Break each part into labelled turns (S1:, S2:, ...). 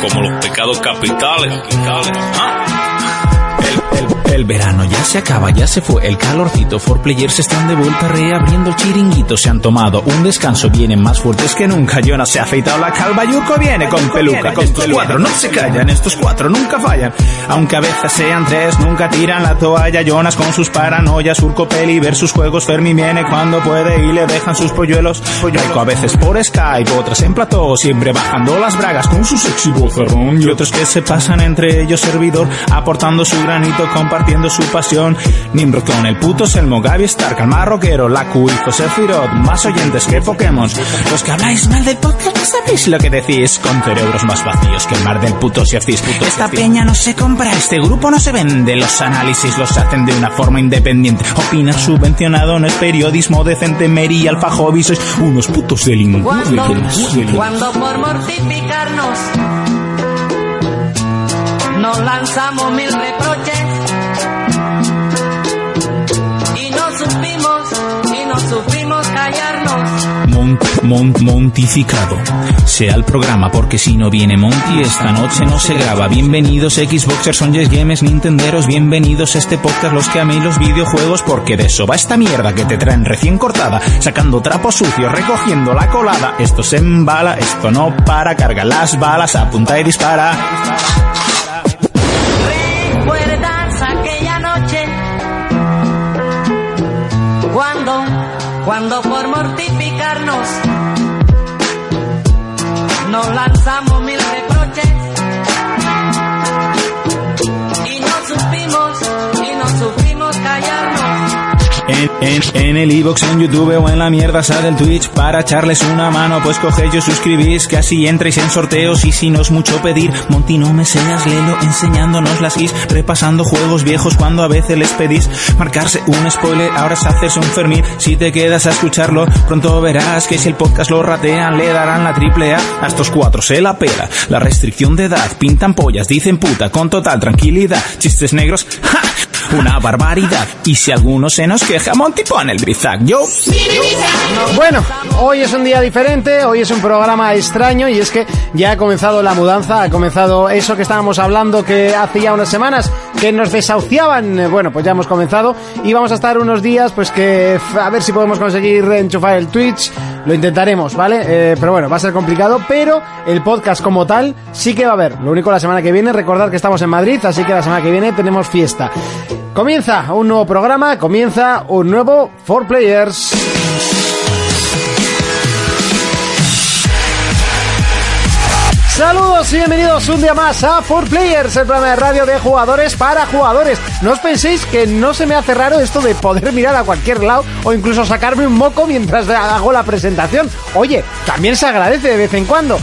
S1: como los pecados capitales.
S2: El, el- el verano ya se acaba, ya se fue el calorcito. For players están de vuelta reabriendo el chiringuito. Se han tomado un descanso, vienen más fuertes que nunca. Jonas se ha afeitado la calva, Yuko viene con peluca. Con estos cuatro no se callan, estos cuatro nunca fallan. Aunque a veces sean tres, nunca tiran la toalla. Jonas con sus paranoias, Urco Peli versus juegos. Fermi viene cuando puede y le dejan sus polluelos. Raico a veces por Skype, otras en plató. Siempre bajando las bragas con su sexy vozarrón. Y otros que se pasan entre ellos servidor, aportando su granito, compartiendo su pasión. Nimrod con el puto Selmo, Gaby Stark, el marroquero, Laku y José Firot, más oyentes que Pokémon. Los que habláis mal del podcast no sabéis lo que decís, con cerebros más vacíos que el mar del puto si hacéis puto Esta peña no se compra, este grupo no se vende, los análisis los hacen de una forma independiente. Opinar subvencionado no es periodismo decente, Mary y Alfa Hobby, sois unos putos delincuentes.
S3: Cuando,
S2: delincuentes.
S3: cuando por mortificarnos nos lanzamos mil reproches y no supimos, y no supimos callarnos.
S2: Mon- mon- montificado. Sea el programa, porque si no viene Monty, esta noche no se graba. Bienvenidos Xboxers, son Yes Games, Nintenderos, bienvenidos a este podcast, los que améis los videojuegos, porque de eso va esta mierda que te traen recién cortada, sacando trapos sucios, recogiendo la colada. Esto se embala, esto no para, carga las balas, apunta y dispara.
S3: ¿Recuerdas aquella noche? Cuando, cuando por mortificarnos nos lanzamos mil reproches y no supimos, y no supimos callarnos.
S2: En, en- en el iBox, en YouTube o en la mierda esa del Twitch para echarles una mano, pues cogéis y os suscribís, que así entréis en sorteos y si no es mucho pedir, Monty no me seas lelo, enseñándonos las guis, repasando juegos viejos cuando a veces les pedís, marcarse un spoiler, ahora es hacerse un Fermín, si te quedas a escucharlo, pronto verás que si el podcast lo ratean, le darán la triple A, a estos cuatro se la pela, la restricción de edad, pintan pollas, dicen puta, con total tranquilidad, chistes negros, ¡ja! Una barbaridad. Y si alguno se nos queja, Monty pone el drizac. Yo.
S4: Bueno, hoy es un día diferente, hoy es un programa extraño y es que ya ha comenzado la mudanza, ha comenzado eso que estábamos hablando que hacía unas semanas que nos desahuciaban. Eh, Bueno, pues ya hemos comenzado y vamos a estar unos días pues que f- a ver si podemos conseguir enchufar el Twitch, lo intentaremos, ¿vale? Eh, pero bueno, va a ser complicado, pero el podcast como tal sí que va a haber. Lo único la semana que viene, recordar que estamos en Madrid, así que la semana que viene tenemos fiesta. Comienza un nuevo programa, comienza un nuevo For Players. Saludos y bienvenidos un día más a 4Players, el programa de radio de jugadores para jugadores. No os penséis que no se me hace raro esto de poder mirar a cualquier lado o incluso sacarme un moco mientras hago la presentación. Oye, también se agradece de vez en cuando.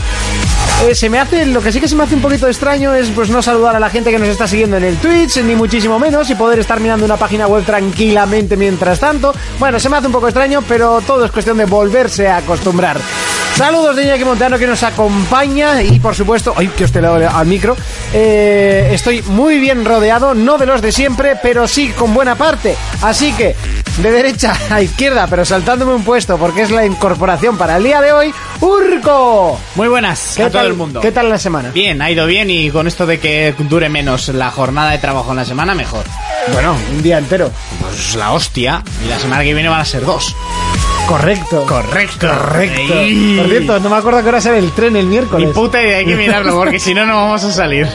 S4: Eh, se me hace, lo que sí que se me hace un poquito extraño es pues no saludar a la gente que nos está siguiendo en el Twitch, ni muchísimo menos, y poder estar mirando una página web tranquilamente mientras tanto. Bueno, se me hace un poco extraño, pero todo es cuestión de volverse a acostumbrar. Saludos de Iñaki Montano que nos acompaña y por supuesto, ay, que os te leo al micro. Eh, estoy muy bien rodeado, no de los de siempre, pero sí con buena parte. Así que, de derecha a izquierda, pero saltándome un puesto porque es la incorporación para el día de hoy, Urco.
S5: Muy buenas a todo
S4: tal,
S5: el mundo.
S4: ¿Qué tal la semana?
S5: Bien, ha ido bien y con esto de que dure menos la jornada de trabajo en la semana, mejor.
S4: Bueno, un día entero.
S5: Pues la hostia. Y la semana que viene van a ser dos.
S4: Correcto.
S5: Correcto.
S4: Correcto.
S5: Ey.
S4: Por cierto, no me acuerdo que hora sale el tren el
S5: Ni
S4: miércoles.
S5: puta idea, hay que mirarlo porque si no, no vamos a salir.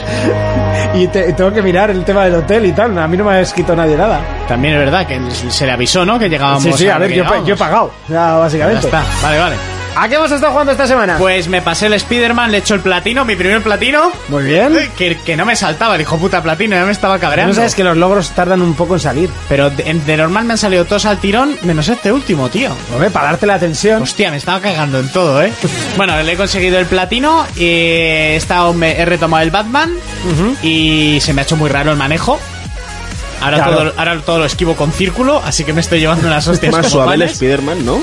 S4: Y te- tengo que mirar el tema del hotel y tal. A mí no me ha escrito nadie nada.
S5: También es verdad que se le avisó, ¿no? Que llegábamos.
S4: sí, sí, a ver,
S5: que
S4: yo, he pa-
S5: llegábamos.
S4: yo he pagado. Ya,
S5: Ya
S4: básicamente.
S5: está, vale, vale.
S4: ¿A qué hemos estado jugando esta semana?
S5: Pues me pasé el Spider-Man, le echo el platino, mi primer platino.
S4: Muy bien.
S5: eh, Que, que no me saltaba, el hijo puta platino, ya me estaba cabreando.
S4: No sabes que los logros tardan un poco en salir.
S5: Pero de, de normal me han salido todos al tirón, menos este último, tío.
S4: Hombre, para darte la tensión.
S5: Hostia, me estaba cagando en todo, ¿eh? Bueno, le he conseguido el platino, y he, estado, me, he retomado el Batman y se me ha hecho muy raro el manejo. Ahora,
S4: Claro.
S5: todo, ahora todo lo esquivo con círculo, así que me estoy llevando unas hostias
S6: Más
S5: como
S6: suave el
S5: panes.
S6: Spider-Man, ¿no?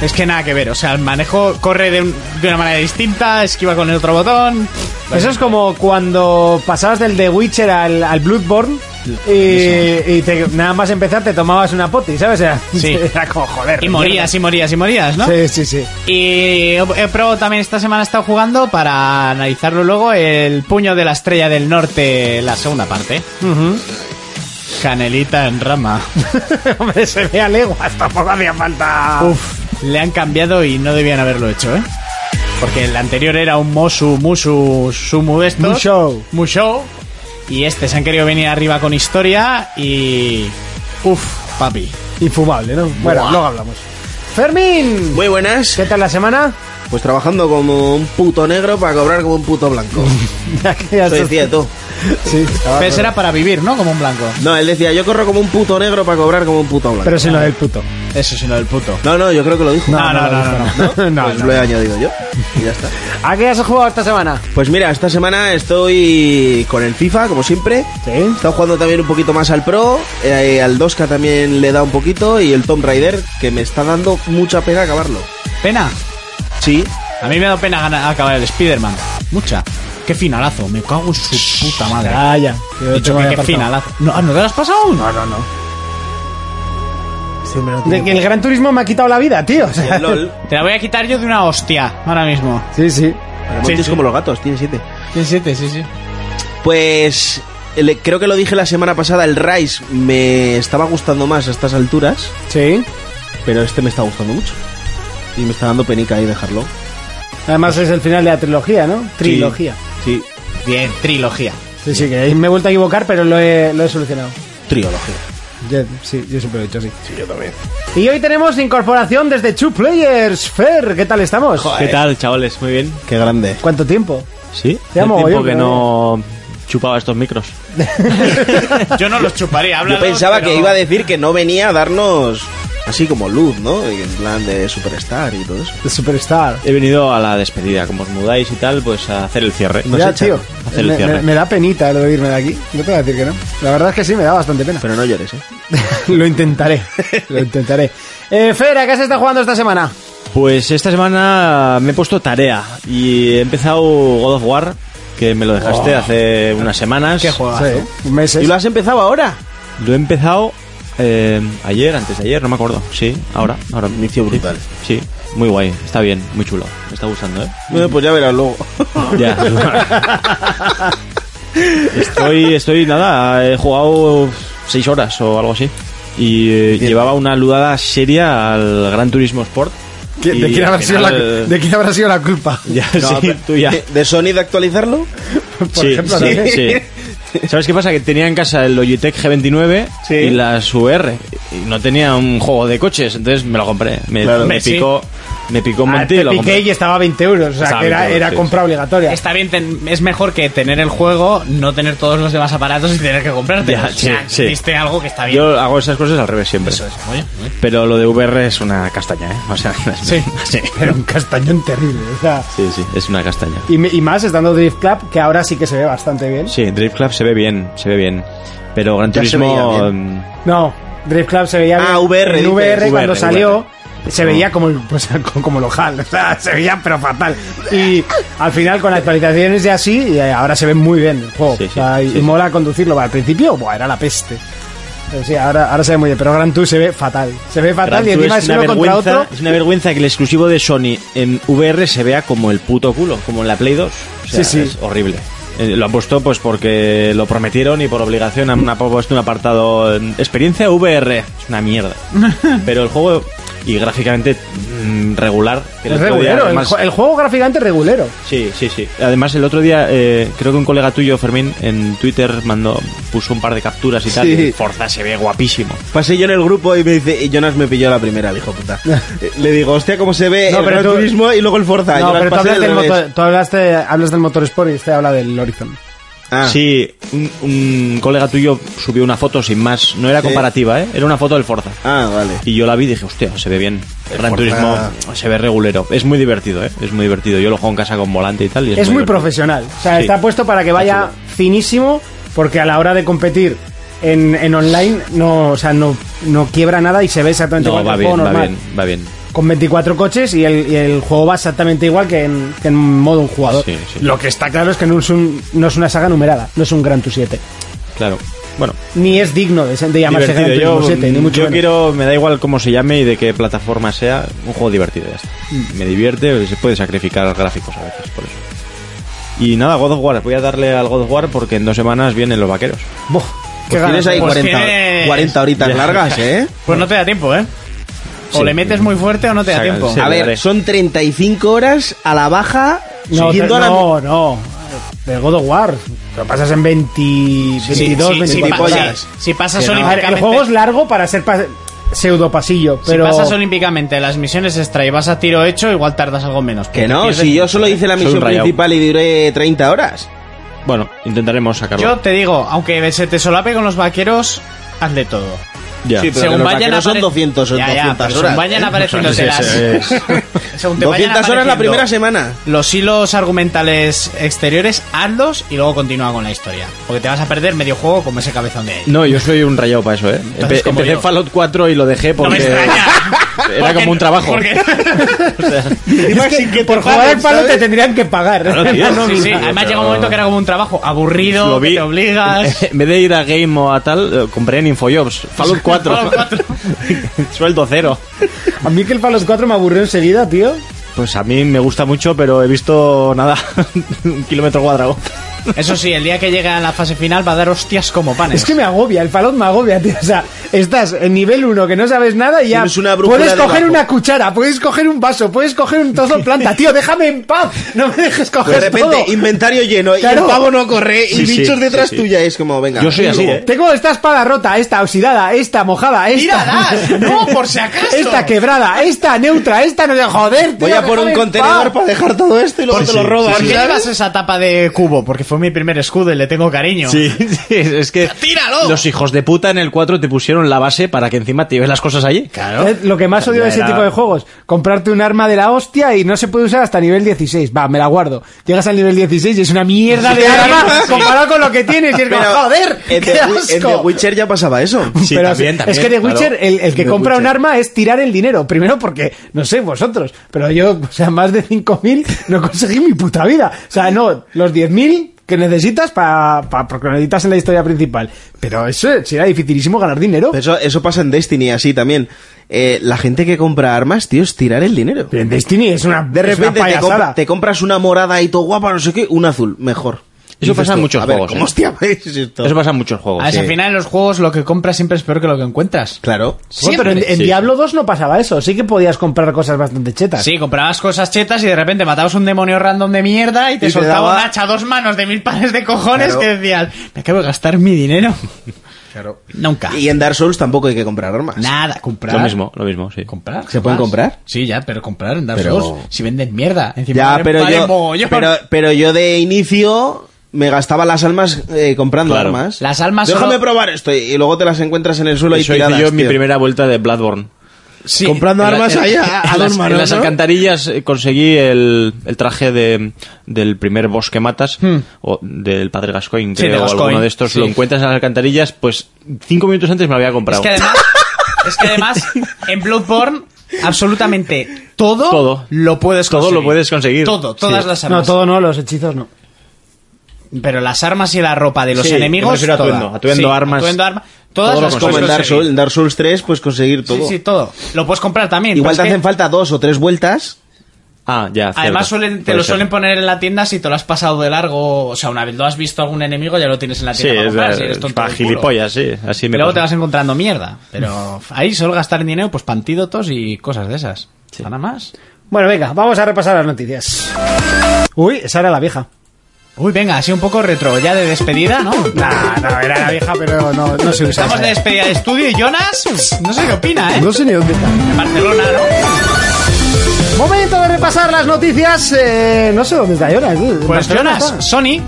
S5: Es que nada que ver, o sea, el manejo corre de, un- de una manera distinta, esquiva con el otro botón.
S4: Eso es como cuando pasabas del The Witcher al, al Bloodborne, Y, y te- nada más empezar te tomabas una poti, ¿sabes? Era,
S5: Sí.
S4: era como joder.
S5: Y morías, y morías, y morías, ¿no?
S4: Sí, sí, sí.
S5: Y he he probado también esta semana, he estado jugando para analizarlo luego, el puño de la estrella del norte, la segunda parte. Canelita en rama.
S4: Hombre, se ve a leguas, tampoco hacía falta.
S5: Uf, le han cambiado y no debían haberlo hecho, ¿eh? Porque el anterior era un Mosu, Musu, Sumu de estos.
S4: Mushou.
S5: Mushou. Y este se han querido venir arriba con historia y... Uf, papi.
S4: Infumable, ¿no? Bueno, luego hablamos. Fermín,
S7: Muy buenas.
S4: ¿qué tal la semana?
S7: Pues trabajando como un puto negro para cobrar como un puto blanco. Eso decía tú.
S4: Sí, estaba-
S5: Pero era para vivir, ¿no? Como un blanco.
S7: No, él decía, yo corro como un puto negro para cobrar como un puto blanco.
S4: pero si no del puto.
S5: Eso sí, lo del puto.
S7: No, no, yo creo que lo dijo.
S5: No, no, no, no, no.
S4: no, no.
S7: Pues lo he añadido yo. Y ya está.
S4: ¿A qué has jugado esta semana?
S7: Pues mira, esta semana estoy con el FIFA, como siempre.
S4: Sí.
S7: He estado jugando también un poquito más al Pro, eh, al 2K también le da un poquito y el Tomb Raider, que me está dando mucha pena acabarlo.
S5: ¿Pena?
S7: Sí.
S5: A mí me ha dado pena gana- acabar el Spider-Man. Mucha. Qué finalazo. Me cago en su puta madre.
S4: Ah, ya.
S5: He dicho que qué finalazo. No, ah, ¿No te lo has pasado aún? No, no, no.
S4: De que el Gran Turismo me ha quitado la vida, tío. o sea.
S7: El LOL.
S5: Te la voy a quitar yo de una hostia ahora mismo.
S4: Sí, sí.
S7: Pero Monty
S5: Sí,
S7: es
S5: sí.
S7: como los gatos, tiene siete.
S5: Tiene siete, sí, sí.
S7: Pues el- creo que lo dije la semana pasada, el Rise me estaba gustando más a estas alturas,
S4: Sí.
S7: pero este me está gustando mucho. Y me está dando penica ahí dejarlo.
S4: Además es el final de la trilogía, ¿no? Trilogía.
S7: Sí,
S5: Bien, trilogía.
S4: Sí, sí, que ahí me he vuelto a equivocar, pero lo he, lo he solucionado.
S7: trilogía.
S4: Ya- sí, yo siempre lo he hecho así. Sí, yo también. Y hoy tenemos incorporación desde Two Players. Fer, ¿qué tal estamos?
S8: ¿Qué tal, chavales? Muy bien.
S7: Qué grande.
S4: ¿Cuánto tiempo?
S8: ¿Sí?
S4: Te amo,
S8: Hace tiempo
S4: yo,
S8: que
S4: pero-
S8: no chupaba estos micros.
S5: Yo no los chuparía.
S7: Yo
S5: háblalos,
S7: pensaba
S5: pero-
S7: que iba a decir que no venía a darnos así como luz, ¿no? En plan de superstar y todo eso.
S4: eh, De Superstar.
S8: He venido a la despedida. Como os mudáis y tal, pues a hacer el cierre.
S7: Nos
S4: ya,
S7: echan.
S4: tío.
S8: Hacer el
S4: Me,
S8: cierre.
S4: me- me da penita lo de irme de aquí. No te voy a decir que no. La verdad es que sí, me da bastante pena.
S7: Pero no llores, ¿eh?
S4: lo intentaré. Lo intentaré. Eh, Fer, ¿a qué se está jugando esta semana?
S8: Pues esta semana me he puesto tarea y he empezado God of War, que me lo dejaste hace unas semanas.
S5: Qué juego.
S4: Sí, ¿eh? meses.
S7: ¿Y lo has empezado ahora?
S8: Lo he empezado eh, ayer, antes de ayer, no me acuerdo. Sí, ahora. ahora.
S7: Inicio brutal.
S8: Sí, muy guay. Está bien, muy chulo. Me está gustando, ¿eh?
S7: Bueno, pues ya verás luego.
S8: Ya. estoy, estoy, nada, he jugado seis horas o algo así. Y eh, llevaba una ludada seria al Gran Turismo Sport.
S4: ¿Qué-
S8: Y
S4: ¿De quién,
S8: al
S4: habrá sido la,
S8: final,
S4: ¿De quién habrá sido la culpa?
S8: Ya,
S7: No,
S8: sí,
S7: pero-
S8: tú ya.
S7: ¿De Sony de actualizarlo?
S4: Por
S8: sí,
S4: ejemplo,
S8: sí,
S4: ¿no?
S8: sí. ¿Sabes qué pasa? Que tenía en casa el Logitech G29
S4: Sí.
S8: y las VR. Y no tenía un juego de coches, entonces me lo compré. Me,
S7: Claro.
S8: me
S5: Sí.
S8: picó, me picó un
S4: Ah,
S8: monte y
S4: te
S8: lo
S4: piqué
S8: compré.
S4: y estaba a 20 euros, o sea,
S8: Estaba
S4: que era,
S8: 20 euros,
S4: era
S8: sí, Este
S4: compra obligatoria.
S5: Está bien, ten- es mejor que tener el juego, no tener todos los demás aparatos y tener que comprarte.
S8: Ya,
S5: o sea,
S8: sí, sí.
S5: viste algo que está bien.
S8: Yo hago esas cosas al revés siempre.
S5: Eso es, muy bien, muy bien.
S8: Pero lo de VR es una castaña, ¿eh? O sea, sí, sí.
S4: Pero un castañón terrible, o sea.
S8: Sí, sí, es una castaña.
S4: Y, me- y más estando Drift Club, que ahora sí que se ve bastante bien.
S8: Sí, Drift Club se ve bien, se ve bien. Pero Gran
S7: Ya se veía
S8: Turismo...
S7: bien.
S8: mm,
S4: No, Drift Club se veía
S7: Ah,
S4: bien.
S7: VR,
S4: en
S7: dices.
S4: VR,
S8: VR,
S4: cuando salió se
S8: No.
S4: veía como pues, como lojal, o sea, se veía pero fatal. Y al final con actualizaciones y así, y eh, ahora se ve muy bien el juego.
S8: Sí,
S4: O sea,
S8: sí,
S4: y
S8: sí, sí.
S4: mola conducirlo, al principio buah, era la peste. Pero sí, ahora, ahora se ve muy bien, pero Gran Tour se ve fatal. Se ve fatal
S8: Gran
S4: y
S8: Tour
S4: encima es, uno contra
S8: vergüenza-
S4: otro.
S8: es una vergüenza que el exclusivo de Sony en VR se vea como el puto culo, como en la Play 2. O
S4: Sí,
S8: sea,
S4: sí.
S8: Es horrible. Eh, Lo han puesto pues porque lo prometieron y por obligación han han puesto un apartado en experiencia VR. Es una mierda. Pero el juego y gráficamente mm, regular. que el
S4: Es
S8: otro día,
S4: regulero, el
S8: además-
S4: ju- el, juego gráficamente es regulero.
S8: Sí, sí, sí. Además, el otro día, eh, creo que un colega tuyo, Fermín, en Twitter mandó, puso un par de capturas y tal.
S7: Sí.
S8: y el Forza se ve guapísimo.
S7: Pasé yo en el grupo y me dice, y Jonas me pilló la primera, el hijo puta. Eh, Le digo, hostia, cómo se ve
S4: No,
S7: el
S4: pero
S7: Gran
S4: tú-
S7: Turismo y luego el Forza.
S4: no,
S7: Jonas
S4: pero tú,
S7: pasé
S4: hablas
S7: del
S4: del,
S7: revés.
S4: motor, tú hablaste- hablas del motor Sport y este habla del Horizon.
S7: Ah,
S8: Sí, un, un colega tuyo subió una foto sin más. No era
S7: Sí.
S8: comparativa, ¿eh? Era una foto del Forza.
S7: ah, vale.
S8: Y yo la vi y dije, hostia, se ve bien. Gran
S7: Forza-
S8: Turismo se ve regulero. Es muy divertido, ¿eh? Es muy divertido. Yo lo juego en casa con volante y tal. y es,
S4: Es muy
S8: divertido.
S4: profesional. O sea,
S8: Sí.
S4: está puesto para que vaya finísimo, porque a la hora de competir en, en online no, o sea, no, no quiebra nada y se ve exactamente
S8: No,
S4: igual
S8: va
S4: que el
S8: bien,
S4: juego
S8: va
S4: normal.
S8: bien, va bien.
S4: Con 24 coches y el, y el juego va exactamente igual que en, que en modo un jugador.
S8: Sí, sí.
S4: Lo que está claro es que no es, un- no es una saga numerada, no es un Gran Tu 7.
S8: Claro. Bueno,
S4: Ni es digno de, de llamarse Gran
S8: divertido.
S4: Turismo
S8: Yo,
S4: 7, ni mucho
S8: yo
S4: menos.
S8: quiero, me da igual cómo se llame y de qué plataforma sea, un juego divertido. ya está.
S4: Mm.
S8: Me divierte, se puede sacrificar gráficos a veces por eso. Y nada, God of War, voy a darle al God of War porque en dos semanas vienen los vaqueros.
S4: Buah, qué ganas.
S7: Tienes ahí
S5: Pues
S7: 40,
S5: tienes-
S7: 40 horitas
S8: Ya.
S7: largas, ¿eh?
S5: Pues no te da tiempo, ¿eh? O
S8: Sí.
S5: le metes muy fuerte o no te da
S8: Saca-
S5: tiempo.
S8: sí.
S7: A
S8: le
S7: ver,
S8: daré.
S7: son 35 horas a la baja.
S4: No,
S7: siguiendo
S4: te-
S7: a la-
S4: no, no. De God of War. Te lo pasas en 20, 22,
S5: si,
S4: 24
S5: si-
S4: horas.
S5: si- si pasas
S4: A ver, el
S5: olímpicamente.
S4: juego es largo para ser pa- pseudo pasillo,
S5: si
S4: pero...
S5: pasas olímpicamente las misiones extra y vas a tiro hecho, igual tardas algo menos.
S7: Que no,
S5: Pierdes-
S7: si yo solo hice la
S8: Soy
S7: misión
S8: un rayado.
S7: principal y duré 30 horas.
S8: Bueno, intentaremos sacarlo.
S5: Yo te digo, aunque se te solape con los vaqueros, hazle todo.
S8: Ya.
S7: Sí, pero que los vaqueros son
S5: apare-
S7: 200
S5: Ya, ya,
S7: 200
S5: pero según
S7: horas,
S5: vayan
S7: ¿eh?
S5: apareciendo
S8: Sí,
S5: las-
S8: sí, sí.
S5: según te vayan
S7: 200 horas la
S5: apareciendo
S7: primera semana.
S5: Los hilos argumentales exteriores, hazlos y luego continúa con la historia. Porque te vas a perder medio juego como ese cabezón de ahí.
S8: No, yo soy un rayado para eso, ¿eh?
S5: Entonces,
S8: Empe-
S5: como
S8: empecé
S5: yo.
S8: Fallout 4 y lo dejé
S5: No me
S8: porque
S5: extraña.
S8: era
S5: Porque-
S8: como un trabajo.
S5: porque-
S4: Es que por jugar al palo te tendrían que pagar.
S8: Claro, tío.
S5: Sí, sí, Además llega un momento que era como un trabajo aburrido,
S8: Lo
S5: que
S8: vi.
S5: te obligas.
S8: En vez de ir a Game o a tal, eh, compré en Infojobs. Fallout 4.
S5: Fallout 4.
S8: Sueldo cero.
S4: A mí que el Fallout 4 me aburrió enseguida, tío.
S8: Pues a mí me gusta mucho, pero he visto nada, un kilómetro cuadrado.
S5: Eso sí, el día que llegue a la fase final va a dar hostias como panes.
S4: Es que me agobia, el Fallout me agobia, tío. O sea, estás en nivel 1 que no sabes nada y ya
S7: Tienes una brújula
S4: puedes
S7: de
S4: coger
S7: bajo.
S4: una cuchara, puedes coger un vaso, puedes coger un trozo de planta. Tío, déjame en paz. No me dejes coger
S7: De repente,
S4: todo.
S7: inventario lleno y
S4: Claro.
S7: el pavo no corre y
S8: Sí, sí,
S7: bichos
S8: sí,
S7: detrás
S8: sí.
S7: tuya. Es como, venga.
S8: Yo soy así, ¿eh?
S4: Tengo esta espada rota, esta oxidada, esta mojada, esta...
S5: ¡Tíralas! ¡No, por si acaso!
S4: Esta quebrada, esta neutra, esta no... ¡Joder, tío!
S7: Voy a por
S4: déjame
S7: un
S4: en
S7: contenedor
S4: paz.
S7: para dejar todo esto y luego te lo roban.
S5: ¿Por qué
S7: ¿sabes?
S5: llevas esa tapa de cubo? Porque fue mi primer escudo y le tengo cariño.
S8: Sí, sí, es que
S5: ¡Tíralo!
S8: los hijos de puta en el 4 te pusieron la base para que encima te lleves las cosas allí.
S5: Claro.
S4: Eh, Lo que más odio de ese
S8: Era-
S4: tipo de juegos, comprarte un arma de la hostia y no se puede usar hasta nivel 16. Va, me la guardo. Llegas al nivel 16 y es una mierda de
S7: Sí.
S4: arma comparado con lo que tienes. Y es como,
S7: Pero
S4: joder,
S7: en
S4: qué
S7: The, Wi- en The
S4: asco.
S7: Witcher ya pasaba eso.
S8: Sí,
S4: Pero
S8: también,
S4: es-
S8: también,
S4: es que de
S8: claro.
S4: Witcher, el, el que
S7: The
S4: compra un
S7: Witcher.
S4: arma es tirar el dinero. Primero porque, no sé, vosotros, pero yo, o sea, más de 5.000 no conseguí mi puta vida. O sea, no, los 10.000 que necesitas para porque necesitas en la historia principal. Pero eso será dificilísimo ganar dinero.
S7: Pero Eso, eso pasa en Destiny así también. Eh, la gente que compra armas, tío, es tirar el dinero.
S4: Pero en Destiny es una
S7: De repente
S4: es una
S7: te, compra-
S4: payasada.
S7: te compras una morada y todo guapa, no sé qué, un azul, mejor.
S8: Eso pasa en
S7: tú,
S8: muchos
S7: a ver,
S8: juegos,
S7: ¿Cómo
S8: ¿eh?
S7: hostia es esto?
S8: Eso pasa en muchos juegos.
S5: A esa
S8: sí.
S5: final en los juegos lo que compras siempre es peor que lo que encuentras.
S7: Claro.
S4: Bueno, pero en, en
S8: sí.
S4: Diablo 2 no pasaba eso, sí que podías comprar cosas bastante chetas.
S5: Sí, comprabas cosas chetas y de repente matabas un demonio random de mierda y te
S7: Y te
S5: soltaba
S7: daba-
S5: un hacha a dos manos de mil pares de cojones
S7: Claro.
S5: que decías, me acabo de gastar mi dinero. Nunca.
S7: Y en Dark Souls tampoco hay que comprar armas.
S5: Nada, comprar.
S8: Lo mismo, lo mismo, sí.
S5: ¿Comprar?
S7: ¿Se pueden
S5: jamás.
S7: comprar?
S5: Sí, ya, pero comprar en Dark
S7: Pero-
S5: Souls, si venden mierda. Encima
S7: Ya,
S5: valen-
S7: pero
S5: valen
S7: yo,
S5: mogollón.
S7: pero, pero yo de inicio me gastaba las almas eh, comprando
S8: Claro.
S7: armas.
S5: Las almas
S7: Déjame
S5: solo-
S7: probar esto y y luego te las encuentras en el suelo
S8: Eso
S7: y
S8: hice
S7: tiradas.
S8: yo en mi
S7: tío.
S8: primera vuelta de Bloodborne.
S5: Sí.
S7: Comprando
S8: En la-
S7: armas
S8: en-
S7: ahí a, a
S8: en
S7: dos
S8: las,
S7: manos,
S8: en las
S7: ¿no?
S8: alcantarillas eh, conseguí el, el traje de, del primer boss que matas, o del padre Gascoigne,
S5: Hmm. Sí, de
S8: creo, o
S5: Gascoigne,
S8: alguno de estos.
S5: sí.
S8: Lo encuentras en las alcantarillas, pues cinco minutos antes me lo había
S5: Es
S8: comprado.
S5: que además, es que además en Bloodborne absolutamente todo,
S8: Todo.
S5: lo puedes
S8: Todo
S5: conseguir.
S8: lo puedes conseguir.
S5: Todo, todas
S8: Sí.
S5: las
S4: no,
S5: armas.
S4: todo no, los hechizos no.
S5: Pero las armas y la ropa de los
S8: Sí,
S5: enemigos.
S8: me refiero a
S5: toda.
S8: atuendo, atuendo, armas.
S5: atuendo, arma- todas
S8: Todo lo
S5: las
S8: que
S5: cosas.
S7: Como en Dark Souls,
S5: conseguir.
S7: en Dark Souls 3 pues conseguir todo.
S5: Sí, sí, todo. Lo puedes comprar también.
S7: Igual te
S5: pero es
S7: hacen
S5: que
S7: falta dos o tres vueltas.
S8: Ah, ya.
S5: Además
S8: cierto.
S5: suelen, te
S8: Puede
S5: lo
S8: ser.
S5: suelen poner en la tienda si te lo has pasado de largo. O sea, una vez lo has visto a algún enemigo ya lo tienes en la
S8: Sí,
S5: tienda para
S8: es
S5: comprar, si
S8: de-
S5: eres
S8: es
S5: tonto
S8: para
S5: del culo.
S8: gilipollas, sí. Así
S5: Y
S8: me
S5: luego te
S8: pasa.
S5: vas encontrando mierda. Pero ahí solo gastar dinero, pues pantídotos y cosas de esas. Nada más.
S4: Bueno, venga, vamos a repasar las noticias. Uy, esa era la vieja.
S5: Uy, venga, así un poco retro, ya de despedida, ¿no?
S4: Nah, no, era la vieja, pero no, no se usa.
S5: Estamos de
S4: esa, eh.
S5: despedida de estudio y Jonas, no sé qué opina, ¿eh?
S4: No sé ni dónde está.
S5: En Barcelona, ¿no?
S4: Momento de repasar las noticias. eh, no sé dónde está Jonas. eh, en
S5: Pues
S4: Barcelona
S5: Jonas,
S4: está.
S5: Sony.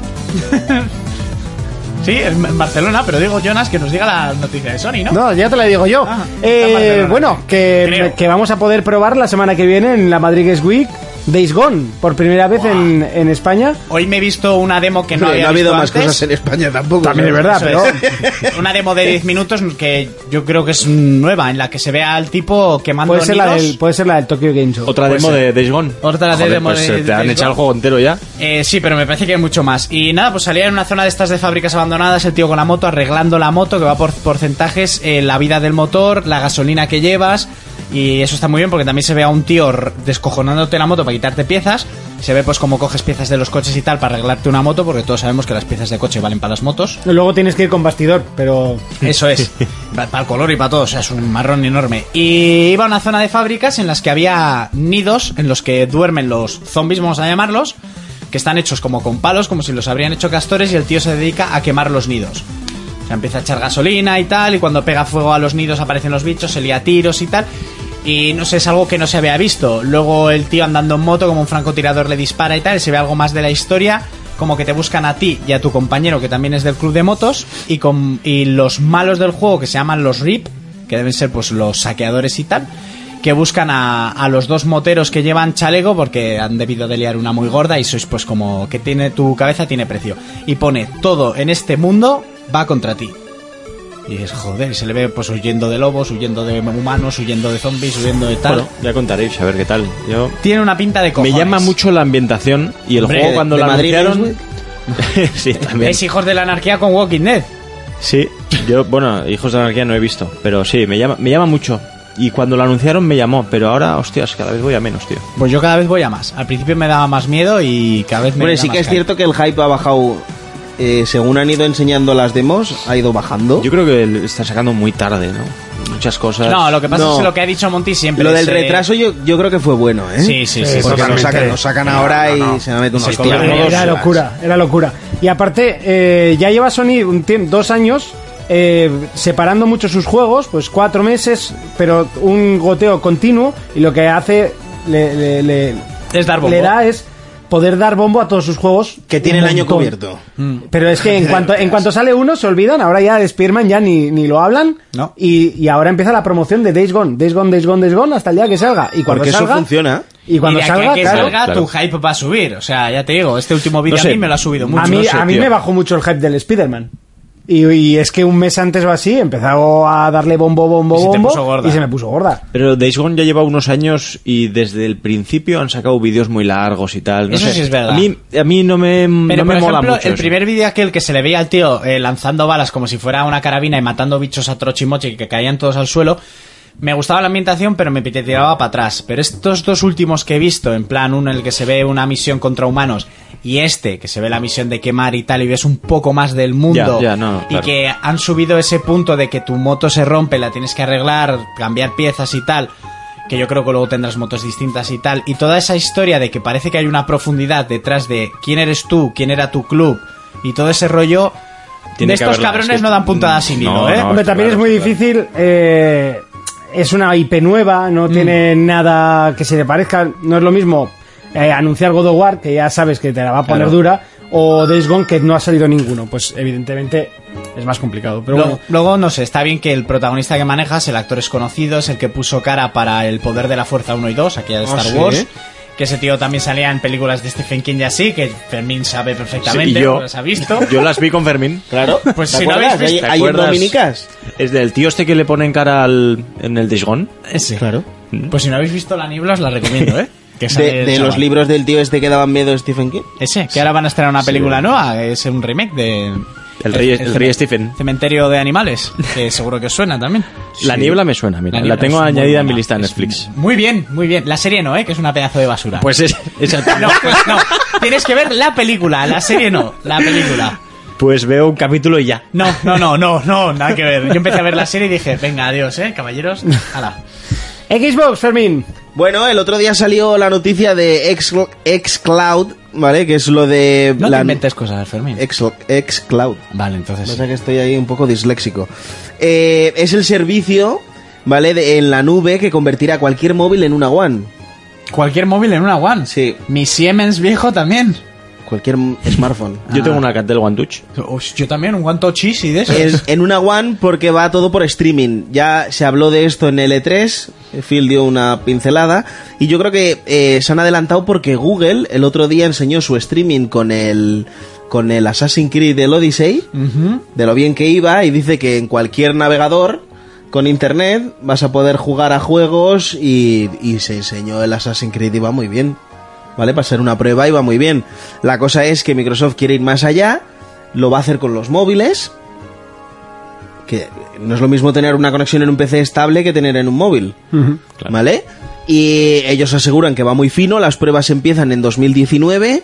S5: sí, en Barcelona, pero digo Jonas que nos diga la noticia de Sony, ¿no?
S4: No, ya te la digo yo.
S5: Ah,
S4: Eh,
S5: está en Barcelona.
S4: bueno, que,
S5: Creo.
S4: que vamos a poder probar la semana que viene en la Madrid Games Week Days Gone, por primera vez en, en España.
S5: Hoy me he visto una demo que no
S7: Hombre,
S5: había
S7: no ha habido
S5: visto
S7: más
S5: antes.
S7: cosas en España tampoco.
S4: También es
S7: ¿sabes?
S4: verdad, pero...
S5: Eso es. Una demo de 10 minutos que yo creo que es nueva, en la que se ve al tipo quemando
S4: Puede ser, la
S5: nidos.
S4: del, puede ser la del Tokyo Game Show.
S8: Otra demo de Days Gone.
S5: Pues Otra
S8: Joder,
S5: demo
S8: pues,
S5: de
S8: eh, Te han
S5: Days Gone.
S8: echado el juego entero ya.
S5: Eh, sí, pero me parece que hay mucho más. Y nada, pues salía en una zona de estas de fábricas abandonadas, el tío con la moto, arreglando la moto, que va por porcentajes, eh, la vida del motor, la gasolina que llevas. Y eso está muy bien porque también se ve a un tío r- descojonándote la moto para quitarte piezas. Se ve pues cómo coges piezas de los coches y tal para arreglarte una moto, porque todos sabemos que las piezas de coche valen para las motos.
S4: Luego tienes que ir con bastidor, pero...
S5: Eso es. para el color y para todo. O sea, es un marrón enorme. Y iba a una zona de fábricas en las que había nidos en los que duermen los zombies, vamos a llamarlos, que están hechos como con palos, como si los habrían hecho castores, y el tío se dedica a quemar los nidos. O sea, empieza a echar gasolina y tal, y cuando pega fuego a los nidos aparecen los bichos, se lía tiros y tal. Y no sé, es algo que no se había visto. Luego el tío andando en moto como un francotirador le dispara y tal, y se ve algo más de la historia, como que te buscan a ti y a tu compañero que también es del club de motos, y, con, y los malos del juego que se llaman los RIP, que deben ser pues los saqueadores y tal, que buscan a, a los dos moteros que llevan chaleco porque han debido de liar una muy gorda y sois pues como que tiene tu cabeza tiene precio. Y pone todo en este mundo va contra ti. Y es joder, se le ve pues huyendo de lobos, huyendo de humanos, huyendo de zombies, huyendo de tal.
S8: Bueno, ya contaréis a ver qué tal. Yo
S5: Tiene una pinta de cojones.
S8: me llama mucho la ambientación y el
S5: Hombre,
S8: juego cuando
S7: de
S8: lo
S7: Madrid,
S8: anunciaron. sí, también.
S5: Es hijos de la anarquía con Walking Dead.
S8: Sí, yo, bueno, Hijos de la Anarquía no he visto, pero sí, me llama, me llama mucho. Y cuando lo anunciaron me llamó, pero ahora, hostias, cada vez voy a menos, tío.
S5: Pues yo cada vez voy a más. Al principio me daba más miedo y cada vez me
S7: Hombre,
S5: da
S7: sí
S5: más
S7: que es
S5: caña.
S7: cierto que el hype ha bajado. eh, según han ido enseñando las demos, ha ido bajando.
S8: Yo creo que le está sacando muy tarde, ¿no? Muchas cosas.
S5: No, lo que pasa
S7: No.
S5: es que lo que ha dicho Monty siempre. eh,
S7: Lo del
S5: se-
S7: retraso yo, yo creo que fue bueno, ¿eh?
S5: Sí, sí, sí.
S4: Sí,
S7: Porque lo
S4: Totalmente.
S7: sacan, lo sacan ahora y se me mete una
S5: Se
S7: hostia.
S5: come
S7: Dos
S4: Eh, Era
S7: horas.
S4: locura, era locura. Y aparte, eh, ya lleva Sony un tiemp- dos años eh, separando mucho sus juegos, pues cuatro meses, pero un goteo continuo. Y lo que hace, le, le- le-
S5: Es dar bombo.
S4: le da es poder dar bombo a todos sus juegos.
S7: Que tiene
S4: un
S7: el año
S4: montón.
S7: cubierto.
S5: Mm.
S4: Pero es que en cuanto, en cuanto sale uno, se olvidan. Ahora ya de Spearman ya ni, ni lo hablan.
S5: No.
S4: Y, y ahora empieza la promoción de Days Gone, Days Gone, Days Gone, Days Gone, hasta el día que salga. Y cuando
S7: Porque
S4: salga,
S7: eso funciona.
S4: Y cuando
S5: de aquí a
S4: salga,
S5: que
S4: claro.
S5: salga,
S8: Claro.
S5: tu hype va a subir. O sea, ya te digo, este último vídeo
S8: No sé.
S5: a mí me lo ha subido mucho.
S4: a mí,
S8: no sé,
S4: a mí
S8: tío.
S4: me bajó mucho el hype del Spider-Man. Y, y es que un mes antes o así empezaba a darle bombo, bombo,
S5: Y se te
S4: bombo.
S5: puso gorda.
S4: y se me puso gorda.
S8: Pero Days Gone ya lleva unos años y desde el principio han sacado vídeos muy largos y tal. No
S5: Eso
S8: sé.
S5: sí es verdad.
S8: A mí, a mí no me,
S5: Pero
S8: no me
S5: por
S8: mola
S5: ejemplo,
S8: mucho.
S5: el
S8: eso.
S5: primer vídeo aquel que se le veía al tío eh, lanzando balas como si fuera una carabina y matando bichos a trochimoche que caían todos al suelo. Me gustaba la ambientación, pero me tiraba para atrás. Pero estos dos últimos que he visto, en plan uno en el que se ve una misión contra humanos y este que se ve la misión de quemar y tal, y ves un poco más del mundo
S8: Ya, ya, no,
S5: y
S8: claro.
S5: que eh, han subido ese punto de que tu moto se rompe, la tienes que arreglar, cambiar piezas y tal, que yo creo que luego tendrás motos distintas y tal, y toda esa historia de que parece que hay una profundidad detrás de quién eres tú, quién era tu club y todo ese rollo,
S8: Tiene
S5: de
S8: que
S5: estos
S8: haberla,
S5: cabrones
S8: es que-
S5: no dan puntadas sin hilo,
S8: No,
S5: ¿eh?
S8: no,
S4: Hombre, también
S8: claro,
S4: es muy
S8: claro.
S4: difícil. eh, es una IP nueva, no tiene nada que se le parezca. No es lo mismo eh, anunciar God of War, que ya sabes que te la va a poner
S8: Claro.
S4: dura, o Days Gone, que no ha salido ninguno. Pues evidentemente es más complicado. Pero
S5: Lo-
S4: bueno.
S5: Luego, no sé, está bien que el protagonista que manejas, el actor es conocido, es el que puso cara para El Poder de la Fuerza 1 y 2, aquella de
S7: Ah,
S5: Star
S7: ¿sí?
S5: Wars. Que ese tío también salía en películas de Stephen King y así, que Fermín sabe perfectamente,
S8: Sí, y yo.
S5: las ha visto.
S8: Yo las vi con Fermín. Claro.
S5: Pues
S7: ¿Te
S5: si no
S7: acuerdas?
S5: habéis visto...
S7: Ahí-
S8: ¿Te
S7: ahí en
S8: acuerdas?
S7: Dominicas.
S8: Es del tío este que le pone en cara al, en el Days Gone.
S5: Ese.
S8: Mm.
S5: Pues si no habéis visto La Niebla, os la recomiendo, ¿eh? Que sale
S7: De,
S5: el
S7: de
S5: chaval.
S7: los libros del tío este que daban miedo Stephen King.
S5: Ese, que ahora van a estrenar una película nueva, es un remake de...
S8: El rey- el rey
S5: cemen-
S8: Stephen.
S5: Cementerio de Animales, que seguro que os suena también.
S8: La niebla me suena, mira. La,
S5: niebla
S8: tengo
S5: es muy
S8: añadida en mi
S5: buena,
S8: lista en
S5: es
S8: Netflix.
S5: Muy bien, muy bien. La serie no, ¿eh? Que es una pedazo de basura.
S8: Pues es, esa-
S5: No, pues no. Tienes que ver la película, la serie no, la película.
S8: Pues veo un capítulo y ya.
S5: No, no, no, no, no, nada que ver. Yo empecé a ver la serie y dije, venga, adiós, eh, caballeros. Hala.
S4: Xbox, Fermín.
S7: Bueno, el otro día salió la noticia de X- Xcloud, ¿vale? Que es lo de...
S5: No te
S7: la-
S5: inventes cosas, Fermín.
S7: X- Xcloud.
S5: Vale,
S7: Lo que
S8: Pues
S5: entonces.
S7: Pasa es que estoy ahí un poco disléxico. Eh, es el servicio, ¿vale? De- en la nube que convertirá cualquier móvil en una One.
S5: Cualquier móvil en una One.
S7: Sí.
S5: Mi Siemens viejo también.
S7: cualquier smartphone.
S8: Yo tengo un Alcatel One Touch.
S5: Ush, yo también, un guanto chis y de eso.
S7: en, en una One porque va todo por streaming. Ya se habló de esto en L3, Phil dio una pincelada y yo creo que eh, se han adelantado porque Google el otro día enseñó su streaming con el con el Assassin's Creed del Odyssey, de lo bien que iba y dice que en cualquier navegador con internet vas a poder jugar a juegos y, y se enseñó el Assassin's Creed y va muy bien. ¿Vale? Para ser una prueba y va muy bien. La cosa es que Microsoft quiere ir más allá, lo va a hacer con los móviles, que no es lo mismo tener una conexión en un PC estable que tener en un móvil, ¿vale? Y ellos aseguran que va muy fino, las pruebas empiezan en 2019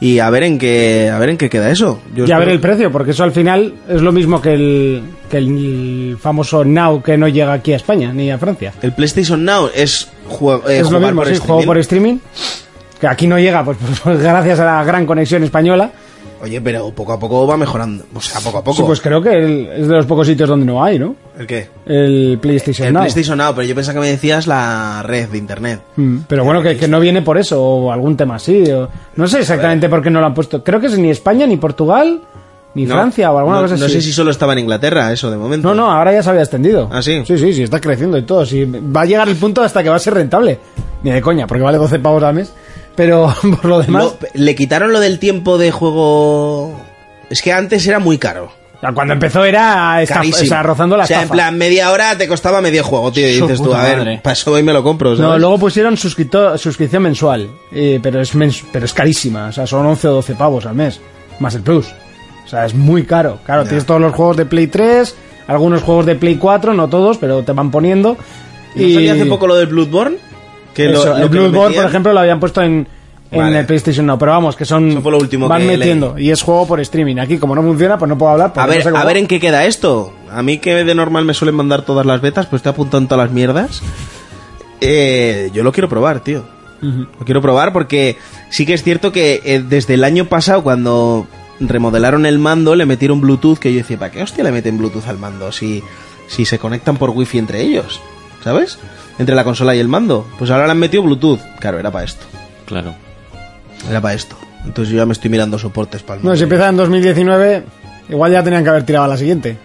S7: y a ver en qué a ver en qué queda eso. Yo
S4: Y a ver
S7: espero-
S4: el precio, porque eso al final es lo mismo que el, que el famoso Now que no llega aquí a España ni a Francia.
S7: el PlayStation Now es jue- eh,
S4: es lo
S7: jugar
S4: mismo,
S7: por
S4: sí,
S7: streaming.
S4: juego por streaming. Que aquí no llega, pues, pues, pues, gracias a la gran conexión española.
S7: Oye, pero poco a poco va mejorando, o sea, poco a poco.
S4: Sí, pues creo que el- es de los pocos sitios donde no hay, ¿no?
S7: ¿El qué?
S4: El PlayStation
S7: El
S4: Now.
S7: PlayStation Now, pero yo pensaba que me decías la red de internet.
S4: Mm, Pero bueno, que, que no viene por eso, o algún tema así. o- no sé exactamente por qué no lo han puesto. Creo que es ni España, ni Portugal, ni
S7: No,
S4: Francia, o alguna
S7: no,
S4: cosa así.
S7: No sé si solo estaba en Inglaterra eso de momento.
S4: No, no, ahora ya se había extendido.
S7: ¿Ah, sí?
S4: Sí, sí, sí, está creciendo y todo. Sí, va a llegar el punto hasta que va a ser rentable. Ni de coña, porque vale 12 pavos al mes. Pero por lo demás,
S7: Lo- le quitaron lo del tiempo de juego. Es que antes era muy caro.
S4: cuando empezó era esta-
S7: Carísimo.
S4: o sea, rozando la
S7: O sea, en
S4: estafa.
S7: plan, media hora te costaba medio juego, tío. Y
S5: Su
S7: dices tú,
S5: puta
S7: a
S5: madre.
S7: ver, pasó y me lo compro. ¿sabes?
S4: No, luego pusieron suscripto- suscripción mensual. eh, pero, es mens- pero es carísima. O sea, son 11 o 12 pavos al mes. Más el plus. O sea, es muy caro. Claro, tienes todos los juegos de Play 3, algunos juegos de Play 4, no todos, pero te van poniendo.
S7: ¿No
S4: y
S7: salió hace poco lo del Bloodborne? Que lo-
S4: Eso,
S7: lo
S4: el
S7: que lo
S4: Bloodborne,
S7: metían-
S4: por ejemplo, lo habían puesto en, en
S7: Vale.
S4: el PlayStation Now, pero vamos, que son
S7: Eso fue lo último
S4: van
S7: que leí.
S4: metiendo y es juego por streaming. Aquí como no funciona, pues no puedo hablar.
S7: A
S4: porque no
S7: ver,
S4: sé cómo-
S7: a ver en qué queda esto. A mí que de normal me suelen mandar todas las betas, pues te apuntan todas las mierdas. Eh, yo lo quiero probar, tío. Lo quiero probar porque sí que es cierto que eh, desde el año pasado, cuando remodelaron el mando, le metieron Bluetooth, que yo decía, ¿para qué hostia le meten Bluetooth al mando si, si se conectan por wifi entre ellos? ¿Sabes? Entre la consola y el mando. Pues ahora le han metido Bluetooth. Claro, era para esto.
S8: Claro.
S7: Era para esto. Entonces yo ya me estoy mirando soportes para el
S4: No,
S7: mando.
S4: si empieza en 2019, igual ya tenían que haber tirado a la siguiente,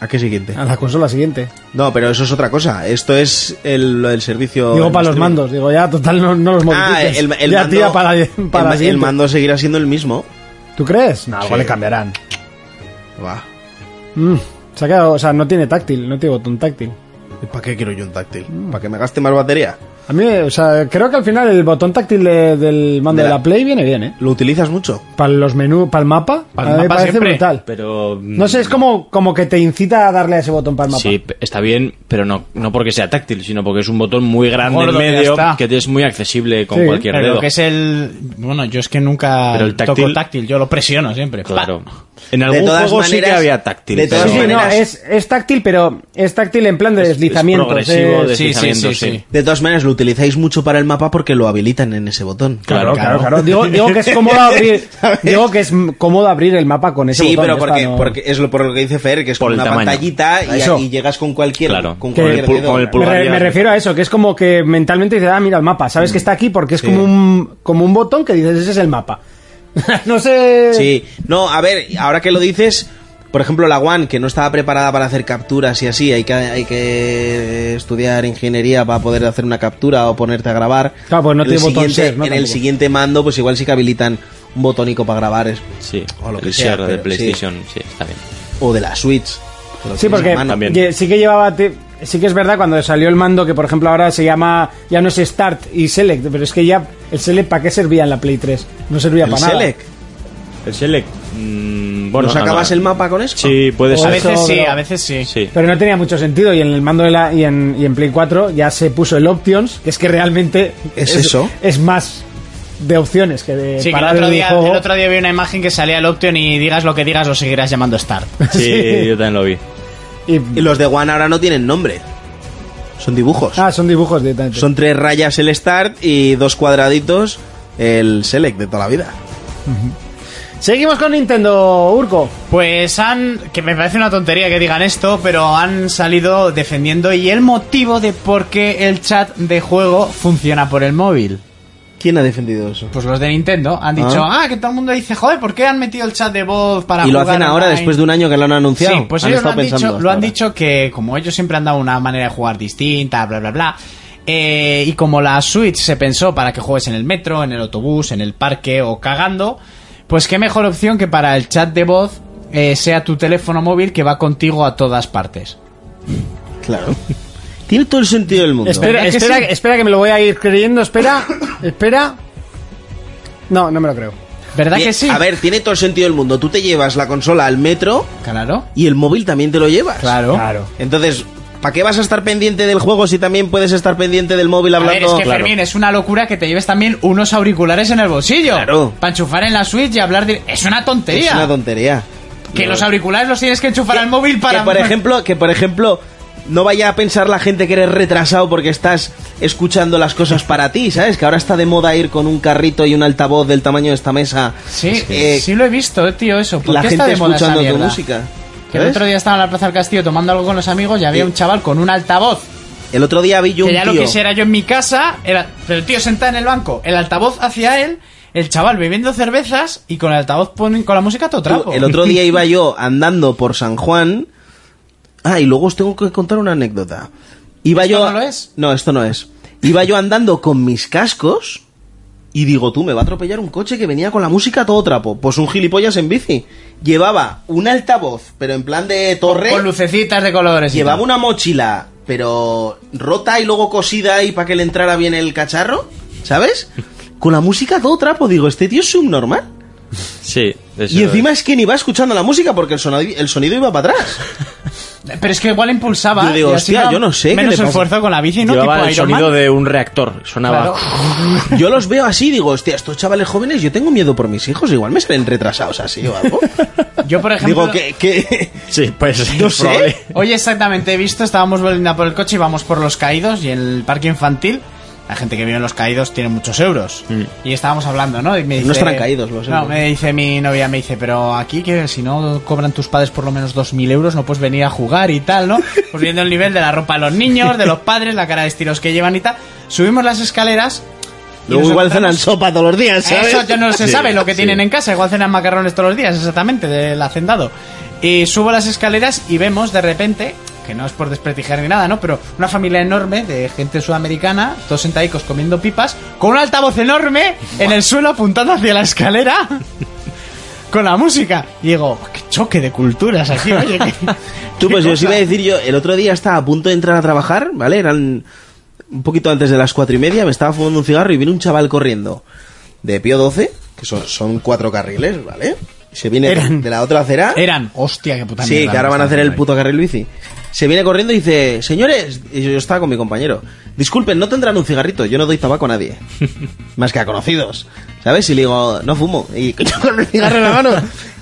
S7: ¿A qué siguiente?
S4: a la consola siguiente.
S7: No, pero eso es otra cosa. Esto es Oh, el, lo del servicio.
S4: digo para los
S7: de streaming.
S4: mandos, digo ya total no, no los
S7: Ah,
S4: modifiques.
S7: el, el
S4: ya
S7: mando.
S4: tira para, la-
S7: el
S4: para
S7: ma-
S4: la
S7: el,
S4: siguiente.
S7: mando seguirá siendo el mismo.
S4: ¿Tú crees? No, igual
S7: Sí.
S4: le cambiarán.
S7: Va.
S4: Mm, se ha quedado, o sea, no tiene táctil, no tiene botón táctil.
S7: ¿Para qué quiero yo un táctil?
S4: Mm.
S7: ¿Para que me gaste más batería?
S4: A mí, o sea, creo que al final el botón táctil de- del mando
S7: De
S4: de la,
S7: la-
S4: Play viene bien, ¿eh?
S7: ¿Lo utilizas mucho?
S4: Para los menús, para el mapa,
S5: Pa'l
S4: a mí me
S5: mapa
S4: parece
S5: siempre.
S4: brutal.
S8: Pero. mm,
S4: No sé, es como, como que te incita a darle a ese botón para el mapa.
S8: Sí, p- está bien, pero no, no porque sea táctil, sino porque es un botón muy grande
S5: Gordo, ya
S8: en medio
S5: está.
S8: que es muy accesible con
S4: Sí.
S8: cualquier
S5: Pero
S8: dedo.
S5: lo que es el. Bueno, yo es que nunca
S8: Pero el
S5: toco
S8: táctil-
S5: táctil, yo lo presiono siempre. ¡Pa!
S8: Claro. En algún
S7: todas
S8: juego sí que
S7: maneras-
S8: había táctil.
S7: de todas
S4: Sí,
S8: pero-
S4: sí, no,
S7: maneras-
S4: es, es táctil, pero es táctil en plan de
S8: Es- es
S4: deslizamiento.
S8: progresivo,
S4: es-
S5: Sí, sí,
S8: de-
S5: sí,
S8: Deslizamiento,
S5: sí.
S8: sí.
S7: De todas maneras, lo utilizáis mucho para el mapa porque lo habilitan en ese botón.
S4: Claro,
S8: Claro,
S4: claro, claro. Digo, digo que es cómodo abrir, digo que es m- cómodo abrir el mapa con ese
S7: Sí,
S4: botón.
S7: pero
S4: ya está,
S7: porque,
S4: no-
S7: porque es lo, por lo que dice Fer, que es
S8: Por
S7: con
S8: el
S7: una
S8: tamaño.
S7: pantallita y,
S4: Eso.
S7: y llegas con cualquier,
S8: Claro.
S7: con
S4: Que-
S7: cualquier
S4: Con el pul-
S7: dedo.
S8: con el
S4: Me,
S8: pulgar
S4: re-
S8: ya-
S4: me refiero a eso, que es como que mentalmente dices, ah, mira el mapa, sabes que está aquí porque es como un como un botón que dices, ese es el mapa. no sé.
S7: Sí, no, a ver, ahora que lo dices, por ejemplo, la One, que no estaba preparada para hacer capturas y así, hay que, hay que estudiar ingeniería para poder hacer una captura o ponerte a grabar.
S4: Claro, pues no
S7: En
S4: tiene
S7: el
S4: botón
S7: siguiente-
S4: share, ¿no?
S7: En el
S4: Tampoco.
S7: siguiente mando, pues igual sí que habilitan un botónico para grabar es-
S8: Sí,
S7: O lo que
S8: el
S7: sea,
S8: share de
S7: pero sí.
S8: PlayStation, sí, está bien.
S7: o de la Switch. que lo
S4: Sí,
S7: tienes
S4: porque
S7: a mano.
S8: También.
S4: ye- sí que llevaba. te- Sí que es verdad cuando salió el mando que, por ejemplo, ahora se llama. Ya no es Start y Select, pero es que ya. ¿El Select para qué servía en la Play 3? No servía
S7: el
S4: para nada.
S7: Select.
S8: El Select. mm, bueno,
S7: ¿Nos
S8: no,
S7: acabas
S8: no.
S7: el mapa con eso?
S8: Sí, puede
S4: O
S5: A
S8: ser.
S5: veces
S4: Eso,
S5: sí,
S4: pero-
S5: a veces sí.
S8: Sí.
S4: Pero no tenía mucho sentido. Y en el mando de la, y, en, y en Play 4 ya se puso el Options, que es que realmente.
S7: ¿Es eso?
S4: Es más de opciones que de.
S5: Sí, que el
S4: parar
S5: otro,
S4: el
S5: día,
S4: juego.
S5: el otro día vi una imagen que salía el Option y digas lo que digas, lo seguirás llamando Start.
S8: Sí, yo también lo vi.
S4: Y-
S7: Y los de One ahora no tienen nombre. Son dibujos.
S4: ah, son dibujos directamente.
S7: Son tres rayas el Start y dos cuadraditos el Select de toda la vida.
S4: Seguimos con Nintendo, Urco.
S5: Pues han, que me parece una tontería que digan esto, pero han salido defendiendo y el motivo de por qué el chat de juego funciona por el móvil.
S7: ¿Quién ha defendido eso?
S5: Pues los de Nintendo han dicho, ah, que todo el mundo dice, joder, ¿por qué han metido el chat de voz para
S7: y lo
S5: jugar
S7: hacen ahora
S5: online?"
S7: después de un año que lo han anunciado.
S5: Sí, pues
S7: han
S5: ellos lo
S7: estado
S5: han, dicho,
S7: pensando
S5: lo han
S7: hasta
S5: dicho que como ellos siempre han dado una manera de jugar distinta, bla, bla, bla. eh, y como la Switch se pensó para que juegues en el metro, en el autobús, en el parque o cagando, pues qué mejor opción que para el chat de voz eh, sea tu teléfono móvil que va contigo a todas partes.
S7: ahora. Claro. Tiene todo el sentido del mundo.
S4: Espera,
S5: ¿Verdad que
S4: espera,
S5: sí?
S4: espera que me lo voy a ir creyendo. Espera, espera. No, no me lo creo.
S5: ¿Verdad
S7: Bien,
S5: que sí?
S7: A ver, tiene todo el sentido del mundo. Tú te llevas la consola al metro
S5: Claro,
S7: y el móvil también te lo llevas.
S5: claro.
S7: Entonces, ¿para qué vas a estar pendiente del juego si también puedes estar pendiente del móvil
S5: A
S7: hablando?
S5: ver, es que
S7: Claro.
S5: Fermín, es una locura que te lleves también unos auriculares en el bolsillo.
S7: Claro.
S5: Para enchufar en la Switch y hablar de... Es una tontería.
S7: Es una tontería.
S5: Que
S7: No.
S5: los auriculares los tienes que enchufar al móvil para...
S7: Que, por ejemplo, que por ejemplo, no vaya a pensar la gente que eres retrasado porque estás escuchando las cosas para ti, ¿sabes? Que ahora está de moda ir con un carrito y un altavoz del tamaño de esta mesa.
S5: Sí,
S7: Eh,
S5: sí lo he visto, tío, eso. ¿Por
S7: la
S5: qué
S7: gente
S5: está de moda esa
S7: escuchando tu
S5: mierda?
S7: música.
S5: Que el
S7: ¿sabes?
S5: otro día estaba en la Plaza del Castillo tomando algo con los amigos y había
S7: Sí.
S5: un chaval con un altavoz.
S7: El otro día vi yo
S5: Que
S7: un
S5: ya lo
S7: tío-
S5: quisiera yo en mi casa, era, pero el tío sentado en el banco, el altavoz hacia él, el chaval bebiendo cervezas y con el altavoz ponen con la música a todo
S7: Tú,
S5: trapo.
S7: El otro día iba yo andando por San Juan. Ah, y luego os tengo que contar una anécdota. Iba
S5: ¿Esto
S7: yo.
S5: no lo es?
S7: No, esto no es. Iba yo andando con mis cascos. Y digo, tú, me va a atropellar un coche que venía con la música a todo trapo. Pues un gilipollas en bici. Llevaba un altavoz, pero en plan de torre.
S5: Con lucecitas de colores. y
S7: Llevaba
S5: tal.
S7: una mochila, pero rota y luego cosida y para que le entrara bien el cacharro. ¿Sabes? Con la música a todo trapo. Digo, este tío es subnormal.
S8: Sí. eso
S7: Y encima es que ni va escuchando la música porque el sonido, el sonido iba para atrás.
S5: Pero es que igual impulsaba.
S7: Yo digo,
S5: y así
S7: hostia,
S5: iba
S7: yo no sé qué
S5: Menos
S7: le pasa.
S5: esfuerzo con la bici, ¿no?
S8: Llevaba
S5: tipo
S8: el
S5: Iron Man.
S8: sonido de un reactor. Sonaba.
S5: Claro.
S7: Yo los veo así y digo, hostia, estos chavales jóvenes, yo tengo miedo por mis hijos, igual me salen retrasados así o algo.
S5: Yo, por ejemplo.
S7: digo, que, que-
S8: Sí, pues.
S7: No sé.
S8: probable.
S5: Hoy exactamente he visto, estábamos volviendo a por el coche y vamos por los caídos y en el parque infantil. La gente que vive en los caídos tiene muchos euros. Y estábamos hablando, ¿no? Y me dice,
S7: Mm. No estarán caídos los
S5: No,
S7: euros.
S5: me dice mi novia, me dice, pero aquí que si no cobran tus padres por lo menos 2.000 euros no puedes venir a jugar y tal, ¿no? Pues viendo el nivel de la ropa de los niños, de los padres, la cara de estilos que llevan y tal. Subimos las escaleras. y
S7: Luego
S5: nos
S7: igual
S5: encontramos-
S7: cenan sopa todos los días, ¿sabes?
S5: eso ya no se sabe lo que tienen en casa. Igual cenan macarrones todos los días, exactamente, del hacendado. Y subo las escaleras y vemos de repente, que no es por desprestigiar ni nada, ¿no? Pero una familia enorme de gente sudamericana, todos sentadicos comiendo pipas, con un altavoz enorme en el suelo apuntando hacia la escalera. Con la música. Y digo, "Oh, qué choque de culturas aquí, oye. qué-
S7: Tú,
S5: qué
S7: pues yo os
S5: cosa.
S7: iba a decir yo, el otro día estaba a punto de entrar a trabajar, ¿vale? Eran un poquito antes de las cuatro y media, me estaba fumando un cigarro y viene un chaval corriendo de Pío 12, que son, son cuatro carriles, ¿vale? Se viene
S5: Eran-
S7: de la otra acera.
S5: Eran, hostia, qué puta
S7: Sí,
S5: mierda
S7: que ahora
S5: me
S7: van a
S5: está
S7: hacer el
S5: haciendo ahí.
S7: puto carril bici. Se viene corriendo y dice, señores, y yo yo estaba con mi compañero, disculpen, no tendrán un cigarrito, yo no doy tabaco a nadie. Más que a conocidos, ¿sabes? Y le digo, no fumo. Y yo con el cigarro en la mano.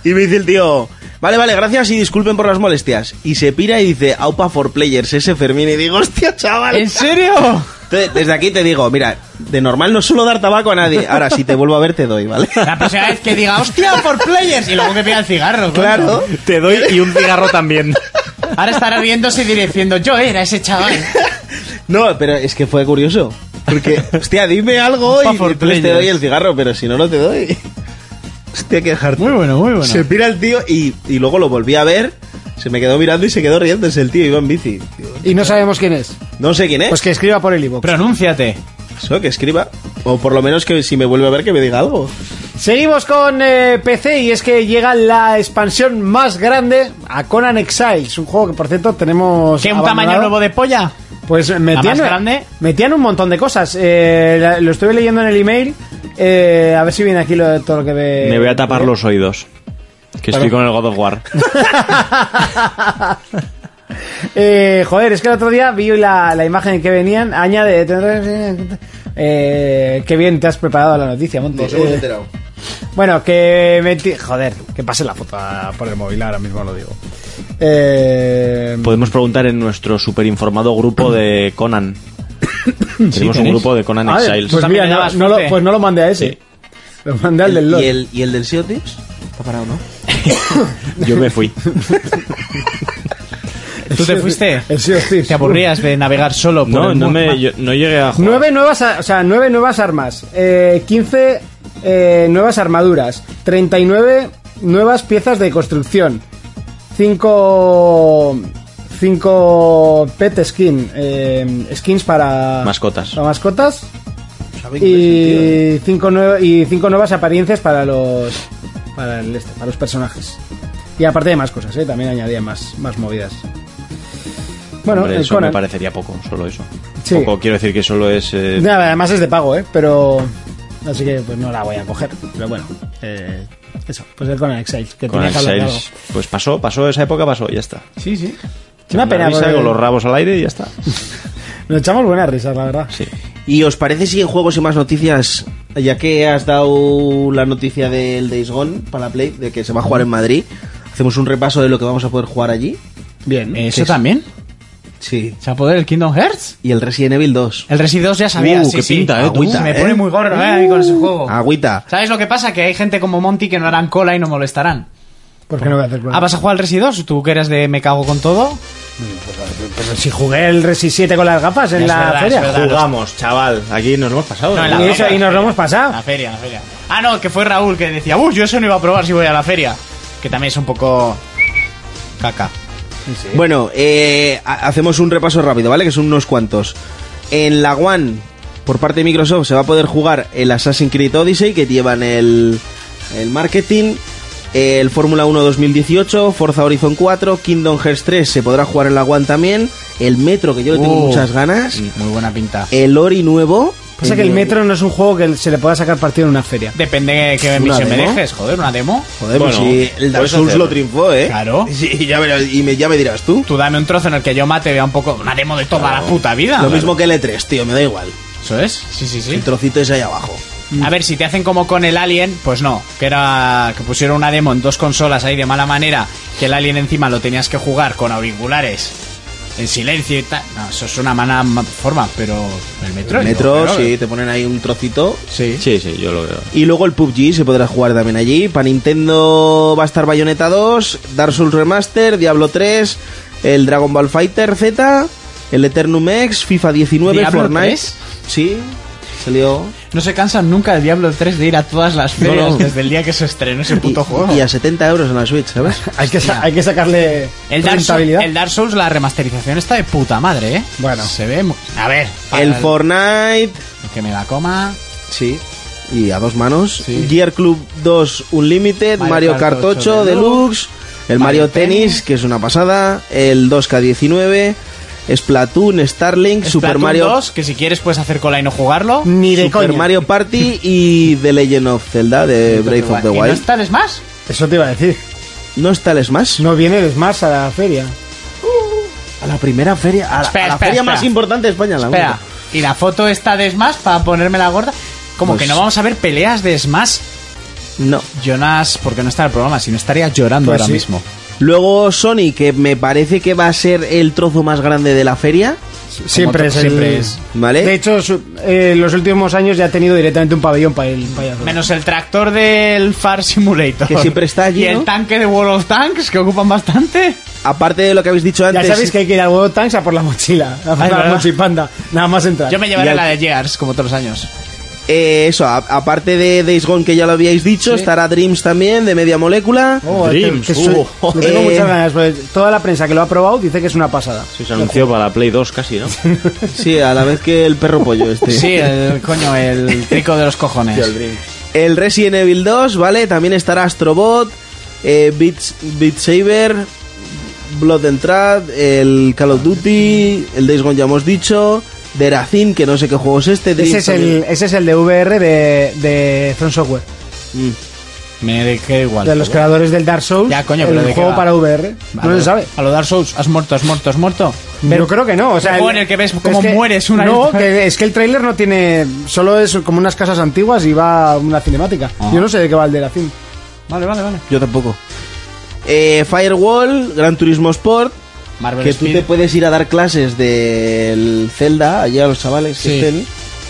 S7: Y me dice el tío, vale, vale, gracias y disculpen por las molestias. Y se pira y dice, aupa for players, ese Fermín. Y digo, hostia, chaval.
S5: ¿En serio?
S7: Entonces, desde aquí te digo, mira, de normal no suelo dar tabaco a nadie. Ahora, si te vuelvo a ver, te doy, ¿vale?
S5: La próxima vez que diga, hostia, por players. Y luego que pida el cigarro. coño.
S7: Claro.
S8: Te doy y un cigarro también.
S5: Ahora estará riéndose y diciendo, yo era ese chaval.
S7: No, pero es que fue curioso. Porque, hostia, dime algo y
S5: Pa' for
S7: después te
S5: players.
S7: doy el cigarro, pero si no, no te doy. Hostia, qué hard.
S5: Muy bueno, muy bueno.
S7: Se pira el tío y, y luego lo volví a ver, se me quedó mirando y se quedó riéndose el tío, iba en bici. Tío,
S4: Y no sabemos quién es.
S7: No sé quién es,
S4: Pues que escriba por el iVoox.
S5: Pronúnciate.
S7: eso, que escriba. O por lo menos que si me vuelve a ver que me diga algo.
S4: Seguimos con eh, PC y es que llega la expansión más grande a Conan Exiles, un juego que por cierto tenemos.
S5: ¿Qué, un
S4: abandonado.
S5: tamaño nuevo de polla?
S4: Pues eh, metían,
S5: más grande?
S4: metían un montón de cosas. Eh, la- lo estuve leyendo en el email. eh, a ver si viene aquí lo, todo lo que ve.
S8: Me voy a tapar los oídos. Que estoy con el God of War.
S4: Eh, joder, es que el otro día vi la, la imagen que venían. Añade. Eh, qué bien te has preparado la noticia, Monte. Eh, Bueno, que meti- Joder, que pase la foto a- por el móvil, ahora mismo lo digo. Eh,
S8: Podemos preguntar en nuestro superinformado grupo de Conan. Tenemos un
S5: tenéis.
S8: grupo de Conan
S4: ah,
S8: Exiles.
S4: Pues
S5: También
S4: mira,
S5: le
S4: no,
S5: dabas
S4: no lo,
S5: fuerte.
S4: pues no lo mandé a ese. Lo mandé al del LOL.
S7: ¿Y el, ¿Y el del Sea of Thieves? Está parado, ¿no?
S8: Yo me fui.
S5: ¿Tú te fuiste?
S4: El Sea of Thieves.
S5: ¿Te aburrías de navegar solo por
S8: No,
S5: el
S8: no,
S5: mundo?
S8: me, yo- no llegué a jugar.
S4: Nueve nuevas, a- o sea, nueve nuevas armas, eh, 15 eh, nuevas armaduras, 39 nuevas piezas de construcción, 5 cinco pet skin, eh, skins para
S8: Mascotas.
S4: para mascotas y cinco nue- y cinco nuevas apariencias para los para el este, para los personajes. Y aparte de más cosas, eh, también añadía más más movidas. Bueno,
S8: Hombre,
S4: el
S8: eso
S4: Conan.
S8: me parecería poco, solo eso.
S4: Sí.
S8: Poco, quiero decir que solo es... eh,
S4: Nada, además es de pago, ¿eh? Pero... Así que pues no la voy a coger. Pero bueno, eh, eso. Pues el Conan Exiles, que
S8: con
S4: tenía que hablar de algo.
S8: Exiles. Pues pasó, pasó esa época, pasó, ya está.
S5: Sí, sí.
S4: Es una
S8: La
S4: pena,
S8: risa
S4: porque
S8: con los rabos al aire y ya está.
S4: eh. nos echamos buenas risas, la verdad.
S8: Sí.
S7: ¿Y os parece si en juegos y más noticias, ya que has dado la noticia del Days Gone para la Play, de que se va a jugar en Madrid, hacemos un repaso de lo que vamos a poder jugar allí?
S4: Bien.
S5: ¿Eso
S7: Sí.
S5: también?
S7: Sí.
S5: ¿Se va a poder el Kingdom Hearts?
S7: Y el Resident Evil 2.
S5: El Resident 2 ya sabía,
S7: Uh,
S5: sí,
S7: qué
S5: sí.
S7: pinta, eh,
S5: Uy,
S7: agüita,
S5: se me
S7: eh.
S5: pone muy gordo, eh, a mí con ese juego.
S7: Agüita.
S5: ¿Sabes lo que pasa? Que hay gente como Monty que no harán cola y no molestarán.
S4: ¿Por qué no voy a hacer
S5: Ah, ¿vas a jugar al Resi 2? ¿Tú que eres de me cago con todo?
S4: Pero Pues si jugué el Resi 7 con las gafas en
S5: Es
S4: la
S5: verdad, es
S4: feria.
S5: verdad.
S8: Jugamos, chaval. Aquí nos lo hemos pasado. ¿eh?
S5: No, en
S8: ¿no?
S5: la
S4: Y,
S5: feria.
S4: eso- y nos lo hemos pasado.
S5: La feria, la feria. Ah, no, que fue Raúl que decía, uy, yo eso no iba a probar si voy a la feria. Que también es un poco... caca.
S7: Bueno, eh, ha- hacemos un repaso rápido, ¿vale? Que son unos cuantos. En la One, por parte de Microsoft, se va a poder jugar el Assassin's Creed Odyssey, que llevan el, el marketing, el Fórmula 1 2018, Forza Horizon 4, Kingdom Hearts 3 se podrá jugar en la One también, el Metro, que yo le tengo
S5: Uh.
S7: muchas ganas,
S5: Muy buena pinta.
S7: el Ori nuevo.
S4: Pasa que el Metro no es un juego que se le pueda sacar partido en una feria.
S5: Depende de qué
S7: ¿Una
S5: misión me
S7: demo?
S5: dejes, joder, una demo.
S7: Joder,
S8: Bueno,
S7: pues sí, el Dark
S8: puedes
S7: Souls
S8: hacerlo.
S7: lo triunfó, ¿eh?
S5: Claro.
S7: Sí, ya verás, y me, ya me dirás tú.
S5: Tú dame un trozo en el que yo mate vea un poco una demo de toda la puta vida.
S7: lo mismo que el E3, tío, me da igual.
S5: Eso es. Sí, sí, sí.
S7: El trocito es ahí abajo.
S5: A ver, si te hacen como con el Alien, pues no, que era que pusieron una demo en dos consolas ahí de mala manera, que el Alien encima lo tenías que jugar con auriculares, en silencio y tal. No, eso es una mala ma- forma, pero el metro.
S7: El
S5: yo
S7: Metro,
S5: creo que-
S7: sí, te ponen ahí un trocito
S5: Sí.
S8: Sí, sí, yo lo veo.
S7: Y luego el PUBG se podrá jugar también allí. Para Nintendo va a estar Bayonetta 2, Dark Souls Remaster, Diablo 3, el Dragon Ball Fighter Z, el Eternum X, FIFA 19,
S5: ¿Diablo
S7: Fortnite.
S5: 3?
S7: Sí, salió.
S5: No se cansan nunca el Diablo 3 de ir a todas las ferias
S7: no.
S5: desde el día que se estrenó ese puto
S7: y,
S5: juego.
S7: y a 70 euros en la Switch, ¿sabes?
S4: Hay que, sa- hay que sacarle
S5: El Dark, Souls,
S4: rentabilidad.
S5: el Dark Souls, la remasterización está de puta madre, ¿eh?
S4: Bueno.
S5: Se ve... mu- A ver. para
S7: el Fortnite,
S5: el que me la coma...
S7: sí. Y a dos manos.
S5: Sí.
S7: Gear Club 2 Unlimited,
S5: Mario
S7: Mario,
S5: Kart
S7: Kart 8
S5: 8
S7: Deluxe, el
S5: Mario
S7: Mario, Tennis,
S5: Tennis,
S7: que es una pasada, el 2K19, Splatoon, Starlink, Super
S5: Splatoon
S7: Mario Mm,
S5: 2, que si quieres puedes hacer cola y no jugarlo.
S4: Ni de
S7: Super
S4: coña.
S7: Mario Party y The Legend of Zelda de Breath of the
S5: ¿Y no
S7: Wild.
S5: están más?
S4: Eso te iba a decir.
S7: No está el Smash.
S4: No viene el Smash a la feria.
S7: A la primera feria, a
S5: Uh.
S7: la,
S5: Espera,
S7: a la
S5: espera,
S7: feria
S5: espera.
S7: más importante de España, la
S5: Espera,
S7: única.
S5: ¿y la foto esta de Smash para ponerme la gorda? Como
S7: Pues-
S5: que no vamos a ver peleas de Smash,
S7: No.
S5: Jonas, porque no está en el programa, si no estaría llorando
S4: Pues
S5: ahora
S4: sí.
S5: mismo.
S7: Luego Sony, que me parece que va a ser el trozo más grande de la feria,
S4: Siempre
S5: to-
S4: es el...
S5: siempre es.
S7: ¿vale?
S4: De hecho, su- eh, los últimos años ya ha tenido directamente un pabellón para el payaso.
S5: Menos el tractor del Far Simulator.
S7: Que siempre está allí,
S5: Y el
S7: ¿no?
S5: tanque de World of Tanks, que ocupan bastante.
S7: Aparte de lo que habéis dicho
S4: ya
S7: antes,
S4: sabéis que hay que ir al World of Tanks a por la mochila, a por
S5: Ay,
S4: la
S5: ¿verdad?
S4: mochipanda, nada más entrar.
S5: Yo me llevaré
S7: Y al-
S5: la de Gears, como todos los años.
S7: eh, eso, a- aparte de Days Gone que ya lo habíais dicho, estará Dreams también de media molécula.
S4: Oh, que-
S8: Dreams,
S4: que soy-
S8: uh,
S4: le tengo
S7: eh.
S4: muchas ganas, pues, toda la prensa que lo ha probado dice que es una pasada.
S8: Sí, se anunció para la Play 2 casi, ¿no?
S7: Sí, a la vez que el perro pollo este.
S5: Sí, el coño, el trico de los cojones.
S7: El Resident Evil 2, ¿vale? También estará Astrobot, eh, Beat, Beat Saber, Blood and Trad, el Call of Duty, el Days Gone ya hemos dicho, Derazin, que no sé qué juego es este. Dreams
S4: Ese es, el, ese es el de VR de, de From Software,
S7: también. Mm.
S5: Me de- queda igual.
S4: de los creadores del Dark Souls.
S5: Ya, coño,
S4: el
S5: pero ¿de qué
S4: juego
S5: va?
S4: para VR.
S5: A
S4: No
S5: lo-
S4: se sabe.
S5: A lo Dark Souls, has muerto, has muerto, has muerto.
S4: Yo creo que no. O sea,
S5: el juego en el que ves cómo mueres una
S4: No,
S5: vez.
S4: que es que el tráiler no tiene. Solo es como unas casas antiguas y va una cinemática.
S5: Ah.
S4: Yo no sé de qué va el de la film.
S5: Vale, vale, vale.
S7: Yo tampoco. Eh, Firewall, Gran Turismo Sport,
S5: Marvel
S7: que tú
S5: Speed.
S7: te puedes ir a dar clases del Zelda allá a los chavales
S5: Sí.
S7: que estén.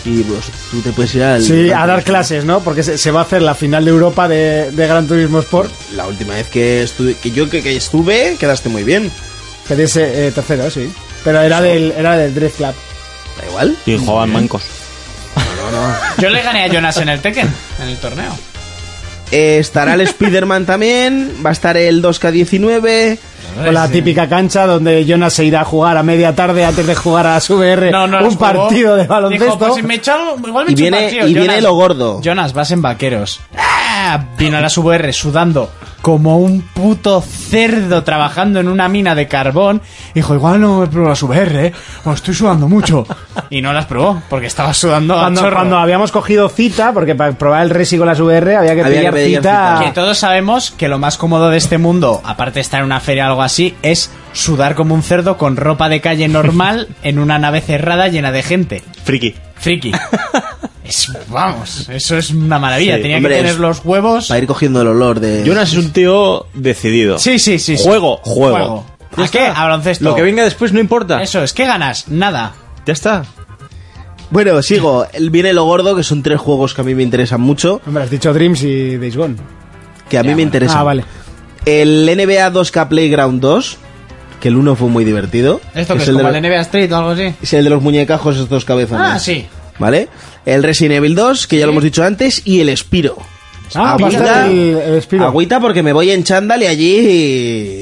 S7: Y pues, tú te puedes ir al.
S4: Sí,
S7: Gran
S4: a dar
S7: Turismo.
S4: clases, ¿no? Porque se, se va a hacer la final de Europa de, de Gran Turismo Sport.
S7: La última vez que estuve, que yo que, que estuve, quedaste muy bien.
S4: PS eh, tercera, sí. Pero era del, era del Drift Club.
S7: Da igual.
S8: Y jugaban mancos.
S5: Yo le gané a Jonas en el Tekken, en el torneo.
S7: Eh, estará el Spider-Man también. Va a estar el 2K19.
S5: Ah,
S4: Con la típica cancha donde Jonas se irá a jugar a media tarde antes de jugar a las VR
S5: No, no
S4: un
S5: los jugó.
S4: partido de
S5: Dijo,
S4: baloncesto.
S5: pues si me echaron, igual me
S7: Y
S5: echo un
S7: viene-
S5: partido,
S7: y viene
S5: Jonas.
S7: lo gordo.
S5: Jonas, vas en vaqueros. ¡Ah! Vino a las VR sudando como un puto cerdo trabajando en una mina de carbón. Dijo, igual no me pruebo las VR, ¿eh? o estoy sudando mucho. Y no las probó, porque estaba sudando a
S4: Cuando,
S5: chorro.
S4: cuando habíamos cogido cita, porque para probar el Resi con las VR había que
S7: Había
S4: pillar
S7: que pedir
S4: cita.
S5: Que todos sabemos que lo más cómodo de este mundo, aparte de estar en una feria o algo así, es sudar como un cerdo con ropa de calle normal en una nave cerrada llena de gente.
S8: Friki.
S5: Friki. Es- vamos, eso es una maravilla.
S8: Sí,
S5: Tenía
S7: hombre,
S5: que tener
S7: es-
S5: los huevos.
S7: Para ir cogiendo el olor de.
S8: Jonas es un tío decidido.
S5: Sí, sí, sí. sí.
S8: Juego, juego.
S5: ¿A qué? A baloncesto.
S8: Lo que venga después no importa.
S5: Eso es, ¿qué ganas? Nada.
S8: Ya está.
S7: Bueno, sigo. El- Viene lo gordo, que son tres juegos que a mí me interesan mucho.
S4: Hombre, has dicho Dreams y Days Gone.
S7: Que a mí me interesan.
S4: Ah, vale.
S7: El NBA 2K Playground 2. Que el uno fue muy divertido.
S5: Esto que es,
S7: el de
S5: como
S7: lo-
S5: el NBA Street o algo así.
S7: es el de los muñecajos estos cabezones.
S5: Ah, sí.
S7: ¿Vale? El Resident Evil 2, que ya lo hemos dicho antes, y el Spiro.
S4: Ah, va a estar el, el Spiro.
S7: Agüita porque me voy en chándal y allí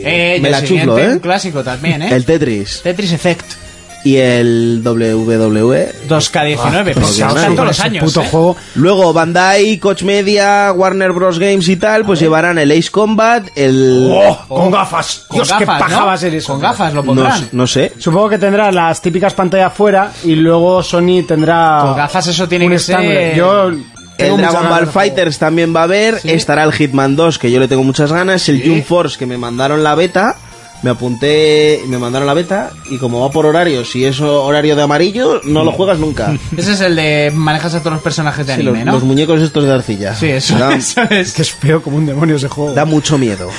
S5: Eh,
S7: me
S5: y
S7: la
S5: el
S7: chuflo,
S5: siguiente,
S7: ¿eh?
S5: Un clásico también, ¿eh?
S7: El Tetris
S5: Tetris Effect
S7: y el E. WWE.
S5: 2K19.
S7: Ah,
S5: Pues
S7: no,
S5: están
S7: no,
S5: todos los
S4: Ese
S5: años.
S4: puto
S5: ¿eh?
S4: juego.
S7: Luego Bandai, Coach Media, Warner Bros. Games y tal, pues llevarán el Ace Combat, el...
S4: Oh, con gafas.
S5: Con
S4: Dios, qué
S5: gafas,
S4: paja
S5: ¿no?
S4: va a ser eso.
S5: Con
S4: tío.
S5: gafas Oh, lo
S7: no,
S5: pondrán.
S7: no sé.
S4: Supongo que tendrá las típicas pantallas fuera y luego Sony tendrá.
S5: Con gafas eso tiene
S4: un
S5: que ser-
S4: stand. Yo.
S7: El
S4: tengo muchas
S7: Dragon
S4: ganas
S7: Ball
S4: del juego.
S7: Fighters también va a haber, estará el Hitman 2, que yo le tengo muchas ganas, el Jump Force, que me mandaron la beta, me apunté y me mandaron la beta, y como va por horario, si es horario de amarillo, no lo juegas nunca.
S5: Ese es el Mm. de manejas a todos los personajes de
S7: Sí,
S5: anime,
S7: los,
S5: ¿no?
S7: los muñecos estos de arcilla.
S5: Sí, eso,
S7: Da,
S5: eso es.
S4: Que es feo como un demonio ese juego.
S7: da mucho miedo.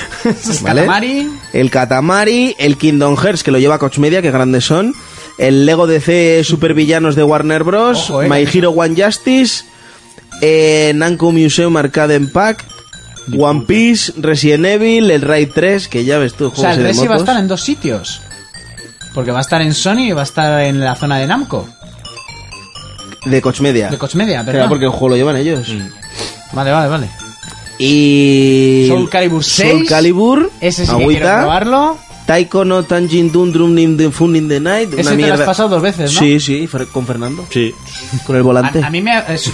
S7: ¿vale?
S5: Katamari.
S7: El Katamari, el Kingdom Hearts, que lo lleva Coach Media, que grandes son. El Lego DC Supervillanos de Warner Bros.
S5: Ojo, eh.
S7: My Hero One Justice. Eh, Namco Museum Arcade Impact. One Piece, Resident Evil, el Raid 3, que ya ves tú,
S5: O sea,
S7: juegos
S5: el
S7: de
S5: Resi va a
S7: motos.
S5: estar en dos sitios. Porque va a estar en Sony y va a estar en la zona de Namco.
S7: de Coach Media.
S5: De Coach Media, Mm.
S7: Claro,
S5: ¿verdad?
S7: porque el juego lo llevan ellos.
S5: Vale, vale, vale.
S7: Y.
S5: Soul Calibur 6.
S7: Soul Calibur.
S5: Ese sí que
S7: agüita.
S5: quiero probarlo.
S7: Taiko no Tanjin Dun Drum in the Fun in the Night.
S5: Ese
S7: una
S5: te lo
S7: mierda.
S5: has pasado dos veces, ¿no?
S7: Sí, sí, Fer- con Fernando.
S8: Sí.
S7: Con el volante.
S5: A, a mí me... es-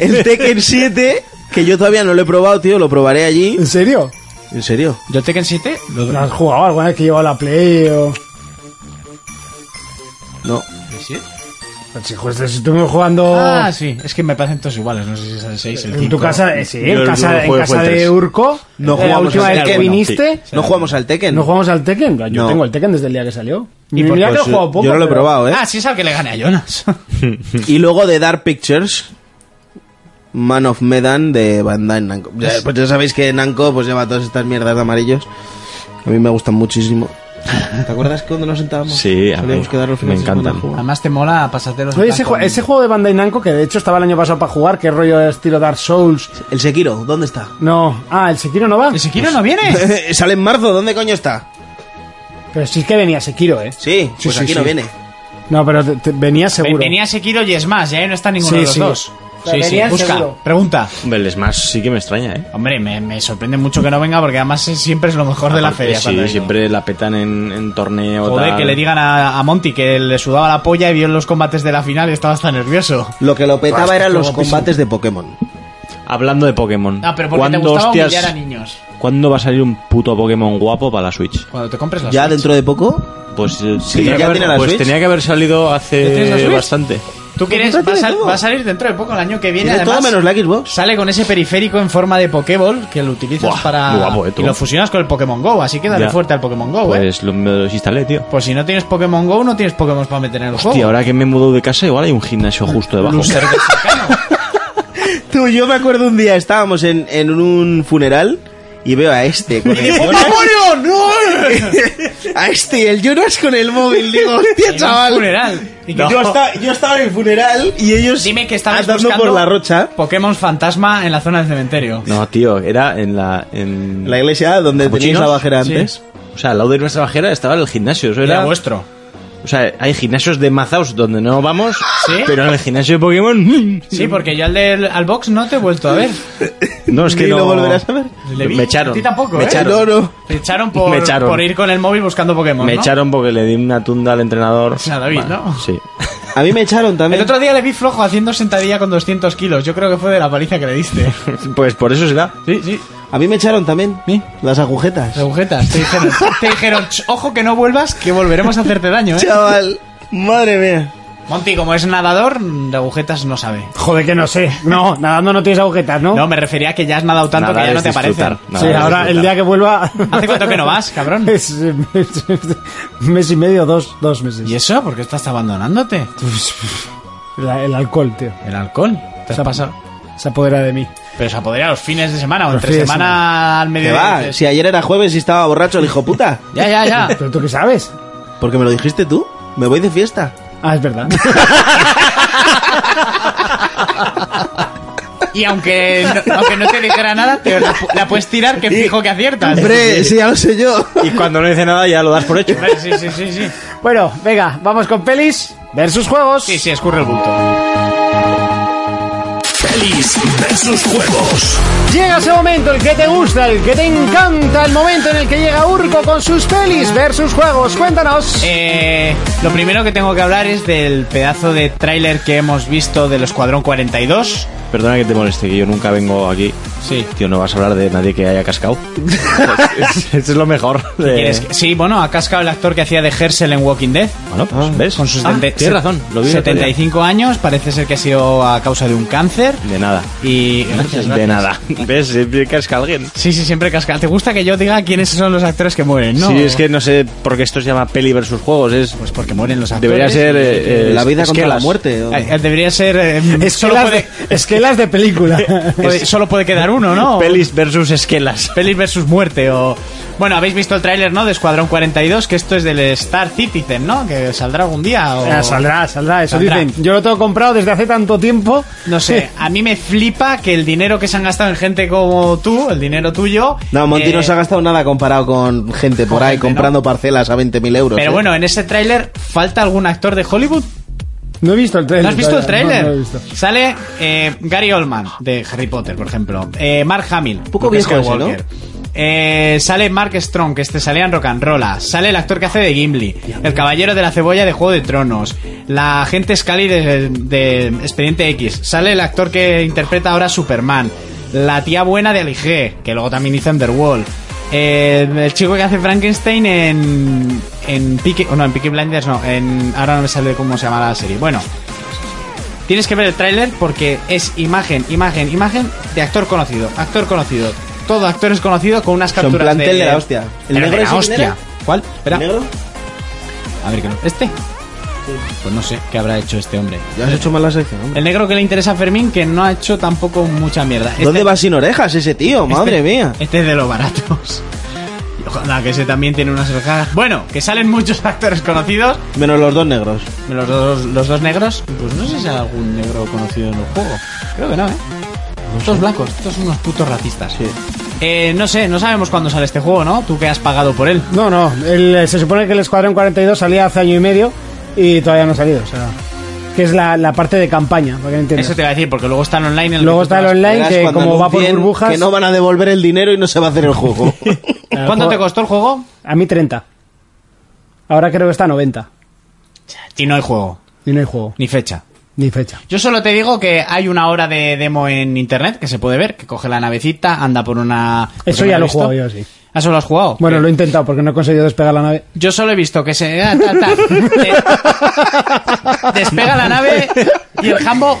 S7: El Tekken 7, que yo todavía no lo he probado, tío, lo probaré allí.
S4: ¿En serio?
S7: En serio.
S5: Yo Tekken 7
S4: ¿Lo has jugado alguna vez que llevaba la Play o.?
S7: No.
S4: Pues Si juegas- si estuvimos jugando.
S5: Ah, sí. Es que me parecen todos iguales. No sé si es el 6, el 5.
S4: En tu casa, eh, sí,
S8: Yo
S4: en
S8: el
S4: casa,
S8: último
S4: en
S8: juego
S4: casa
S8: fue el
S4: de
S8: tres.
S4: Urco, eh,
S7: No
S4: la
S7: jugamos
S4: última
S7: al
S4: vez que
S7: Tekken,
S4: viniste,
S7: No jugamos al Tekken.
S4: no jugamos al Tekken. Yo
S7: No.
S4: tengo el Tekken desde el día que salió. Y mira que
S7: Pues,
S4: lo he jugado poco.
S7: yo no lo he
S4: pero-
S7: probado, ¿eh?
S5: Ah, sí es al que le gane a Jonas.
S7: Y luego de Dark Pictures. Man of Medan de Bandai Namco. Ya, pues ya sabéis que Namco pues lleva todas estas mierdas de amarillos. A mí me gustan muchísimo. ¿Te acuerdas cuando nos sentábamos?
S8: Sí, a
S7: Solíamos
S8: mí
S7: quedar los
S8: me
S7: fines de semana
S8: encantan.
S7: a jugar.
S5: Además te mola pasarte los...
S4: Oye, ese, ju- ese juego de Bandai Namco que de hecho estaba el año pasado para jugar, que rollo estilo Dark Souls.
S7: El Sekiro, ¿dónde está?
S4: No, ah, el Sekiro no va.
S5: ¿El Sekiro no viene?
S7: Sale en marzo, ¿dónde coño está?
S4: Pero sí que venía Sekiro, ¿eh?
S7: Sí,
S4: Sí,
S7: pues
S4: sí,
S7: aquí
S4: sí.
S7: no viene.
S4: No, pero te- te- venía seguro.
S5: Venía Sekiro y es más, ya no está ninguno
S4: Sí,
S5: de los
S4: sí.
S5: dos.
S4: Pero venían
S5: Busca,
S4: seguro.
S5: pregunta.
S8: Hombre, el Smash sí que me extraña, ¿eh?
S5: Hombre, me, me sorprende mucho que no venga porque además es- siempre es lo mejor de la
S8: Aparte,
S5: feria.
S8: Sí,
S5: cuando vengo.
S8: siempre la petan en, en torneo.
S5: Joder,
S8: tal.
S5: que le digan a, a Monty que le sudaba la polla y vio los combates de la final y estaba hasta nervioso.
S7: Lo que lo petaba eran los combates de Pokémon.
S8: Hablando de Pokémon.
S5: Ah, pero porque te
S8: ¿cuándo,
S5: gustaba
S8: hostias,
S5: humillar a niños.
S8: ¿Cuándo va a salir un puto Pokémon guapo para la Switch?
S5: Cuando te compres la
S7: Ya
S5: Switch.
S7: dentro de poco.
S8: Pues, eh,
S7: Sí,
S8: tenía,
S7: ya
S8: que haber,
S7: tiene la
S8: pues
S7: Switch.
S8: tenía que haber salido
S5: ¿Ya tienes la
S8: hace
S5: Switch?
S8: bastante.
S5: ¿Tú quieres?
S7: Pues
S5: Va a,
S7: tiene
S5: sal-
S7: todo.
S5: va a salir dentro de poco, el año que viene.
S7: Tiene todo
S5: además,
S7: menos la Xbox.
S5: Sale con ese periférico en forma de Pokéball que lo utilizas
S8: Buah,
S5: para.
S8: muy guapo, eh, tú.
S5: y lo fusionas con el Pokémon Go, así que dale
S8: Ya.
S5: fuerte al Pokémon
S7: Oh,
S5: Go, eh.
S8: Pues lo, me lo desinstalé, tío.
S5: Pues si no tienes Pokémon Go, no tienes Pokémon para meter en el
S7: Oh.
S8: Hostia,
S5: juego.
S8: ahora que me he mudado de casa, igual hay un gimnasio justo debajo.
S7: Tú, yo me acuerdo un día, estábamos en, en un funeral y veo a este con el
S5: ¡Oh,
S7: Jonas-
S5: Mario! ¡No!
S7: a este y el Jonas con el móvil. Digo, hostia,
S5: En un
S7: chaval.
S5: funeral. Y que-
S7: Yo, esta- yo estaba en el funeral y ellos
S5: Dime que estabas
S7: andando
S5: buscando
S7: por la rocha.
S5: Pokémon fantasma en la zona del cementerio.
S8: No, tío, era en la. En
S7: La iglesia donde teníais
S8: ¿Capuchinos?
S7: la bajera
S5: Sí.
S7: antes. pues.
S8: O sea, al lado de nuestra bajera estaba el gimnasio. Eso
S5: Era,
S8: era,
S5: vuestro.
S8: o sea, hay gimnasios de Mazaos donde no vamos,
S5: ¿Sí?
S8: pero en el gimnasio de Pokémon.
S5: Sí, porque yo al del al box no te he vuelto a ver.
S8: No, es que
S7: Ni
S8: no
S7: lo volverás a ver.
S5: Le vi.
S8: Me echaron.
S5: A ti tampoco,
S8: me
S5: ¿eh?
S8: echaron.
S7: No, no.
S5: Te echaron por,
S8: Me echaron.
S5: por ir con el móvil buscando Pokémon.
S8: Me
S5: ¿no?
S8: echaron porque le di una tunda al entrenador.
S5: O sea, David, ¿no?
S8: Sí.
S7: A mí me echaron
S5: El
S7: también.
S5: otro día le vi flojo haciendo sentadilla con 200 kilos. Yo creo que fue de la paliza que le diste.
S8: Pues por eso será.
S5: Sí, sí.
S7: A mí me echaron también.
S5: ¿Sí?
S7: Las agujetas.
S5: Agujetas. Te dijeron, te dijeron, "Ch, ojo que no vuelvas, que volveremos a hacerte daño, ¿eh?
S7: Chaval, madre mía.
S5: Monty, como es nadador, de agujetas no sabe.
S4: Joder, que no sé. No, nadando no tienes agujetas, ¿no?
S5: No, me refería a que ya has nadado tanto
S8: Nada
S5: que ya no
S8: es
S5: te aparecen.
S8: disfrutar. Nada
S4: sí,
S8: es
S4: ahora el
S8: disfrutar.
S4: día que vuelva.
S5: ¿Hace cuánto que no vas, cabrón?
S4: Es, eh, es- es- mes y medio, dos, dos meses.
S5: ¿Y eso? ¿Por qué estás abandonándote?
S4: La- el alcohol, tío.
S5: El alcohol. Te has
S4: Se-
S5: pasado.
S4: Se apodera de mí.
S5: Pero se apodera los fines de semana o entre
S4: fines de
S5: semana al
S7: Que
S5: mediodía.
S7: va,
S5: dices,
S7: si ayer era jueves y estaba borracho el hijo puta.
S5: Ya, ya, ya.
S4: ¿Pero tú qué sabes?
S7: Porque me lo dijiste tú. Me voy de fiesta.
S4: Ah, es verdad.
S5: Y aunque no, aunque no te dijera nada, te la, pu- la puedes tirar que fijo que aciertas.
S7: Hombre, sí, ya lo sé yo.
S8: Y cuando no dice nada ya lo das por hecho.
S5: Hombre, Sí, sí, sí, sí.
S4: bueno, venga, vamos con pelis versus juegos.
S5: Sí, sí, escurre el bulto.
S9: Pelis versus juegos.
S4: Llega ese momento, el que te gusta, el que te encanta, el momento en el que llega Urco con sus pelis versus juegos. Cuéntanos.
S5: Eh, lo primero que tengo que hablar es del pedazo de tráiler que hemos visto del Escuadrón 42.
S8: Perdona que te moleste, que yo nunca vengo aquí.
S5: Sí.
S8: Tío, no vas a hablar de nadie que haya cascado. Eso es lo mejor. de-
S5: ¿Quieres que- Sí, bueno, ha cascado el actor que hacía de Hersel en Walking Dead.
S8: Bueno, pues, ¿ves?
S5: Con sus
S8: Ah,
S5: 70
S8: tienes razón. Lo vi el otro día.
S5: 75 años, parece ser que ha sido a causa de un cáncer.
S8: De nada.
S5: Y. Gracias,
S8: De
S5: gracias.
S8: nada. ¿Ves? Siempre casca alguien.
S5: Sí, sí, siempre casca. ¿Te gusta que yo diga quiénes son los actores que mueren, no?
S8: Sí, es que no sé por qué esto se llama peli versus juegos. Es,
S5: Pues porque mueren los actores.
S8: debería ser... eh, eh,
S7: La vida contra la
S8: esquelas.
S7: muerte. o-
S5: Eh, eh, Debería ser. eh,
S4: Esquelas
S5: solo, puede, eh, Oh.
S4: de, esquelas de película.
S5: puede- solo puede quedar uno, ¿no?
S8: Pelis versus esquelas.
S5: Pelis versus muerte o... Bueno, habéis visto el tráiler, ¿no? De Escuadrón 42, que esto es del Star Citizen, ¿no? Que saldrá algún día o...
S4: Ah, saldrá, saldrá, eso
S5: Saldrá.
S4: dicen. Yo lo tengo comprado desde hace tanto tiempo.
S5: No sé, a mí me flipa que el dinero que se han gastado en gente como tú, el dinero tuyo...
S7: No, Monty
S5: eh,
S7: no se ha gastado nada comparado con gente por
S5: con
S7: ahí
S5: gente,
S7: comprando parcelas a 20.000 euros.
S5: Pero
S7: eh.
S5: bueno, en ese tráiler falta algún actor de Hollywood.
S4: No he visto el trailer.
S5: ¿No has visto el tráiler?
S4: No, no lo he visto.
S5: Sale eh, Gary Oldman de Harry Potter, por ejemplo. Eh, Mark Hamill. Un
S7: poco viejo ese, ¿no?
S5: sale Mark Strong, que este salía en Rock and Rolla. Sale el actor que hace de Gimli. El caballero de la cebolla de Juego de Tronos. La agente Scully de, de Expediente X. Sale el actor que interpreta ahora a Superman. La tía buena de Alige, que luego también hizo Underworld. Eh, el chico que hace Frankenstein en. En Peaky, oh, no, en Peaky Blinders no. En, ahora no me sale cómo se llama la serie. Bueno, Tienes que ver el tráiler porque es imagen, imagen, imagen de actor conocido, actor conocido. Todo actor es conocido con unas
S7: Son
S5: capturas
S7: plantel de la hostia.
S5: El
S7: ¿El
S5: negro
S7: negro
S5: de la
S7: ese quién
S5: hostia.
S7: era?
S5: ¿Cuál? Espera.
S7: ¿Negro?
S5: A ver que no. ¿Este? Pues no sé qué habrá hecho este hombre.
S7: Ya has hecho mal la sección, hombre.
S5: El negro que le interesa a Fermín que no ha hecho tampoco mucha mierda. Este-
S7: ¿Dónde va sin orejas ese tío? Madre
S5: este-
S7: mía.
S5: Este es de los baratos. Y Ojalá que ese también tiene unas orejas. Bueno, que salen muchos actores conocidos.
S7: Menos los dos negros.
S5: Los dos, los dos negros, pues no sé si hay algún negro conocido en el juego. Creo que no, ¿eh? Estos blancos, estos son unos putos racistas. Eh, no sé, no sabemos cuándo sale este juego, ¿no? Tú que has pagado por él.
S4: No, no, el- eh, se supone que el Escuadrón 42 salía hace año y medio y todavía no ha salido. O sea, que es la, la parte de campaña, para que me entiendas.
S5: Eso te iba a decir, porque luego está el online. en el
S4: Luego
S5: que tú
S4: está el
S5: pagas.
S4: online,
S7: Verás
S4: que
S7: cuando
S4: como va por
S7: anuncien
S4: burbujas.
S7: Que no van a devolver el dinero y no se va a hacer el juego.
S4: eh,
S5: ¿Cuánto
S4: juego-
S5: te costó el juego?
S4: A mí 30. Ahora creo que está a 90.
S5: Y no hay juego,
S4: Y no hay juego,
S5: ni fecha.
S4: ni fecha.
S5: Yo solo te digo que hay una hora de demo en internet que se puede ver, que coge la navecita, anda por una... por
S4: Eso
S5: una
S4: ya lo he
S5: vista.
S4: jugado yo, sí.
S5: Ah, ¿Eso lo has jugado?
S4: Bueno,
S5: ¿Qué?
S4: lo he intentado porque no he conseguido despegar la nave.
S5: Yo solo he visto que se. ah, ta, ta. Te- despega la nave y el jambo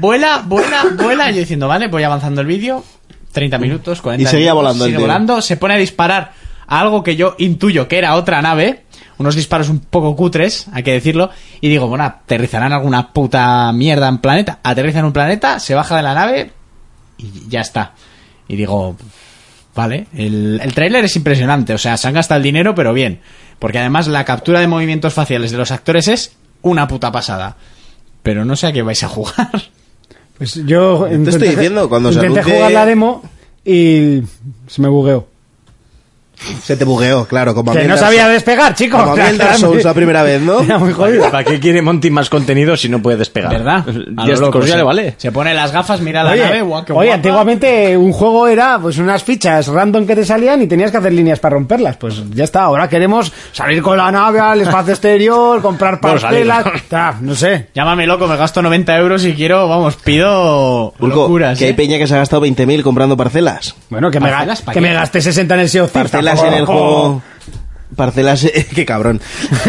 S5: vuela, vuela, vuela. Y yo diciendo, vale, voy avanzando el vídeo. 30 minutos, 40
S7: Mm. Y seguía
S5: minutos,
S7: volando el
S5: sigue
S7: tío.
S5: volando. Se pone a disparar a algo que yo intuyo que era otra nave. Unos disparos un poco cutres, hay que decirlo. Y digo, bueno, aterrizarán alguna puta mierda en planeta. Aterriza en un planeta, se baja de la nave y ya está. Y digo, ¿vale? El, el tráiler es impresionante, o sea, se han gastado el dinero, pero bien. Porque además la captura de movimientos faciales de los actores es una puta pasada. Pero no sé a qué vais a jugar.
S4: Pues yo te
S7: estoy diciendo, cuando se
S4: intenté
S7: anuncie-
S4: jugar la demo y se me bugueó.
S7: Se te bugueó, claro, como a mí
S4: Que
S7: el
S4: no
S7: Dark
S4: sabía
S7: Souls-
S4: despegar, chicos.
S7: Como a mí el Dark Souls la primera vez, ¿no?
S4: Era muy jodido.
S8: ¿Para qué quiere Monty más contenido si no puede despegar?
S5: ¿Verdad? A
S8: Ya,
S5: lo loco,
S8: pues ya
S5: se-
S8: le vale.
S5: Se pone las gafas, mira la
S4: Oye,
S5: nave, guau, qué
S4: oye,
S5: guapa.
S4: antiguamente un juego era pues unas fichas random que te salían y tenías que hacer líneas para romperlas. Pues ya está, ahora queremos salir con la nave al espacio exterior, comprar
S8: Bueno, salir,
S4: pastelas, ta, no sé.
S5: Llámame loco, me gasto 90 euros y quiero, vamos, pido
S7: Urco,
S5: locuras.
S7: que hay
S5: ¿eh?
S7: peña que se ha gastado 20.000 comprando parcelas.
S4: Bueno, que me, ga-
S5: Parcelas, ¿pa'
S4: que
S5: qué?
S4: me gasté 60 en el SEO
S7: Parcelas en el juego. Parcelas. ¡Qué cabrón!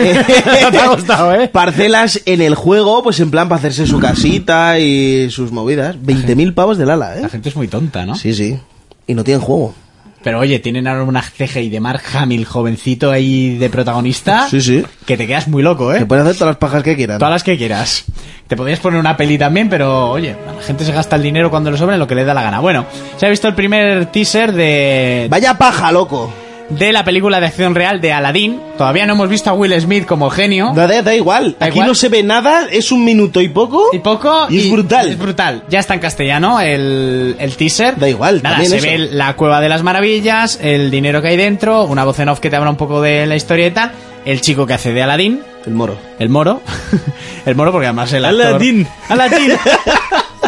S4: Te ha gustado, ¿eh?
S7: Parcelas en el juego, pues en plan para hacerse su casita y sus movidas. 20.000 pavos del ala,
S5: La
S7: ¿eh?
S5: gente es muy tonta, ¿no?
S7: Sí, sí. Y no tienen juego.
S5: Pero oye, tienen ahora una CGI de Mark Hamill, jovencito ahí de
S4: Ah.
S5: protagonista.
S7: Sí, sí.
S5: Que te quedas muy loco,
S7: Se
S5: ¿eh?
S7: pueden hacer todas las pajas que quieran.
S5: Todas las que quieras. Te podrías poner una peli también, pero oye, la gente se gasta el dinero cuando le sobra en lo que le da la gana. Bueno, se ha visto el primer teaser de,
S7: Vaya paja, loco.
S5: de la película de acción real de Aladdin. Todavía no hemos visto a Will Smith como genio.
S7: Da, da- da igual.
S5: Da
S7: Aquí
S5: igual.
S7: no se ve nada, es un minuto y poco.
S5: Y poco.
S7: Y es brutal.
S5: Es brutal. Ya está en castellano el, el teaser.
S7: Da igual,
S5: Nada,
S7: también
S5: se
S7: eso.
S5: ve la cueva de las maravillas, el dinero que hay dentro, una voz en off que te habla un poco de la historia y tal. El chico que hace de Aladdin,
S7: El moro.
S5: el moro. el moro, porque además el actor-
S8: Aladdin.
S5: Aladdin.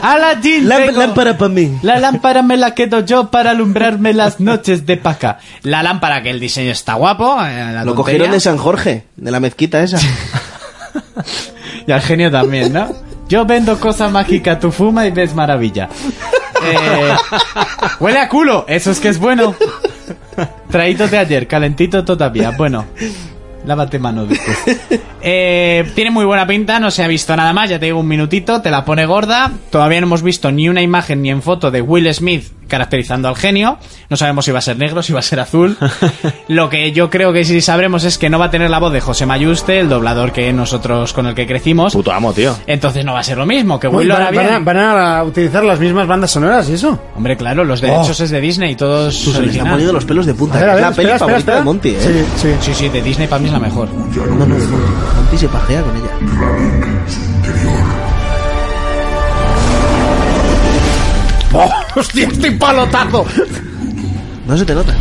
S5: Aladdin.
S7: Lámp-
S5: tengo-
S7: Lámpara para mí.
S5: La lámpara me la quedo yo para alumbrarme las noches de paca. La lámpara, que el diseño está guapo. eh, la tontería.
S7: Lo cogieron de San Jorge, de la mezquita esa.
S5: Y al genio también, ¿no? Yo vendo cosa mágica, tú fuma y ves maravilla. Eh, huele a culo, eso es que es bueno. Traído de ayer, calentito todavía. Bueno, lávate mano después. Eh, tiene muy buena pinta, no se ha visto nada más, ya te digo un minutito, te la pone gorda. Todavía no hemos visto ni una imagen ni en foto de Will Smith caracterizando al genio. No sabemos si va a ser negro, si va a ser azul. Lo que yo creo que sí sabremos es que no va a tener la voz de José Mayuste, el doblador que nosotros con el que crecimos.
S8: Puto amo, tío.
S5: Entonces no va a ser lo mismo, que Will
S4: Uy,
S5: lo
S4: van,
S5: hará
S4: van a,
S5: bien.
S4: van a utilizar las mismas bandas sonoras y eso.
S5: Hombre, claro, los derechos es de Disney y todos
S7: Oh. Se les han ponido los pelos de punta.
S4: A ver, a
S7: Es
S4: ver,
S7: la
S4: espera,
S7: peli
S4: espera,
S7: favorita
S4: espera.
S7: de Monty, ¿eh?
S4: Sí, sí.
S5: Sí, sí, de Disney para mí es la mejor.
S7: No, no, no. Monty se pajea con ella.
S5: ¡Oh, ¡Hostia, estoy palotazo!
S7: No se te nota.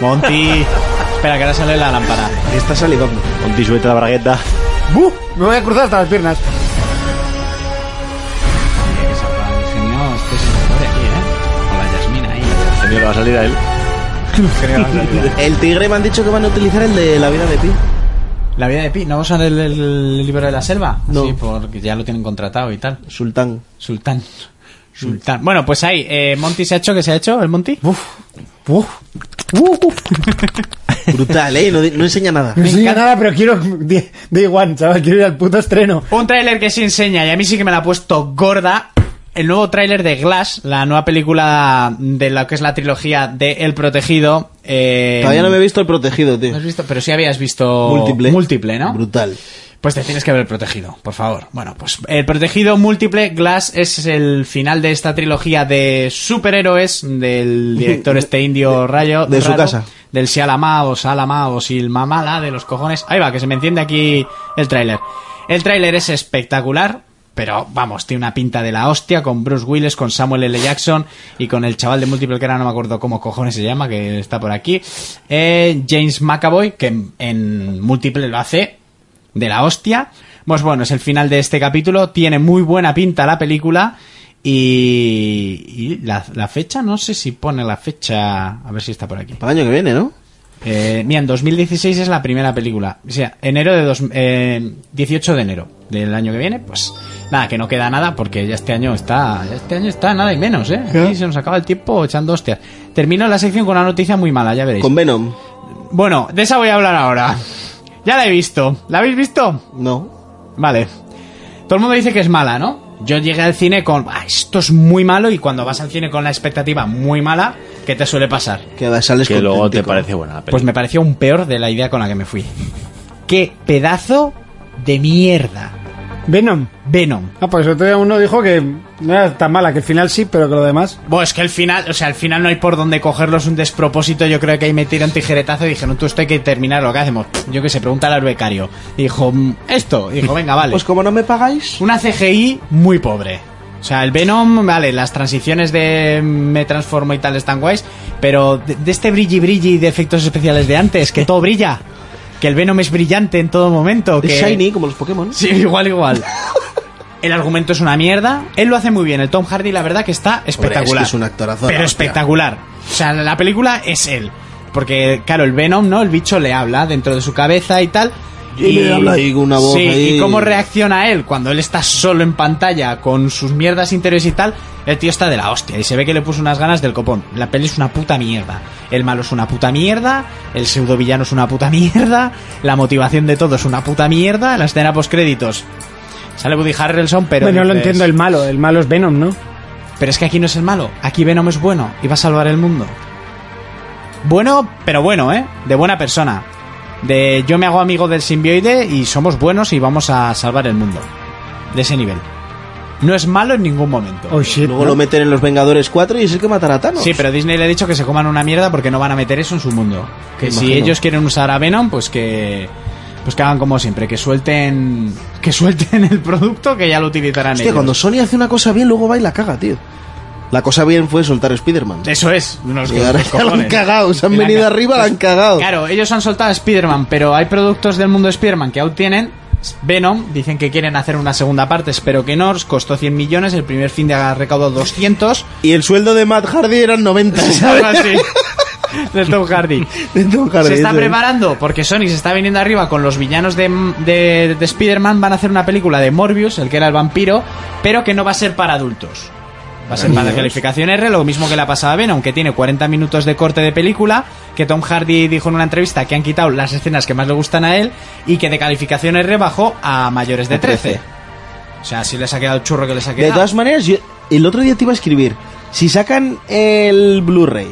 S5: Monty. Espera, que ahora sale la lámpara.
S7: Está salivando.
S8: Monty, súbete la bragueta.
S4: ¡Buh! Me voy a cruzar hasta las piernas.
S5: Mira que saca el genio, este es el mejor de aquí, ¿eh? Con la Yasmina ahí.
S8: Genio le va a salir a él.
S7: El tigre me han dicho que van a utilizar el de la vida de Pi.
S5: La vida de Pi, ¿no vamos a leer el, el libro de la selva?
S7: No.
S5: Sí, porque ya lo tienen contratado y tal.
S7: Sultán.
S5: Sultán. Sultán. Bueno, pues ahí, eh, Monty se ha hecho, ¿qué se ha hecho el Monty?
S7: Brutal, ¿eh? No, di- no enseña nada.
S4: No enseña nada, pero quiero. de igual, chaval, quiero ir al puto estreno.
S5: Un tráiler que sí enseña, y a mí sí que me la ha puesto gorda. El nuevo tráiler de Glass, la nueva película de lo que es la trilogía de El Protegido. eh,
S7: Todavía no me he visto el protegido, tío.
S5: ¿no has visto? Pero sí habías visto
S7: Múltiple.
S5: Oh, múltiple ¿no?
S7: Brutal.
S5: Pues te tienes que ver el protegido, por favor. Bueno, pues el protegido múltiple Glass es el final de esta trilogía de superhéroes del director este indio rayo.
S7: de su
S5: raro,
S7: casa.
S5: Del Sialama o Salama o Silmamala de los cojones. Ahí va, que se me enciende aquí el tráiler. El tráiler es espectacular, pero vamos, tiene una pinta de la hostia con Bruce Willis, con Samuel L. Jackson y con el chaval de múltiple que ahora no me acuerdo cómo cojones se llama, que está por aquí. Eh, James McAvoy, que en- en múltiple lo hace de la hostia. Pues bueno, es el final de este capítulo. Tiene muy buena pinta la película. Y, y la, la fecha, no sé si pone la fecha. A ver si está por aquí.
S7: Para el año que viene, ¿no?
S5: Eh, mira, en 2016 es la primera película. O sea, enero de dos, eh, 18 de enero del año que viene. Pues nada, que no queda nada porque ya este año está. Ya este año está nada y menos, ¿eh? Aquí se nos acaba el tiempo echando hostias. Termino la sección con una noticia muy mala, ya veréis.
S7: Con Venom.
S5: Bueno, de esa voy a hablar ahora. Ya la he visto. ¿La habéis visto?
S7: No.
S5: Vale. Todo el mundo dice que es mala, ¿no? Yo llegué al cine con, "Ah, esto es muy malo y cuando vas al cine con la expectativa muy mala, ¿qué te suele pasar?
S7: Que va- sales
S8: Que luego te
S7: contentico.
S8: parece buena la peli.
S5: Pues me pareció un peor de la idea con la que me fui. ¡Qué pedazo de mierda!
S4: Venom.
S5: Venom.
S4: Ah, pues otro día uno dijo que no era tan mala, que el final sí, pero que lo demás.
S5: Bueno, es que el final, o sea, al final no hay por dónde cogerlo, es un despropósito. Yo creo que ahí metieron tijeretazo y dijeron, tú, esto hay que terminar lo que hacemos. Pff, Yo qué sé, pregúntale al becario. Dijo, "Mm, esto. Dijo, venga, vale.
S7: Pues como no me pagáis.
S5: Una CGI muy pobre. O sea, el Venom, vale, las transiciones de mm, me transformo y tal están guays, pero de, de este brilli brilli de efectos especiales de antes, que todo brilla, que el Venom es brillante en todo momento, que
S7: Es shiny, como los Pokémon.
S5: Sí, igual, igual. El argumento es una mierda. Él lo hace muy bien. El Tom Hardy, la verdad, que está espectacular.
S7: es que es un actorazo,
S5: Pero
S7: hostia.
S5: espectacular. O sea, la película es él. Porque, claro, el Venom, ¿no? El bicho le habla dentro de su cabeza y tal.
S7: Y le habla ahí con una voz
S5: Sí,
S7: ahí.
S5: y cómo reacciona él cuando él está solo en pantalla con sus mierdas interiores y tal. El tío está de la hostia y se ve que le puso unas ganas del copón. La peli es una puta mierda. El malo es una puta mierda. El pseudo villano es una puta mierda. La motivación de todo es una puta mierda. La escena post créditos Sale Woody Harrelson, pero.
S4: bueno, lo
S5: dices,
S4: entiendo el malo, el malo es Venom, ¿no?
S5: Pero es que aquí no es el malo. Aquí Venom es bueno y va a salvar el mundo. Bueno, pero bueno, ¿eh? De buena persona. De yo me hago amigo del simbioide y somos buenos y vamos a salvar el mundo. De ese nivel. No es malo en ningún momento.
S4: Oh shit.
S7: Luego lo meten en los Vengadores 4 y es el que matará a Thanos.
S5: Sí, pero Disney le ha dicho que se coman una mierda porque no van a meter eso en su mundo. Que
S7: Me
S5: si
S7: imagino.
S5: ellos quieren usar a Venom, pues que pues que hagan como siempre, que suelten que suelten el producto que ya lo utilizarán
S7: Hostia,
S5: ellos.
S7: cuando Sony hace una cosa bien, luego va y la caga, tío. La cosa bien fue soltar a Spider-Man.
S5: Eso es, unos
S7: Y ahora
S5: unos
S7: ya la han
S5: cojones.
S7: cagado, se han
S5: Y la
S7: venido
S5: ca- Pues,
S7: arriba, la han cagado.
S5: Claro, ellos han soltado a Spider-Man, pero hay productos del mundo de Spider-Man que aún tienen. Venom, dicen que quieren hacer una segunda parte, espero que no, os costó 100 millones, el primer fin de ha recaudado 200.
S7: Y el sueldo de Matt Hardy eran 90,
S5: Algo
S7: ¿sabes?
S5: así. De Tom Hardy.
S7: De Tom Hardy,
S5: se está
S7: eso es.
S5: preparando porque Sony se está viniendo arriba con los villanos de, de, de Spider-Man. Van a hacer una película de Morbius, el que era el vampiro, pero que no va a ser para adultos. Va a ser para calificación R, lo mismo que la pasada Venom, que tiene 40 minutos de corte de película, que Tom Hardy dijo en una entrevista que han quitado las escenas que más le gustan a él y que de calificación R bajó a mayores de 13. O sea, si les ha quedado el churro que les ha
S7: De
S5: quedado.
S7: todas maneras, yo- el otro día te iba a escribir. Si sacan el Blu-ray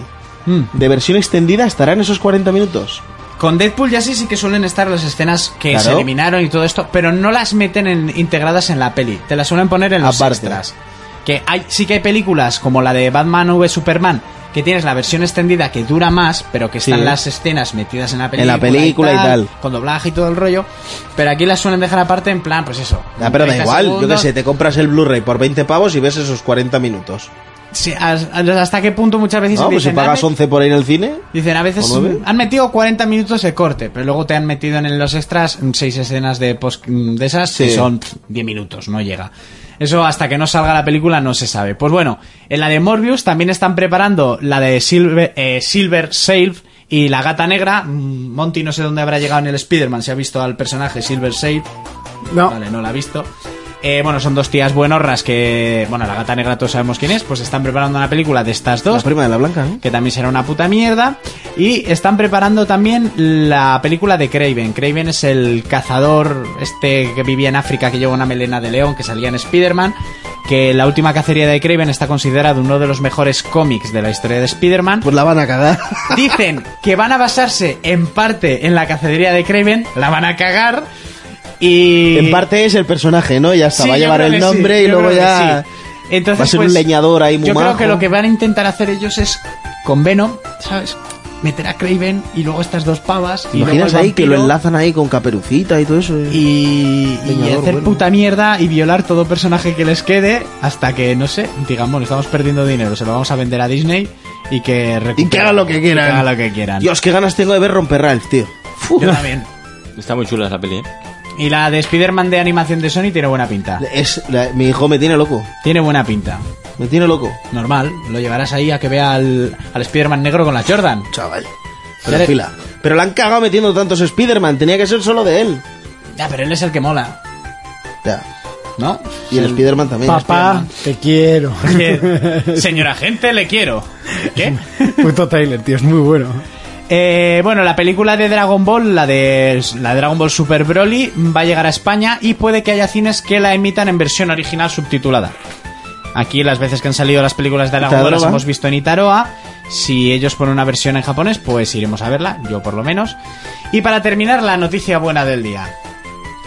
S5: Mm.
S7: de versión extendida, estarán esos 40 minutos.
S5: Con Deadpool ya sí, sí que suelen estar las escenas que
S7: Claro.
S5: se eliminaron y todo esto, pero no las meten en- integradas en la peli. Te las suelen poner en los
S7: Aparte.
S5: extras. Que hay, sí que hay películas como la de Batman v Superman, que tienes la versión extendida que dura más, pero que están
S7: Sí.
S5: las escenas metidas en la película.
S7: la película y tal.
S5: Con doblaje y todo el rollo. Pero aquí las suelen dejar aparte en plan, pues eso.
S7: Ah, pero da
S5: 30
S7: igual, yo qué
S5: segundos.
S7: sé, te compras el Bluray por 20 pavos y ves esos 40 minutos.
S5: Sí, has- ¿Hasta qué punto muchas veces
S7: No,
S5: te
S7: pues si
S5: dicen,
S7: pagas
S5: "Dame
S7: 11 por ir al cine,
S5: Dicen, a veces
S7: ¿O nueve?
S5: mm, han metido 40 minutos de corte, pero luego te han metido en los extras mm, seis escenas de, post, mm, de esas que
S7: Sí.
S5: son pf, 10 minutos, no llega. Eso hasta que no salga la película no se sabe. Pues bueno, en la de Morbius también están preparando la de Silver, eh, Silver Save y la gata negra. Mm, Monty no sé dónde habrá llegado en el Spider-Man, si ha visto al personaje Silver Save.
S4: No.
S5: Vale, no la ha visto. Eh, bueno, son dos tías buenorras que, bueno, la gata negra todos sabemos quién es, pues están preparando una película de estas
S7: la
S5: dos
S7: prima de la blanca, ¿no?
S5: que también será una puta mierda. Y están preparando también la película de Craven. Craven es el cazador este que vivía en África, que lleva una melena de león, que salía en Spider-Man. Que la última cacería de Craven está considerada uno de los mejores cómics de la historia de Spider-Man.
S7: Pues la van a cagar.
S5: Dicen que van a basarse en parte en la cacería de Craven, la van a cagar. Y.
S7: En parte es el personaje, ¿no? Ya está,
S5: Sí,
S7: va a
S5: yo
S7: llevar
S5: creo
S7: el
S5: que sí,
S7: nombre y
S5: yo
S7: luego
S5: creo que
S7: ya.
S5: sí. Entonces,
S7: va a ser un
S5: pues,
S7: leñador ahí muy
S5: Yo creo que
S7: majo.
S5: lo que van a intentar hacer ellos es con Venom, ¿sabes? Meter a Craven y luego estas dos pavas.
S7: ¿Te
S5: Y
S7: Imaginas
S5: luego el
S7: ahí que lo
S5: vampiro
S7: enlazan ahí con caperucita y todo eso. ¿eh?
S5: Y, y
S7: Leñador,
S5: hacer
S7: bueno.
S5: puta mierda y violar todo personaje que les quede hasta que, no sé, digan, bueno, estamos perdiendo dinero, se lo vamos a vender a Disney y que recuperen.
S7: hagan lo que quieran.
S5: Y que hagan lo que quieran.
S7: Dios, qué ganas tengo de ver romper Ralph, tío. Fu.
S5: Yo también.
S8: Está muy chula esa peli, ¿eh?
S5: Y la de Spider-Man de animación de Sony tiene buena pinta.
S7: Es, la- mi hijo me tiene loco.
S5: Tiene buena pinta.
S7: Me tiene loco.
S5: Normal, lo llevarás ahí a que vea al, al Spider-Man negro con la Jordan.
S7: Chaval.
S5: Ya
S7: Pero
S5: le-
S7: fila. Pero la han cagado metiendo tantos Spider-Man. Tenía que ser solo de él.
S5: Ya, pero él es el que mola,
S7: Ya.
S5: ¿no?
S7: Y el Spider-Man también.
S4: Papá, Ah, te quiero.
S5: Que- Señora gente, le quiero. ¿Qué?
S4: Puto trailer, tío, es muy bueno.
S5: Eh, bueno, la película de Dragon Ball, la de la de Dragon Ball Super Broly, va a llegar a España y puede que haya cines que la emitan en versión original subtitulada. Aquí las veces que han salido las películas de Dragon Ball las
S7: Itaroa.
S5: hemos visto en Itaroa. Si ellos ponen una versión en japonés, pues iremos a verla, yo por lo menos. Y para terminar, la noticia buena del día.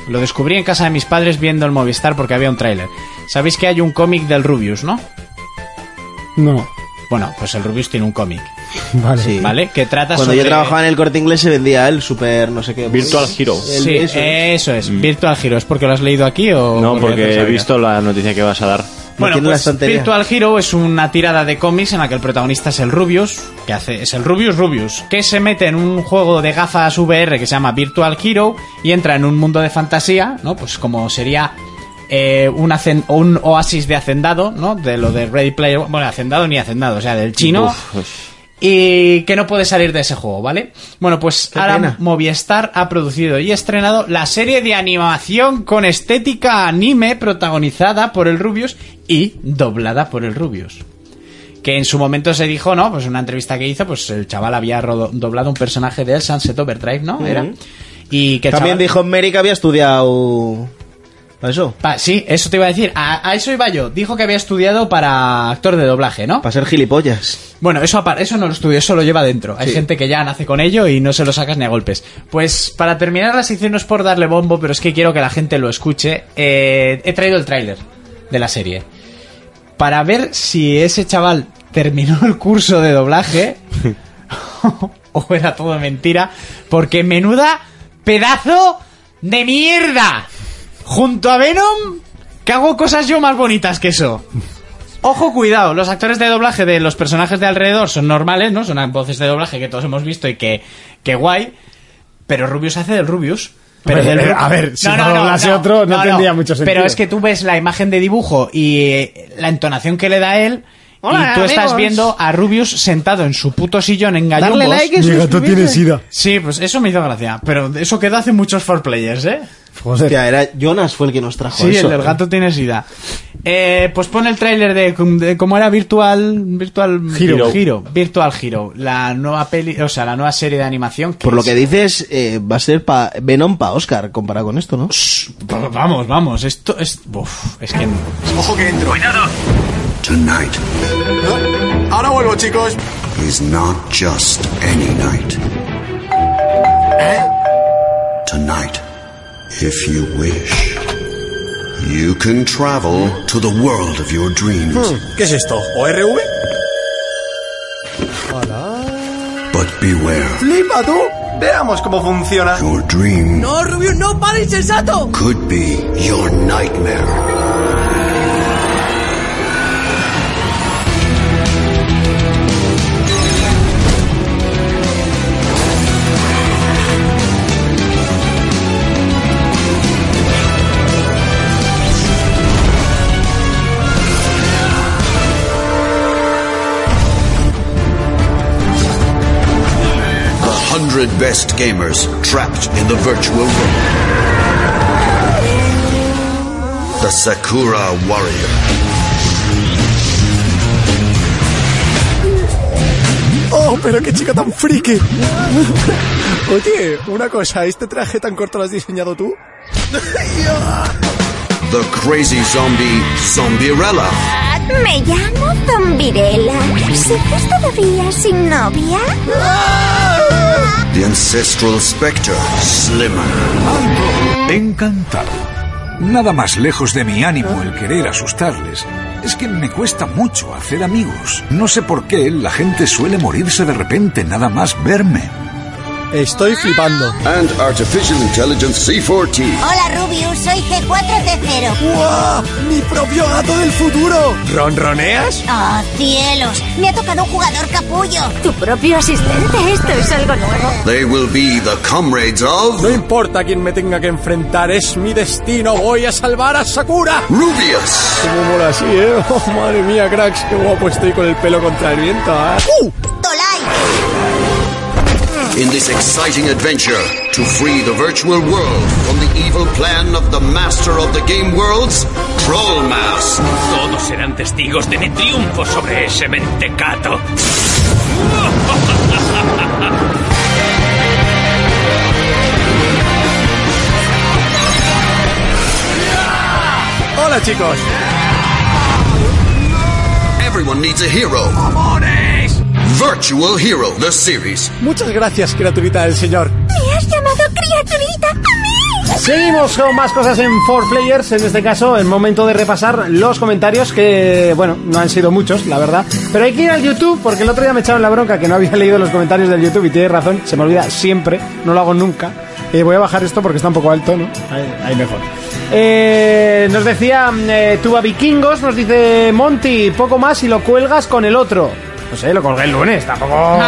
S5: Lo descubrí en casa de mis padres viendo el Movistar porque había un tráiler. Sabéis que hay un cómic del Rubius, ¿no?
S4: No.
S5: Bueno, pues el Rubius tiene un cómic,
S4: Vale.
S7: Sí.
S5: ¿vale? Que trata
S7: Cuando
S5: sobre...
S7: yo trabajaba en el corte inglés se vendía el super, no sé qué. Pues,
S8: Virtual Hero.
S7: el-
S5: Sí, eh,
S7: eso
S5: eso
S7: es.
S5: es. Virtual Hero. ¿Es porque lo has leído aquí o...?
S8: No,
S5: yo
S8: porque he
S5: pensaba que-
S8: visto la noticia que vas a dar.
S5: Bueno,
S7: tiene la
S5: pues
S7: estantería.
S5: Virtual Hero es una tirada de cómics en la que el protagonista es el Rubius, que hace es el Rubius Rubius, que se mete en un juego de gafas VR que se llama Virtual Hero y entra en un mundo de fantasía, ¿no? Pues como sería eh, un, hacen- un oasis de hacendado, ¿no? De lo de Ready Player, One. bueno, hacendado ni hacendado, o sea, del chino.
S8: pues.
S5: Y que no puede salir de ese juego, ¿vale? Bueno, pues
S7: Qué pena.
S5: ahora Movistar ha producido y estrenado la serie de animación con estética anime protagonizada por el Rubius y doblada por el Rubius. Que en su momento se dijo, ¿no? Pues en una entrevista que hizo, pues el chaval había rodo- doblado un personaje de El Sunset Overdrive, ¿no? Era. Y que el
S7: También
S5: chaval-
S7: dijo Mary que había estudiado. ¿Para eso?
S5: Pa- sí, eso te iba a decir. A, a eso iba yo. Dijo que había estudiado para actor de doblaje, ¿no?
S7: Para ser gilipollas.
S5: Bueno, eso, apar- eso no lo estudio, eso lo lleva dentro. Hay gente que ya nace con ello y no se lo sacas ni a golpes. Pues para terminar la sección no es por darle bombo, pero es que quiero que la gente lo escuche. Eh, he traído el tráiler de la serie. Para ver si ese chaval terminó el curso de doblaje o era todo mentira, porque menuda pedazo de mierda. Junto a Venom, que hago cosas yo más bonitas que eso. Ojo, cuidado, los actores de doblaje de los personajes de alrededor son normales, ¿no? Son voces de doblaje que todos hemos visto y que, que guay. Pero Rubius hace del Rubius. Pero
S4: Hombre,
S5: del
S4: eh,
S5: Ru-
S4: a ver, si no doblase otro, no tendría mucho sentido.
S5: Pero es que tú ves la imagen de dibujo y eh, la entonación que le da él.
S7: Hola,
S5: y tú estás
S7: amigos.
S5: viendo a Rubius sentado en su puto sillón en gallumbos.
S7: Darle like es
S4: Mira, tú tienes ida.
S5: Sí, pues eso me hizo gracia. Pero eso quedó hace muchos for players, ¿eh?
S4: Joder.
S7: Hostia, era Jonas fue el que nos trajo
S5: Sí,
S7: eso.
S5: el del gato tiene sida. Eh, pues pone el tráiler de, cum- de cómo era Virtual Virtual
S8: Hero.
S5: Hero, Virtual Hero, la nueva peli, o sea, la nueva serie de animación.
S7: Por lo
S5: es-
S7: que dices, eh, va a ser pa Venom para Oscar comparado con esto, ¿no?
S5: Va- Vamos, vamos, esto es uf, es que
S9: Tonight
S10: Ahora vuelvo, chicos.
S9: is not just any night.
S10: Eh?
S9: Tonight, if you wish, you can travel to the world of your dreams.
S10: Hmm, ¿Qué es esto? ¿ORV?
S9: But beware,
S10: ¡Flipa tú! Veamos cómo funciona.
S9: your dream
S3: No, Rubius, no, para insensato.
S9: could be your nightmare. The hundred best gamers trapped in the virtual world. The Sakura Warrior.
S10: ¡Oh, pero qué chica tan friki! Oye, una cosa, ¿este traje tan corto lo has diseñado tú?
S9: The Crazy Zombie Zombirella.
S11: Ah, Me llamo Zombirella. ¿Sigues todavía sin novia?
S10: Ah.
S9: The Ancestral Spectre Slimmer.
S12: Encantado. Nada más lejos de mi ánimo el querer asustarles. Es que me cuesta mucho hacer amigos. No sé por qué la gente suele morirse de repente nada más verme.
S10: Estoy flipando.
S9: And Artificial Intelligence C4T.
S11: Hola, Rubius, soy G4T0.
S10: ¡Guau! ¡Mi propio gato del futuro! ¿Ronroneas?
S11: ¡Oh, cielos! Me ha tocado un jugador capullo. Tu propio asistente, esto es algo nuevo.
S9: They will be the comrades of
S10: No importa quién me tenga que enfrentar, es mi destino. Voy a salvar a Sakura.
S9: Rubius.
S10: Cómo mola así, ¿eh? Oh, madre mía, cracks, qué guapo estoy con el pelo contra el viento, ¿eh?
S11: Tolai.
S9: In this exciting adventure to free the virtual world from the evil plan of the master of the game worlds, Troll Mask.
S12: Todos serán testigos de mi triunfo sobre ese mentecato.
S10: Hola, chicos.
S9: Everyone needs a hero. Virtual Hero, the series.
S10: Muchas gracias, criaturita del señor.
S11: ¿Me has llamado criaturita a mí?
S4: Seguimos con más cosas en 4Players, en este caso el momento de repasar los comentarios que, bueno, no han sido muchos, la verdad, pero hay que ir al YouTube porque el otro día me echaron la bronca que no había leído los comentarios del YouTube y tienes razón, se me olvida siempre, no lo hago nunca. Eh, voy a bajar esto porque está un poco alto, ¿no? Ahí, ahí mejor. Eh, nos decía eh, Tuba Vikingos, nos dice Monty, poco más y lo cuelgas con el otro. No sé, lo colgué el lunes, tampoco...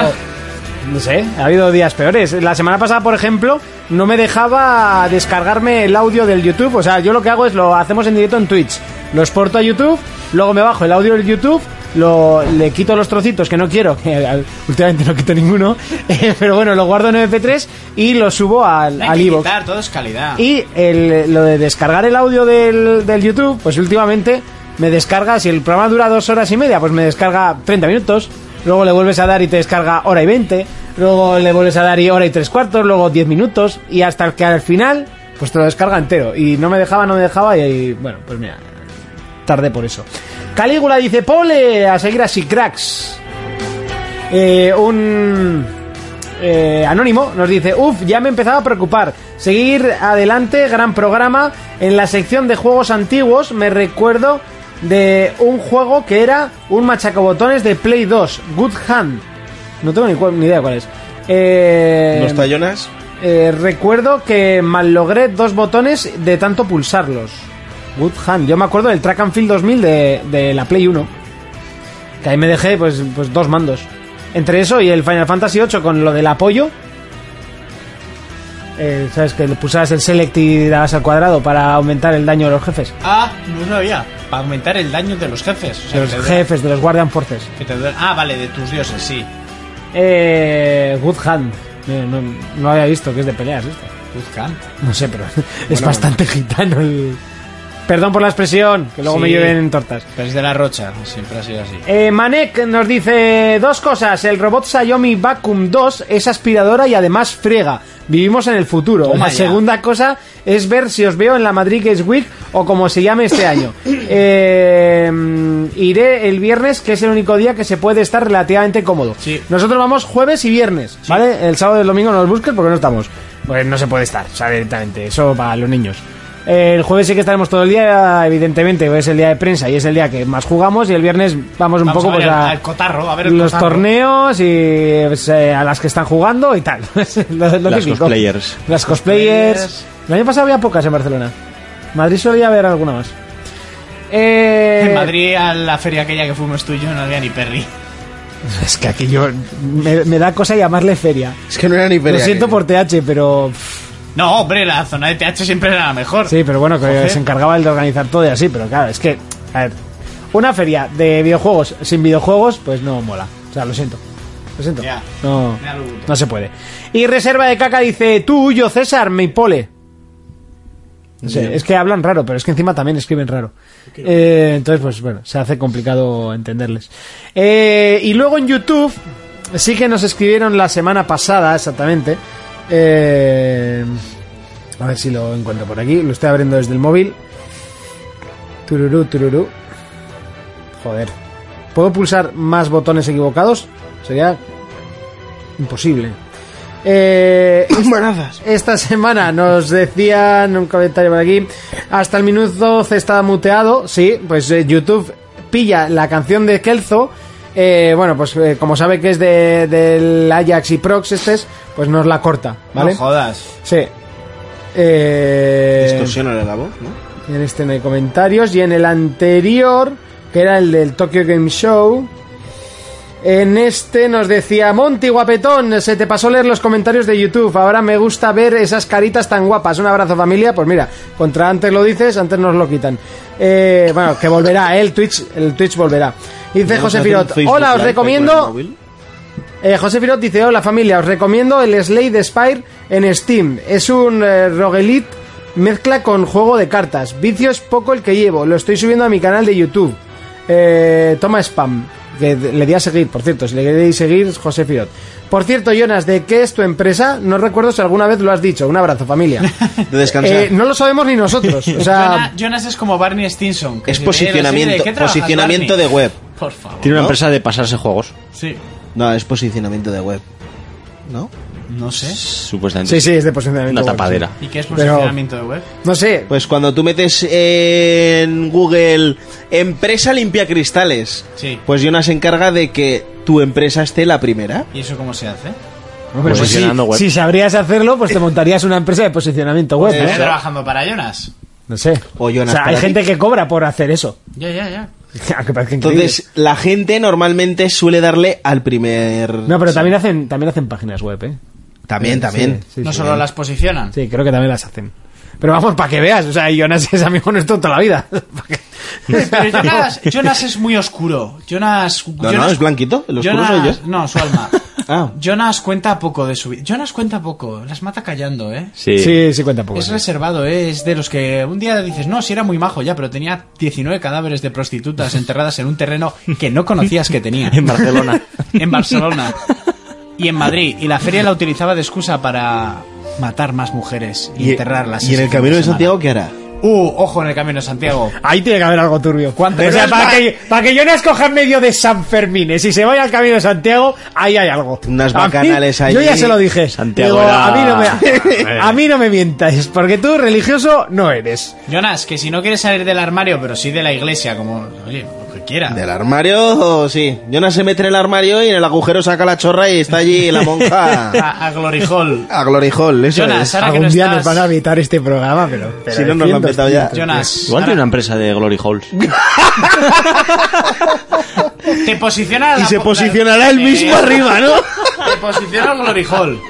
S4: No sé, ha habido días peores. La semana pasada, por ejemplo, no me dejaba descargarme el audio del YouTube. O sea, yo lo que hago es lo hacemos en directo en Twitch. Lo exporto a YouTube, luego me bajo el audio del YouTube, lo, le quito los trocitos que no quiero, que últimamente no quito ninguno, eh, pero bueno, lo guardo en MP3 y lo subo al,
S5: Hay
S4: al
S5: que
S4: iVoox.
S5: quitar, todo es calidad.
S4: Y el- lo de descargar el audio del, del YouTube, pues últimamente me descarga, si el programa dura dos horas y media, pues me descarga 30 minutos. Luego le vuelves a dar y te descarga hora y 20. Luego le vuelves a dar y hora y tres cuartos. Luego 10 minutos. Y hasta que al final, pues te lo descarga entero. Y no me dejaba, no me dejaba. Y, ahí, bueno, pues mira, tardé por eso. Calígula dice: Pole, a seguir así, cracks. Eh, un eh, anónimo nos dice, uff, ya me empezaba a preocupar. Seguir adelante, gran programa. En la sección de juegos antiguos me recuerdo de un juego que era un machacabotones de Play 2, Good Hand. No tengo ni, cu- ni idea cuál es. Eh,
S7: ¿No está Jonas?
S4: eh, recuerdo que mallogré dos botones de tanto pulsarlos. Good Hand. Yo me acuerdo del Track and Field 2000 de, de la Play 1. Que ahí me dejé pues, pues dos mandos. Entre eso y el Final Fantasy VIII con lo del apoyo. eh, ¿Sabes? Que le pulsabas el select y dabas al cuadrado para aumentar el daño de los jefes.
S5: Ah, no sabía. Para aumentar el daño de los jefes. O sea,
S4: De los
S5: que te duele-
S4: jefes, de los Guardian Forces.
S5: que te duele- Ah, vale, de tus dioses, sí.
S4: Eh, Good Hand. Eh, No, no había visto que es de peleas esto.
S5: Buscan.
S4: No sé, pero es bastante gitano el... Perdón por la expresión, que luego
S5: Sí.
S4: me lleven en tortas.
S5: Pero es de la rocha, siempre ha sido así.
S4: Eh, Manek nos dice dos cosas. El robot Xiaomi Vacuum 2 es aspiradora y además friega. Vivimos en el futuro.
S5: Toma
S4: la
S5: ya.
S4: segunda cosa es ver si os veo en la Madrid Games Week o como se llame este año. Eh, mm, iré el viernes, que es el único día que se puede estar relativamente cómodo.
S5: Sí.
S4: Nosotros vamos jueves y viernes, ¿vale? El sábado y el domingo no nos busques porque no estamos. Pues no se puede estar, o sea, directamente. Eso para los niños. Eh, El jueves sí que estaremos todo el día, evidentemente, es el día de prensa y es el día que más jugamos y el viernes vamos un
S5: Vamos
S4: poco
S5: a ver
S4: pues,
S5: al-
S4: a-
S5: al cotarro, a ver el
S4: los
S5: cotarro.
S4: torneos y pues, eh, a las que están jugando y tal. Lo- lo
S8: Las
S4: típico.
S8: cosplayers.
S4: Las cosplayers. El año pasado había pocas en Barcelona. Madrid solía haber alguna más. Eh,
S5: En Madrid, a la feria aquella que fuimos tú y yo, no había ni Perry.
S4: Es que aquí yo me, me da cosa llamarle feria.
S7: Es que no era ni
S4: Lo siento por TH, pero pff,
S5: No, hombre, la zona de TH siempre era la mejor.
S4: sí, pero bueno, que
S5: Joder.
S4: se encargaba el de organizar todo y así, pero claro, es que a ver, una feria de videojuegos sin videojuegos, pues no mola. O sea, lo siento. Lo siento.
S5: Ya.
S4: No,
S5: Me da lo gusto.
S4: no se puede. Y reserva de caca dice, tú huyo César, me pole. No sé, es que hablan raro, pero es que encima también escriben raro. Eh, entonces, pues bueno, se hace complicado entenderles. Eh, y luego en YouTube, sí que nos escribieron la semana pasada, exactamente. Eh, a ver si lo encuentro por aquí. Lo estoy abriendo desde el móvil. Tururú, tururú. Joder. ¿Puedo pulsar más botones equivocados? Sería imposible. Eh, esta semana nos decían un comentario por aquí. Hasta el minuto 12 estaba muteado. Sí, pues eh, YouTube pilla la canción de Kelzo. Eh, bueno, pues eh, como sabe que es de, del Ajax y Prox, este es, pues nos la corta, ¿vale?
S5: No jodas.
S4: sí. Eh,
S7: Distorsiona la voz, ¿no?
S4: en este no hay comentarios. Y en el anterior, que era el del Tokyo Game Show, en este nos decía Monty Guapetón, se te pasó leer los comentarios de YouTube. Ahora me gusta ver esas caritas tan guapas. Un abrazo, familia. Pues mira, contra antes lo dices, antes nos lo quitan. Eh, bueno, que volverá, ¿eh? el Twitch, el Twitch volverá. Dice
S7: Vamos a
S4: José
S7: hacer un
S4: Pirot,
S7: Facebook
S4: hola, os
S7: Live ahí con el
S4: recomiendo
S7: móvil.
S4: eh, José Pirot dice, hola familia, os recomiendo el Slade Spire en Steam. Es un eh, roguelite mezcla con juego de cartas. Vicio es poco el que llevo, lo estoy subiendo a mi canal de YouTube. Eh, toma spam, que d- le di a seguir, por cierto, si le queréis seguir, José Pirot. Por cierto, Jonas, ¿de qué es tu empresa? No recuerdo si alguna vez lo has dicho. Un abrazo, familia.
S7: De descansar.
S4: Eh, no lo sabemos ni nosotros. O sea,
S5: Jonah- Jonas es como Barney Stinson. que
S7: es
S5: si ve la serie,
S7: posicionamiento,
S5: ¿de qué trabajas,
S7: posicionamiento de
S5: Barney?
S7: web.
S5: Por favor.
S8: Tiene una
S7: ¿No?
S8: empresa de pasarse juegos.
S5: Sí.
S7: No, es posicionamiento de web. ¿no?
S5: No sé.
S8: Supuestamente.
S4: Sí, sí, es de posicionamiento.
S8: Una
S4: web,
S8: tapadera.
S4: sí.
S5: ¿Y qué es
S4: Pero-
S5: posicionamiento de web?
S4: No sé.
S7: Pues cuando tú metes en Google empresa limpia cristales,
S5: Sí.
S7: pues Jonas se encarga de que tu empresa esté la primera.
S5: ¿Y eso cómo se hace?
S4: Hombre, pues sí,
S8: Posicionando web.
S4: si sabrías hacerlo, pues te montarías una empresa de posicionamiento web,
S5: ¿Estaré
S4: ¿no?
S5: trabajando para Jonas?
S4: No sé.
S7: Eh. O Jonas
S4: sea, hay
S7: para ti.
S4: gente que cobra por hacer eso.
S5: Ya, ya, ya.
S4: Aunque parezca increíble.
S7: Entonces, la gente normalmente suele darle al primer.
S4: No, pero también hacen, también hacen páginas web, ¿eh?
S7: También, también.
S4: Sí, sí,
S5: no
S4: sí.
S5: solo las posicionan.
S4: Sí, creo que también las hacen. Pero vamos, para que veas, o sea, Jonas es amigo nuestro toda la vida. Pa' que-
S5: Pero Jonas, Jonas es muy oscuro. Jonas.
S7: No, no,
S5: Jonas-
S7: es blanquito. El oscuro
S5: Jonas,
S7: soy yo.
S5: No, su alma.
S7: Ah.
S5: Jonas cuenta poco de su vida. Jonas cuenta poco. Las mata callando, ¿eh?
S8: Sí.
S4: Sí, sí, cuenta poco.
S5: Es
S4: sí.
S5: reservado, ¿eh? es de los que un día dices, no, si era muy majo ya, pero tenía 19 cadáveres de prostitutas enterradas en un terreno que no conocías que tenía.
S8: En Barcelona.
S5: en Barcelona. Y en Madrid. Y la feria la utilizaba de excusa para matar más mujeres y, enterrarlas.
S7: Y en
S5: ese
S7: el
S5: fin
S7: camino de
S5: semana.
S7: Santiago, ¿qué hará?
S5: Uh, ojo en el camino de Santiago.
S4: Ahí tiene que haber algo turbio. O sea,
S5: es
S4: para
S5: más-
S4: que, para que Jonas coja en medio de San Fermín, eh, si se vaya al camino de Santiago, ahí hay algo.
S7: Unas
S4: A mí-
S7: bacanales allí.
S4: Yo ya se lo dije.
S8: Santiago
S4: Digo,
S8: era-
S4: a, mí no me, a mí no me mientas, porque tú religioso no eres.
S5: Jonas, que si no quieres salir del armario, pero sí de la iglesia, como, oye, lo que quiera.
S7: ¿Del armario? o Sí. Jonas se mete en el armario y en el agujero saca la chorra y está allí la monja.
S5: A, a Gloryhall.
S7: A Glory Hall, eso
S5: Jonas,
S7: es.
S5: ahora que
S4: Algún
S5: no
S4: día
S5: estás...
S4: nos van a evitar este programa, pero. pero
S7: Si no, nos lo han
S4: cientos,
S7: petado ya.
S5: Jonas,
S8: Igual tiene
S5: ahora-
S8: una empresa de Glory Halls.
S5: Te posiciona
S7: Y se posicionará
S5: el
S7: él mismo arriba, ¿no?
S5: Te posiciona el Glory Hall.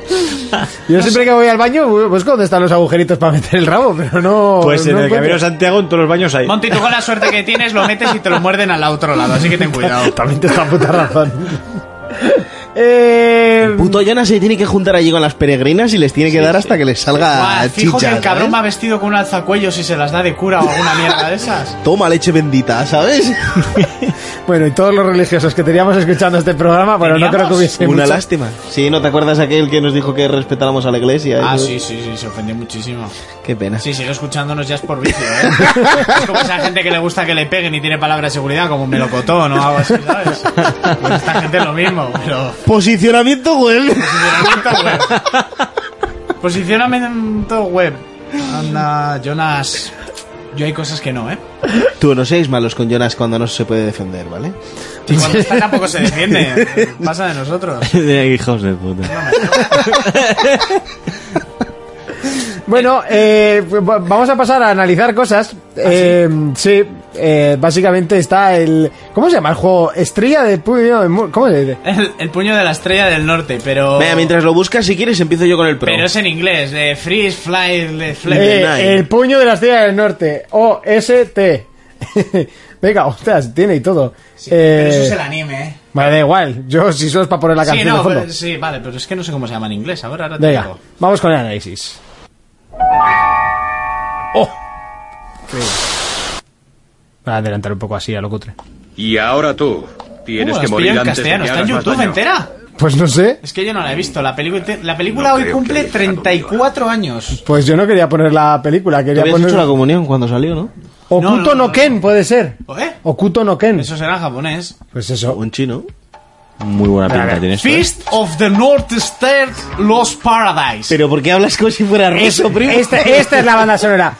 S4: Yo siempre que voy al baño bu- busco dónde están los agujeritos para meter el rabo, pero no.
S7: Pues
S4: no encuentro.
S8: Santiago, Pues en todos los baños hay.
S5: Monty, tú con la suerte que tienes, lo metes y te lo muerden al otro lado, así que ten cuidado.
S4: También te está puta razón. eh,
S7: Puto Jonas se tiene que juntar allí con las peregrinas y les tiene que dar hasta que les salga
S5: Buah, fijo
S7: Ah, chicha.
S5: que el cabrón va
S7: ¿sabes?
S5: vestido con un alzacuellos y se las da de cura o alguna mierda de esas.
S7: Toma leche bendita, ¿sabes?
S4: Bueno, y todos los religiosos que teníamos escuchando este programa, bueno, no creo que
S5: ¿Teníamos?
S4: hubiese
S7: Una
S4: mucho.
S7: lástima. Sí, ¿no te acuerdas aquel que nos dijo que respetáramos a la iglesia?
S5: Ah,
S7: Eso-
S5: sí, sí, sí, se ofendió muchísimo.
S7: Qué pena.
S5: Sí, sigue escuchándonos ya es por vicio, ¿eh? Es como esa gente que le gusta que le peguen y tiene palabra de seguridad, como un melocotón o algo así, ¿sabes? Pues esta gente es lo mismo, pero...
S7: Posicionamiento web.
S5: Posicionamiento web. Posicionamiento web. Anda, Jonas. Yo hay cosas que no, ¿eh?
S7: Tú no seáis malos con Jonas cuando no se puede defender, ¿vale?
S5: Y cuando está tampoco se defiende. Pasa de nosotros.
S8: Hijos de puta.
S4: Bueno, eh, pues va- vamos a pasar a analizar cosas.
S5: ¿Ah,
S4: Eh, sí, eh, básicamente está el. ¿Cómo se llama el juego? Estrella de puño de mur- ¿Cómo se dice?
S5: El, el puño de la estrella del norte, pero.
S7: Venga, mientras lo buscas, si quieres, empiezo yo con el pro.
S5: Pero es en inglés. De freeze, fly, le- fly.
S4: Eh,
S7: Nine.
S4: el puño de la estrella del norte. O-S-T. Venga, ostras, tiene y todo.
S5: Pero eso
S4: Eh,
S5: es el anime, ¿eh?
S4: Vale, da igual. Yo, si solo es para poner la
S5: Sí,
S4: canción de
S5: no,
S4: fondo.
S5: pero- sí, vale, pero es que no sé cómo se llama en inglés. A ver, ahora te
S4: Venga,
S5: digo.
S4: vamos con el análisis. ¡Oh! Qué bien. Para adelantar un poco así a lo cutre.
S13: Y ahora tú. Tienes
S5: Uh,
S13: que
S5: nos
S13: morir
S5: pillan en
S13: antes de que
S5: castellano. Está en
S13: hagas más
S5: YouTube
S13: daño.
S5: entera.
S4: Pues no sé.
S5: Es que yo no la he visto. La, pelicu- la película
S13: No
S5: hoy
S13: creo
S5: cumple
S13: que haya llegado,
S5: 34 años.
S4: Pues yo no quería poner la película,
S7: Te
S4: quería
S7: habías
S4: poner.
S7: hecho la comunión cuando salió, ¿no?
S4: Okuto
S5: No,
S4: no,
S5: no, no,
S4: Ken, puede ser.
S5: ¿Eh?
S4: Okuto no Ken.
S5: Eso será en japonés.
S4: Pues eso.
S7: O en chino.
S8: Muy buena pinta tienes. tú, ¿eh?
S5: Feast of the North Star Lost Paradise.
S7: Pero ¿por qué hablas como si fuera ruso, primo?
S4: Esta, Este, esta es la banda sonora.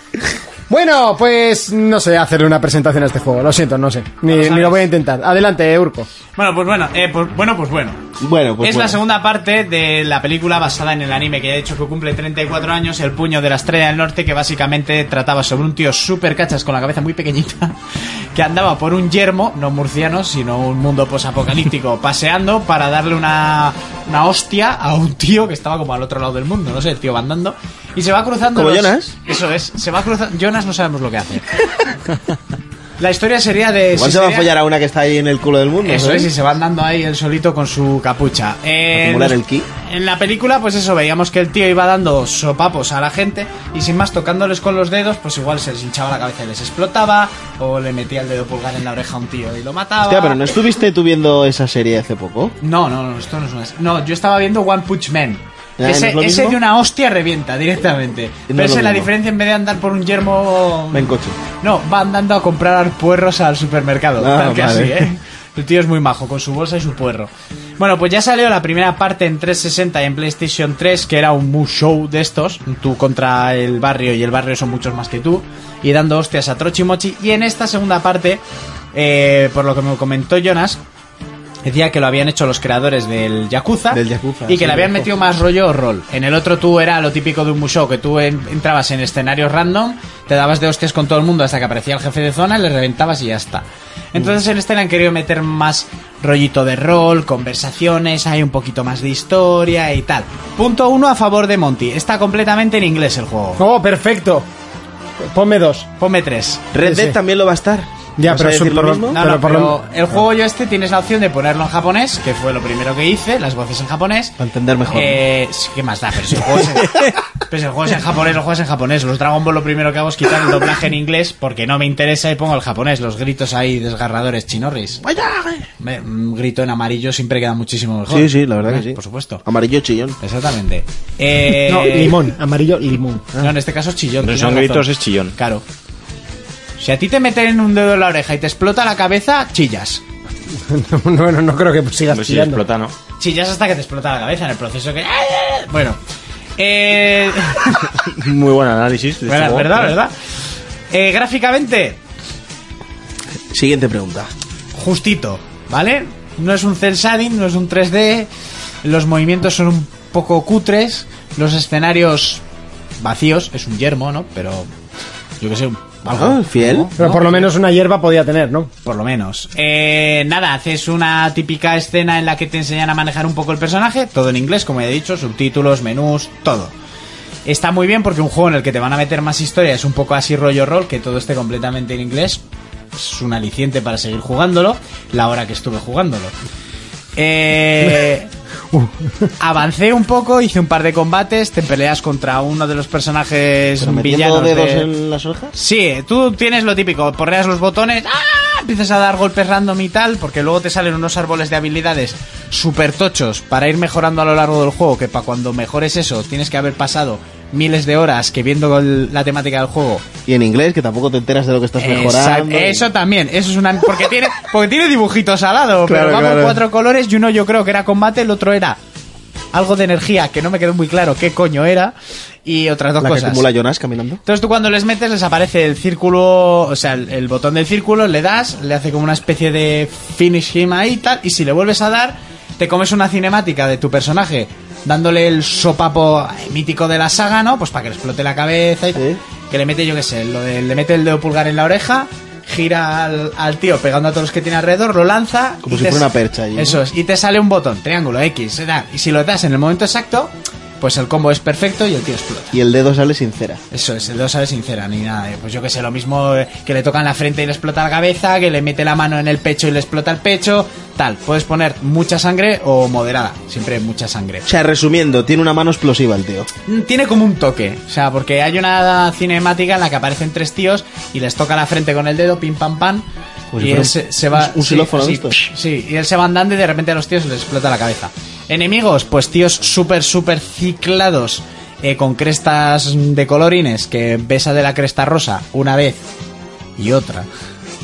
S4: Bueno, pues no sé hacerle una presentación a este juego. Lo siento, no sé. Ni,
S5: No lo
S4: ni
S5: sabes.
S4: lo voy a intentar. Adelante, Urco.
S5: Bueno, pues bueno, eh, pues bueno, pues bueno.
S7: Bueno, pues
S5: es
S7: bueno.
S5: la segunda parte de la película basada en el anime que ya he dicho que cumple 34 años, El puño de la estrella del norte, que básicamente trataba sobre un tío súper cachas con la cabeza muy pequeñita, que andaba por un yermo, no murciano, sino un mundo posapocalíptico, paseando para darle una, una hostia a un tío que estaba como al otro lado del mundo, no sé, el tío va andando, y se va cruzando...
S7: ¿Como Jonas?
S5: Eso es, se va cruzando... Jonas no sabemos lo que hace. La historia sería de...
S7: Igual
S5: si
S7: se va a
S5: sería-
S7: follar a una que está ahí en el culo del mundo.
S5: eso
S7: ¿sabes?
S5: es, y se va andando ahí el solito con su capucha. Eh,
S7: Acumular
S5: nos-
S7: el ki.
S5: En la película, pues eso, veíamos que el tío iba dando sopapos a la gente y sin más tocándoles con los dedos, pues igual se les hinchaba la cabeza y les explotaba, o le metía el dedo pulgar en la oreja a un tío y lo mataba.
S7: Hostia, pero ¿no estuviste tú viendo esa serie hace poco?
S5: No, no, no, esto no es una... No, yo estaba viendo One Punch Man.
S7: Ya, Ah, ¿no
S5: Ese,
S7: es lo
S5: ese
S7: mismo?
S5: de una hostia revienta directamente.
S7: lo
S5: pero esa es la
S7: mismo.
S5: diferencia en vez de andar por un yermo...
S7: Va en coche.
S5: No, va andando a comprar puerros al supermercado.
S7: Ah,
S5: tal que
S7: vale.
S5: así, ¿eh? El tío es muy majo, con su bolsa y su puerro. Bueno, pues ya salió la primera parte en 360 y en PlayStation 3, que era un mu show de estos. Tú contra el barrio y el barrio son muchos más que tú. Y dando hostias a Trochimochi. Y en esta segunda parte, eh, por lo que me comentó Jonas, decía que lo habían hecho los creadores del Yakuza.
S7: Del Yakuza,
S5: Y que
S7: sí,
S5: le habían
S7: del
S5: metido
S7: Yakuza.
S5: más rollo rol. En el otro tú era lo típico de un mushow, que tú en- entrabas en escenarios random, te dabas de hostias con todo el mundo hasta que aparecía el jefe de zona, le reventabas y ya está. Entonces en este le han querido meter más rollito de rol, conversaciones, hay un poquito más de historia y tal. Punto uno a favor de Monty. Está completamente en inglés el juego.
S4: Oh, perfecto. Ponme dos.
S5: Ponme tres.
S7: Red Dead también lo va a estar.
S4: Ya,
S7: ¿Vas
S4: pero
S7: a
S4: es
S7: decir
S4: un
S7: lo
S4: pro-
S7: mismo?
S5: No,
S4: Pero
S5: no,
S4: por
S5: pero
S4: lo-
S5: el juego yo este tienes la opción de ponerlo en japonés, que fue lo primero que hice, las voces en japonés.
S7: Para entender mejor.
S5: Eh, sí, ¿Qué más da? Pero si el juego es en, pero si el juego es en japonés, lo juegas en japonés. Los Dragon Ball lo primero que hago es quitar el doblaje en inglés porque no me interesa y pongo el japonés. Los gritos ahí desgarradores chinorris. Me- Un grito en amarillo siempre queda muchísimo mejor.
S7: Sí, sí, la verdad que
S5: Ah,
S7: sí.
S5: Por supuesto.
S7: Amarillo chillón.
S5: Exactamente. Eh,
S4: No, limón, amarillo, limón.
S5: no, en este caso es chillón.
S8: Pero
S5: tienes
S8: son
S5: razón.
S8: gritos, es chillón.
S5: Claro. Si a ti te meten un dedo en la oreja y te explota la cabeza, chillas.
S4: bueno, no creo que sigas
S8: Pues si
S4: chillando.
S8: explota, ¿no?
S5: Chillas hasta que te explota la cabeza en el proceso que... eh, Bueno. Eh...
S8: Muy buen análisis. de este
S5: Bueno,
S8: juego.
S5: ¿Verdad? ¿Verdad? Eh, gráficamente,
S7: Siguiente pregunta.
S5: justito, ¿vale? No es un cel shading, no es un 3D, los movimientos son un poco cutres, los escenarios vacíos, es un yermo, ¿no? Pero yo qué sé, un- algo,
S7: Ah, fiel.
S5: ¿no?
S4: Pero por lo menos una hierba podía tener, ¿no?
S5: Por lo menos. Eh, nada, haces una típica escena en la que te enseñan a manejar un poco el personaje, todo en inglés, como ya he dicho, subtítulos, menús, todo. Está muy bien porque un juego en el que te van a meter más historia es un poco así rollo rol, que todo esté completamente en inglés. Es un aliciente para seguir jugándolo, la hora que estuve jugándolo. Eh,
S7: Uh.
S5: avancé un poco, hice un par de combates, te peleas contra uno de los personajes
S7: Pero metiendo
S5: villanos
S7: dedos
S5: de-
S7: en las orejas.
S5: Sí, tú tienes lo típico, porreas los botones, ¡ah! empiezas a dar golpes random y tal, porque luego te salen unos árboles de habilidades super tochos para ir mejorando a lo largo del juego, que para cuando mejores eso tienes que haber pasado miles de horas que viendo el- la temática del juego.
S7: Y en inglés, que tampoco te enteras de lo que estás mejorando.
S5: Exacto, Eso también, eso es una porque tiene porque tiene dibujitos al lado, pero
S7: Claro,
S5: vamos
S7: claro.
S5: cuatro colores y uno yo creo que era combate, el otro era algo de energía que no me quedó muy claro qué coño era y otras dos
S7: La que
S5: cosas.
S7: acumula Jonas caminando.
S5: Entonces tú cuando les metes les aparece el círculo, o sea, el, el botón del círculo, le das, le hace como una especie de finish him ahí y tal, y si le vuelves a dar, te comes una cinemática de tu personaje dándole el sopapo mítico de la saga, ¿no? Pues para que le explote la cabeza y
S7: Sí.
S5: que le mete, yo qué sé, lo de- le mete el dedo pulgar en la oreja, gira al, al tío pegando a todos los que tiene alrededor, lo lanza...
S7: Como
S5: y
S7: si
S5: te
S7: fuera
S5: sa-
S7: una percha allí, ¿no?
S5: Eso es, y te sale un botón, triángulo, X, edad, y si lo das en el momento exacto, pues el combo es perfecto y el tío explota.
S7: Y el dedo sale sincera.
S5: Eso es, el 2 sabe sincera, ni nada. eh, Pues yo que sé, lo mismo eh, que le toca en la frente y le explota la cabeza, que le mete la mano en el pecho y le explota el pecho, tal. Puedes poner mucha sangre o moderada, siempre mucha sangre.
S7: O sea, resumiendo, tiene una mano explosiva el tío.
S5: Mm, Tiene como un toque, o sea, porque hay una cinemática en la que aparecen tres tíos y les toca la frente con el dedo, pim pam pam.
S7: Como si
S5: y
S7: fuera
S5: él
S7: Pues
S5: se,
S7: un-
S5: se va.
S7: un- un
S5: sí,
S7: xilófono
S5: así,
S7: de estos.
S5: psh, sí, y él se va andando y de repente a los tíos les explota la cabeza. Enemigos, pues tíos súper, súper ciclados, eh, con crestas de colorines, que besa de la cresta rosa una vez y otra,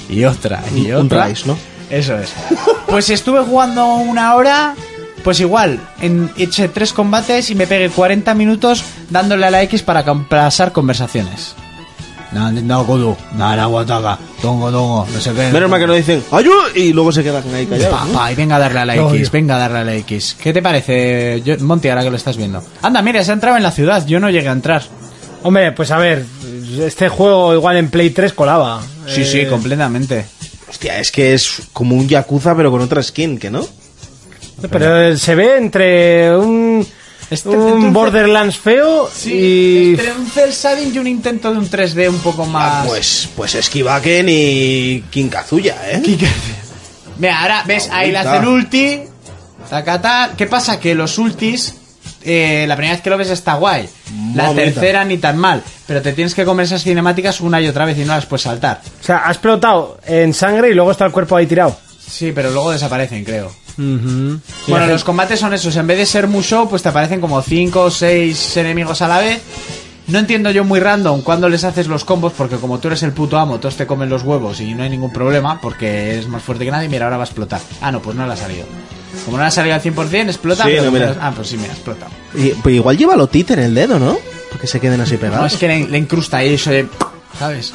S5: y otra, y
S7: Un- un
S5: otra.
S7: rice, ¿no?
S5: Eso es. Pues estuve jugando una hora, pues igual, en, eché tres combates y me pegué 40 minutos dándole a la X para compasar conversaciones. No, no, Kudu, no, la guataca, tongo, tongo, no sé qué.
S7: Menos mal que no dicen ¡Ayuda! Y luego se quedan ahí callados. ¿no?
S5: Papá, y venga a darle a la
S4: Lo
S5: X,
S4: odio.
S5: venga a darle a la X. ¿Qué te parece, yo- Monty, ahora que lo estás viendo? Anda, mira, se ha entrado en la ciudad, yo no llegué a entrar.
S4: Hombre, pues a ver, este juego igual en Play 3 colaba. Eh,
S5: Sí,
S7: Eh.
S5: sí, completamente.
S7: Hostia, es que es como un Yakuza, pero con otra skin, ¿que no?
S4: Pero eh, se ve entre un,
S5: Este-
S4: un
S5: entonces-
S4: Borderlands feo
S5: Sí, este-
S4: y...
S5: entre un cel shading y un intento de un 3D un poco más...
S7: Pues, pues Esquivaken y Kinkazuya, ¿eh?
S5: Mira, ahora ves, ahí le hacen ulti. Tacata. ¿Qué pasa? Que los ultis. eh, la primera vez que lo ves está guay. La
S7: Mamita.
S5: tercera ni tan mal. Pero te tienes que comer esas cinemáticas una y otra vez y no las puedes saltar.
S4: O sea, ha explotado en sangre y luego está el cuerpo ahí tirado.
S5: Sí, pero luego desaparecen, creo. Bueno, los combates son esos. En vez de ser mucho, pues te aparecen como 5 o 6 enemigos a la vez. No entiendo yo muy random cuando les haces los combos, porque como tú eres el puto amo, todos te comen los huevos y no hay ningún problema, porque eres más fuerte que nadie. Mira, ahora va a explotar. Ah, no, pues no le ha salido. Como no le ha salido al 100%, explota.
S7: Sí,
S5: pero
S7: no, mira.
S5: menos- Ah, pues sí, mira, explota.
S7: Y- pero igual lleva lotita en el dedo, ¿no? Porque se queden así
S5: No,
S7: pegados.
S5: es que le, le incrusta ahí eso de. ¿Sabes?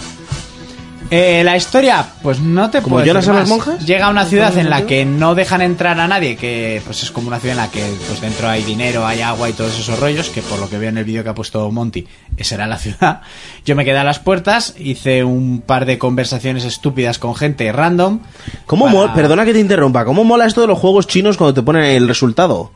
S5: Eh, la historia, pues no te
S7: ¿Como
S5: puedo decir
S7: Jonas a las
S5: más.
S7: monjas?
S5: Llega a una ciudad en la
S7: motivo?
S5: que no dejan entrar a nadie, que pues es como una ciudad en la que pues dentro hay dinero, hay agua y todos esos rollos, que por lo que veo en el vídeo que ha puesto Monty, esa era la ciudad. Yo me quedé a las puertas, hice un par de conversaciones estúpidas con gente random.
S7: ¿Cómo
S5: para-
S7: mol- Perdona que te interrumpa. ¿Cómo mola esto de los juegos chinos cuando te ponen el resultado?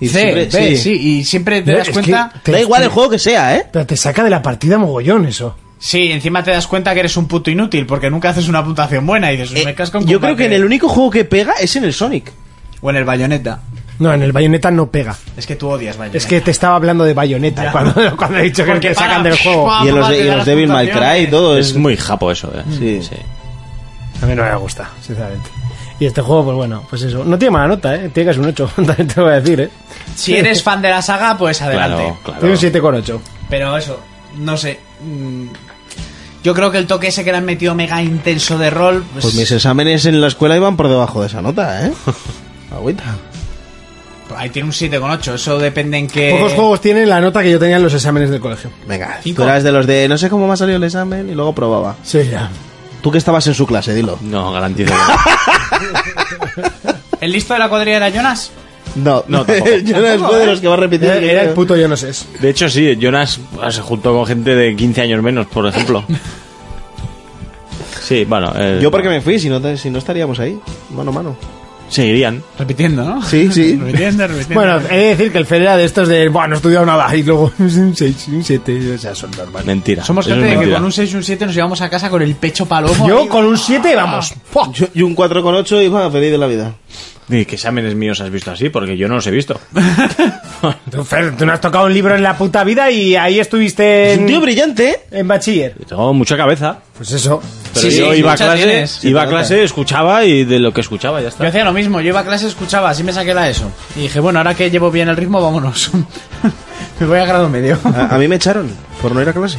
S7: Y
S5: Sí, ve, sí, y siempre te
S7: No,
S5: das
S7: es
S5: cuenta...
S7: que- Da igual el juego que sea, ¿eh?
S4: Pero te saca de la partida mogollón eso.
S5: Sí, encima te das cuenta que eres un puto inútil porque nunca haces una puntuación buena y dices, "Pues me casco en
S7: Eh, Yo creo que en
S5: combate".
S7: el único juego que pega es en el Sonic.
S5: O en el Bayonetta.
S4: No, en el bayoneta no pega.
S5: Es que tú odias Bayonetta.
S4: Es que te estaba hablando de bayoneta cuando, cuando he dicho que
S5: Porque
S4: te sacan
S5: para-
S4: del juego.
S5: Vamos,
S7: Y en los, de- y en
S5: vale,
S7: los
S5: da
S7: Devil
S5: las
S7: May Cry y
S5: puntuaciones.
S7: todo.
S8: Es muy japo eso, ¿eh?
S7: Sí.
S8: sí.
S4: A mí no me gusta, sinceramente. Y este juego, pues bueno, pues eso. No tiene mala nota, ¿eh? Tiene que ser un 8, también te lo voy a decir, ¿eh?
S5: Si eres fan de la saga, pues adelante.
S8: Claro, claro.
S4: Tiene un 7,8.
S5: Pero eso, no sé. mm, Yo creo que el toque ese que le han metido mega intenso de rol, pues,
S7: Pues mis exámenes en la escuela iban por debajo de esa nota, ¿eh? Agüita.
S5: ahí tiene un 7,8. Eso depende en qué.
S4: Pocos juegos tienen la nota que yo tenía en los exámenes del colegio.
S7: Venga,
S5: Cinco.
S7: tú eras de los de no sé cómo me ha salido el examen y luego probaba.
S4: Sí, ya.
S7: Tú que estabas en su clase, dilo.
S8: No, garantizo que no.
S5: ¿El listo de la cuadrilla era Jonas?
S7: No,
S8: No, tampoco.
S7: yo era después de los que va a repetir.
S4: Era, era el puto yo no sé. eso.
S8: De hecho, sí, Jonas se juntó con gente de 15 años menos, por ejemplo. Sí, bueno. eh,
S7: Yo porque me fui, si no, te- si no estaríamos ahí, mano a mano.
S8: Seguirían.
S5: Repitiendo, ¿no?
S7: Sí, sí.
S5: repitiendo, repitiendo.
S4: Bueno, he de decir que el Fer era de estos de, bueno, no he estudiado nada. Y luego un 6, un 7, o sea, son normales.
S8: Mentira.
S5: somos
S8: Eso es
S5: gente de que
S8: mentira.
S5: con un 6 y un 7 nos llevamos a casa con el pecho palomo.
S4: Yo
S5: amigo.
S4: con un 7, vamos. ¡fua!
S7: Yo, yo un 4,8 iba a pedir de la vida.
S8: Ni ¿Qué exámenes míos has visto así? Porque yo no los he visto.
S5: Ah.
S4: Tú, Fer, tú no has tocado un libro en la puta vida y ahí estuviste
S7: Es un tío
S4: en,
S7: brillante, ¿eh?
S4: en bachiller.
S8: Tengo mucha cabeza.
S4: Pues eso.
S8: Pero
S5: Sí,
S8: yo
S5: sí,
S8: iba a
S5: mucha
S8: clase,
S5: tienes.
S8: iba a clase, escuchaba y de lo que escuchaba ya
S5: Yo
S8: está.
S5: hacía lo mismo, yo iba a clase, escuchaba, así me saqué la ESO. Y dije, bueno, ahora que llevo bien el ritmo, vámonos. me voy a grado medio.
S4: Ah.
S7: A, a mí me echaron por no ir a clase.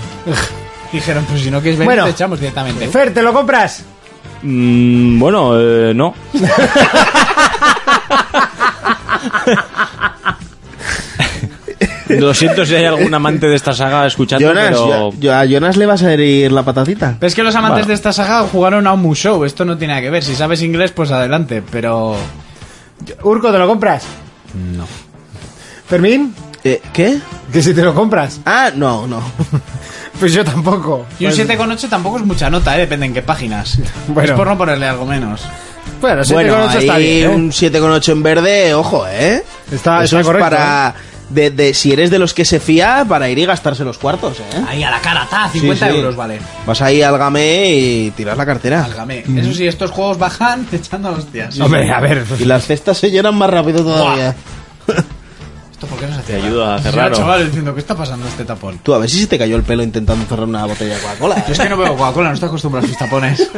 S5: Dijeron, pues si no quieres venir,
S4: Bueno.
S5: te echamos directamente.
S4: Fer, ¿te lo compras?
S8: Mm, bueno, eh, no. lo siento si hay algún amante de esta saga escuchando,
S7: Jonas,
S8: pero...
S7: yo- yo- a Jonas le vas a herir la patatita.
S5: Pero es que los amantes
S8: Bueno.
S5: de esta saga jugaron a un Musou, esto no tiene nada que ver. Si sabes inglés, pues adelante, pero.
S4: Urco, ¿te lo compras?
S8: No.
S4: Fermín,
S7: Eh, ¿Qué?
S4: que si te lo compras.
S7: Ah, no, no.
S4: Pues yo tampoco.
S5: Y un 7,8 tampoco es mucha nota, ¿eh? depende en qué páginas.
S4: Pues- Bueno.
S5: Es por no ponerle algo menos.
S4: Bueno, 7,8
S7: Bueno,
S4: está
S7: ahí
S4: bien. ¿eh?
S7: un 7,8 en verde, ojo, ¿eh?
S4: Está-
S7: Eso
S4: está
S7: es
S4: correcto, ¿eh?
S7: para... De, de- si eres de los que se fía, para ir y gastarse los cuartos, ¿eh?
S5: Ahí a la cara, ta, 50
S7: Sí, sí.
S5: euros vale.
S7: Vas ahí al gamé y tiras la cartera.
S5: Válgame. Eso sí, estos juegos bajan echando hostias.
S4: Hombre, a ver.
S7: Y las cestas se llenan más rápido todavía.
S5: ¿Esto por qué no se hace?
S8: Te ayuda a
S5: Será
S8: cerrar.
S5: el
S8: ¿o?
S5: chaval diciendo, ¿qué está pasando este tapón?
S7: Tú, a ver si se te cayó el pelo intentando cerrar una botella de Coca-Cola. ¿eh?
S5: Yo es que no veo Coca-Cola, no estoy acostumbrado a sus tapones.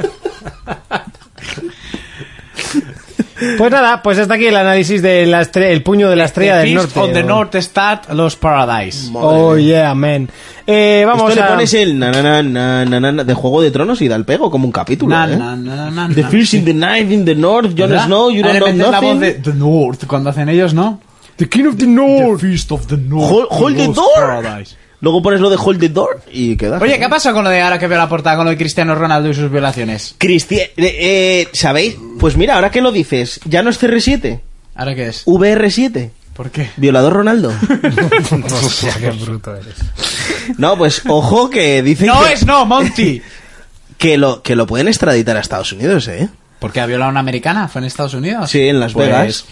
S4: Pues nada, pues hasta aquí el análisis del el puño de la estrella
S5: The
S4: del
S5: Feast
S4: norte.
S5: of the
S4: o-
S5: North Start Los Paradise.
S4: Oh, yeah, man. Eh, vamos
S7: Esto
S4: a...
S7: le pones el na, na, na, na, na, na, na, de Juego de Tronos y da el pego como un capítulo,
S5: Na,
S7: ¿eh?
S5: na, na, na,
S7: The
S5: na.
S7: First in the Night, in the North, Jon
S5: ¿Verdad?
S7: Snow, you
S5: Ahí
S7: don't
S5: le
S7: know
S5: meten la voz
S7: nothing.
S5: de The North cuando hacen ellos, ¿no?
S4: The King of the North.
S5: Feast of the North.
S7: Hold, hold the
S5: Lost
S7: door.
S5: Paradise.
S7: Luego pones lo de Hold the door y queda.
S5: Oye, ¿qué ha pasado con lo de ahora que veo la portada con lo de Cristiano Ronaldo y sus violaciones?
S7: Cristian, eh, eh, ¿sabéis? Pues mira, ahora que lo dices, ya no es CR7,
S5: ¿Ahora qué
S7: Uh.
S5: es?
S7: VR7,
S5: ¿Por qué?
S7: violador Ronaldo.
S4: Hostia, qué bruto eres.
S7: No, pues ojo que dicen
S5: No
S7: que,
S5: es no, Monty.
S7: que lo que lo pueden extraditar a Estados Unidos, ¿eh?
S5: Porque ha violado a una americana, fue en Estados Unidos.
S7: Sí, en Las
S5: Pues,
S7: Vegas.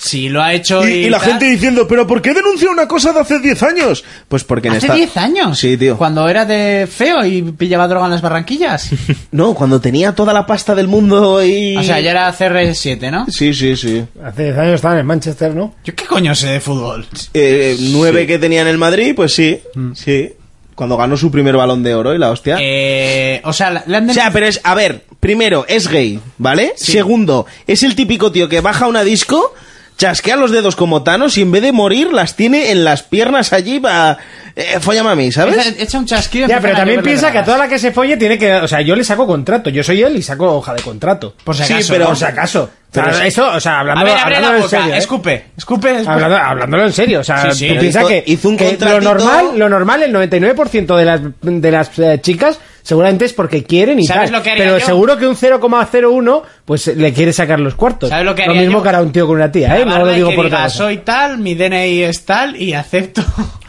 S5: Si lo ha hecho y, tal-
S7: diciendo, pero ¿por qué denuncia una cosa de hace 10 años? Pues porque en
S5: Hace
S7: esta-
S5: 10 años.
S7: Sí, tío.
S5: Cuando era de feo y pillaba droga en las barranquillas.
S7: No, cuando tenía toda la pasta del mundo y...
S5: o sea, ya era CR7, ¿no?
S7: Sí, sí, sí.
S4: Hace 10 años estaban en Manchester, ¿no?
S5: Yo qué coño sé de fútbol.
S7: Eh, nueve que tenía en el Madrid, pues sí,
S4: Mm.
S7: sí. Cuando ganó su primer balón de oro y la hostia.
S5: Eh, o sea, le han
S7: O
S5: den-
S7: sea, pero es, a ver, primero, es gay, ¿vale? Segundo, es el típico tío que baja a una disco, chasquea los dedos como Thanos y en vez de morir las tiene en las piernas allí para... Eh, follame a mí, ¿sabes?
S5: Echa un chasquido.
S4: Ya, pero también piensa que a toda la que se folle tiene que. O sea, yo le saco contrato. Yo soy él y saco hoja de contrato. Por
S5: si acaso,
S4: Sí, pero
S5: ¿no?
S4: por si acaso.
S5: Pero
S4: O sea,
S5: es-
S4: eso, o sea, hablando,
S5: A ver, abre la
S4: hablándolo
S5: boca,
S4: en serio. ¿eh?
S5: escupe, escupe, escupe.
S4: Hablando- hablándolo en serio, o sea,
S5: Sí, sí.
S4: tú piensas
S5: Hizo-
S4: que,
S5: hizo un
S4: que lo
S5: contratito-
S4: normal, lo normal, el 99% de las, de las eh, chicas seguramente es porque quieren y
S5: ¿Sabes
S4: tal,
S5: lo que haría
S4: pero
S5: yo?
S4: seguro que un 0,01 pues le quiere sacar los cuartos.
S5: ¿Sabes lo que haría
S4: mismo
S5: yo?
S4: que hará un tío con una tía, ¿eh? No lo
S5: Grabarla y
S4: digo
S5: que
S4: por
S5: diga,
S4: otra cosa.
S5: soy tal, mi DNI es tal y acepto.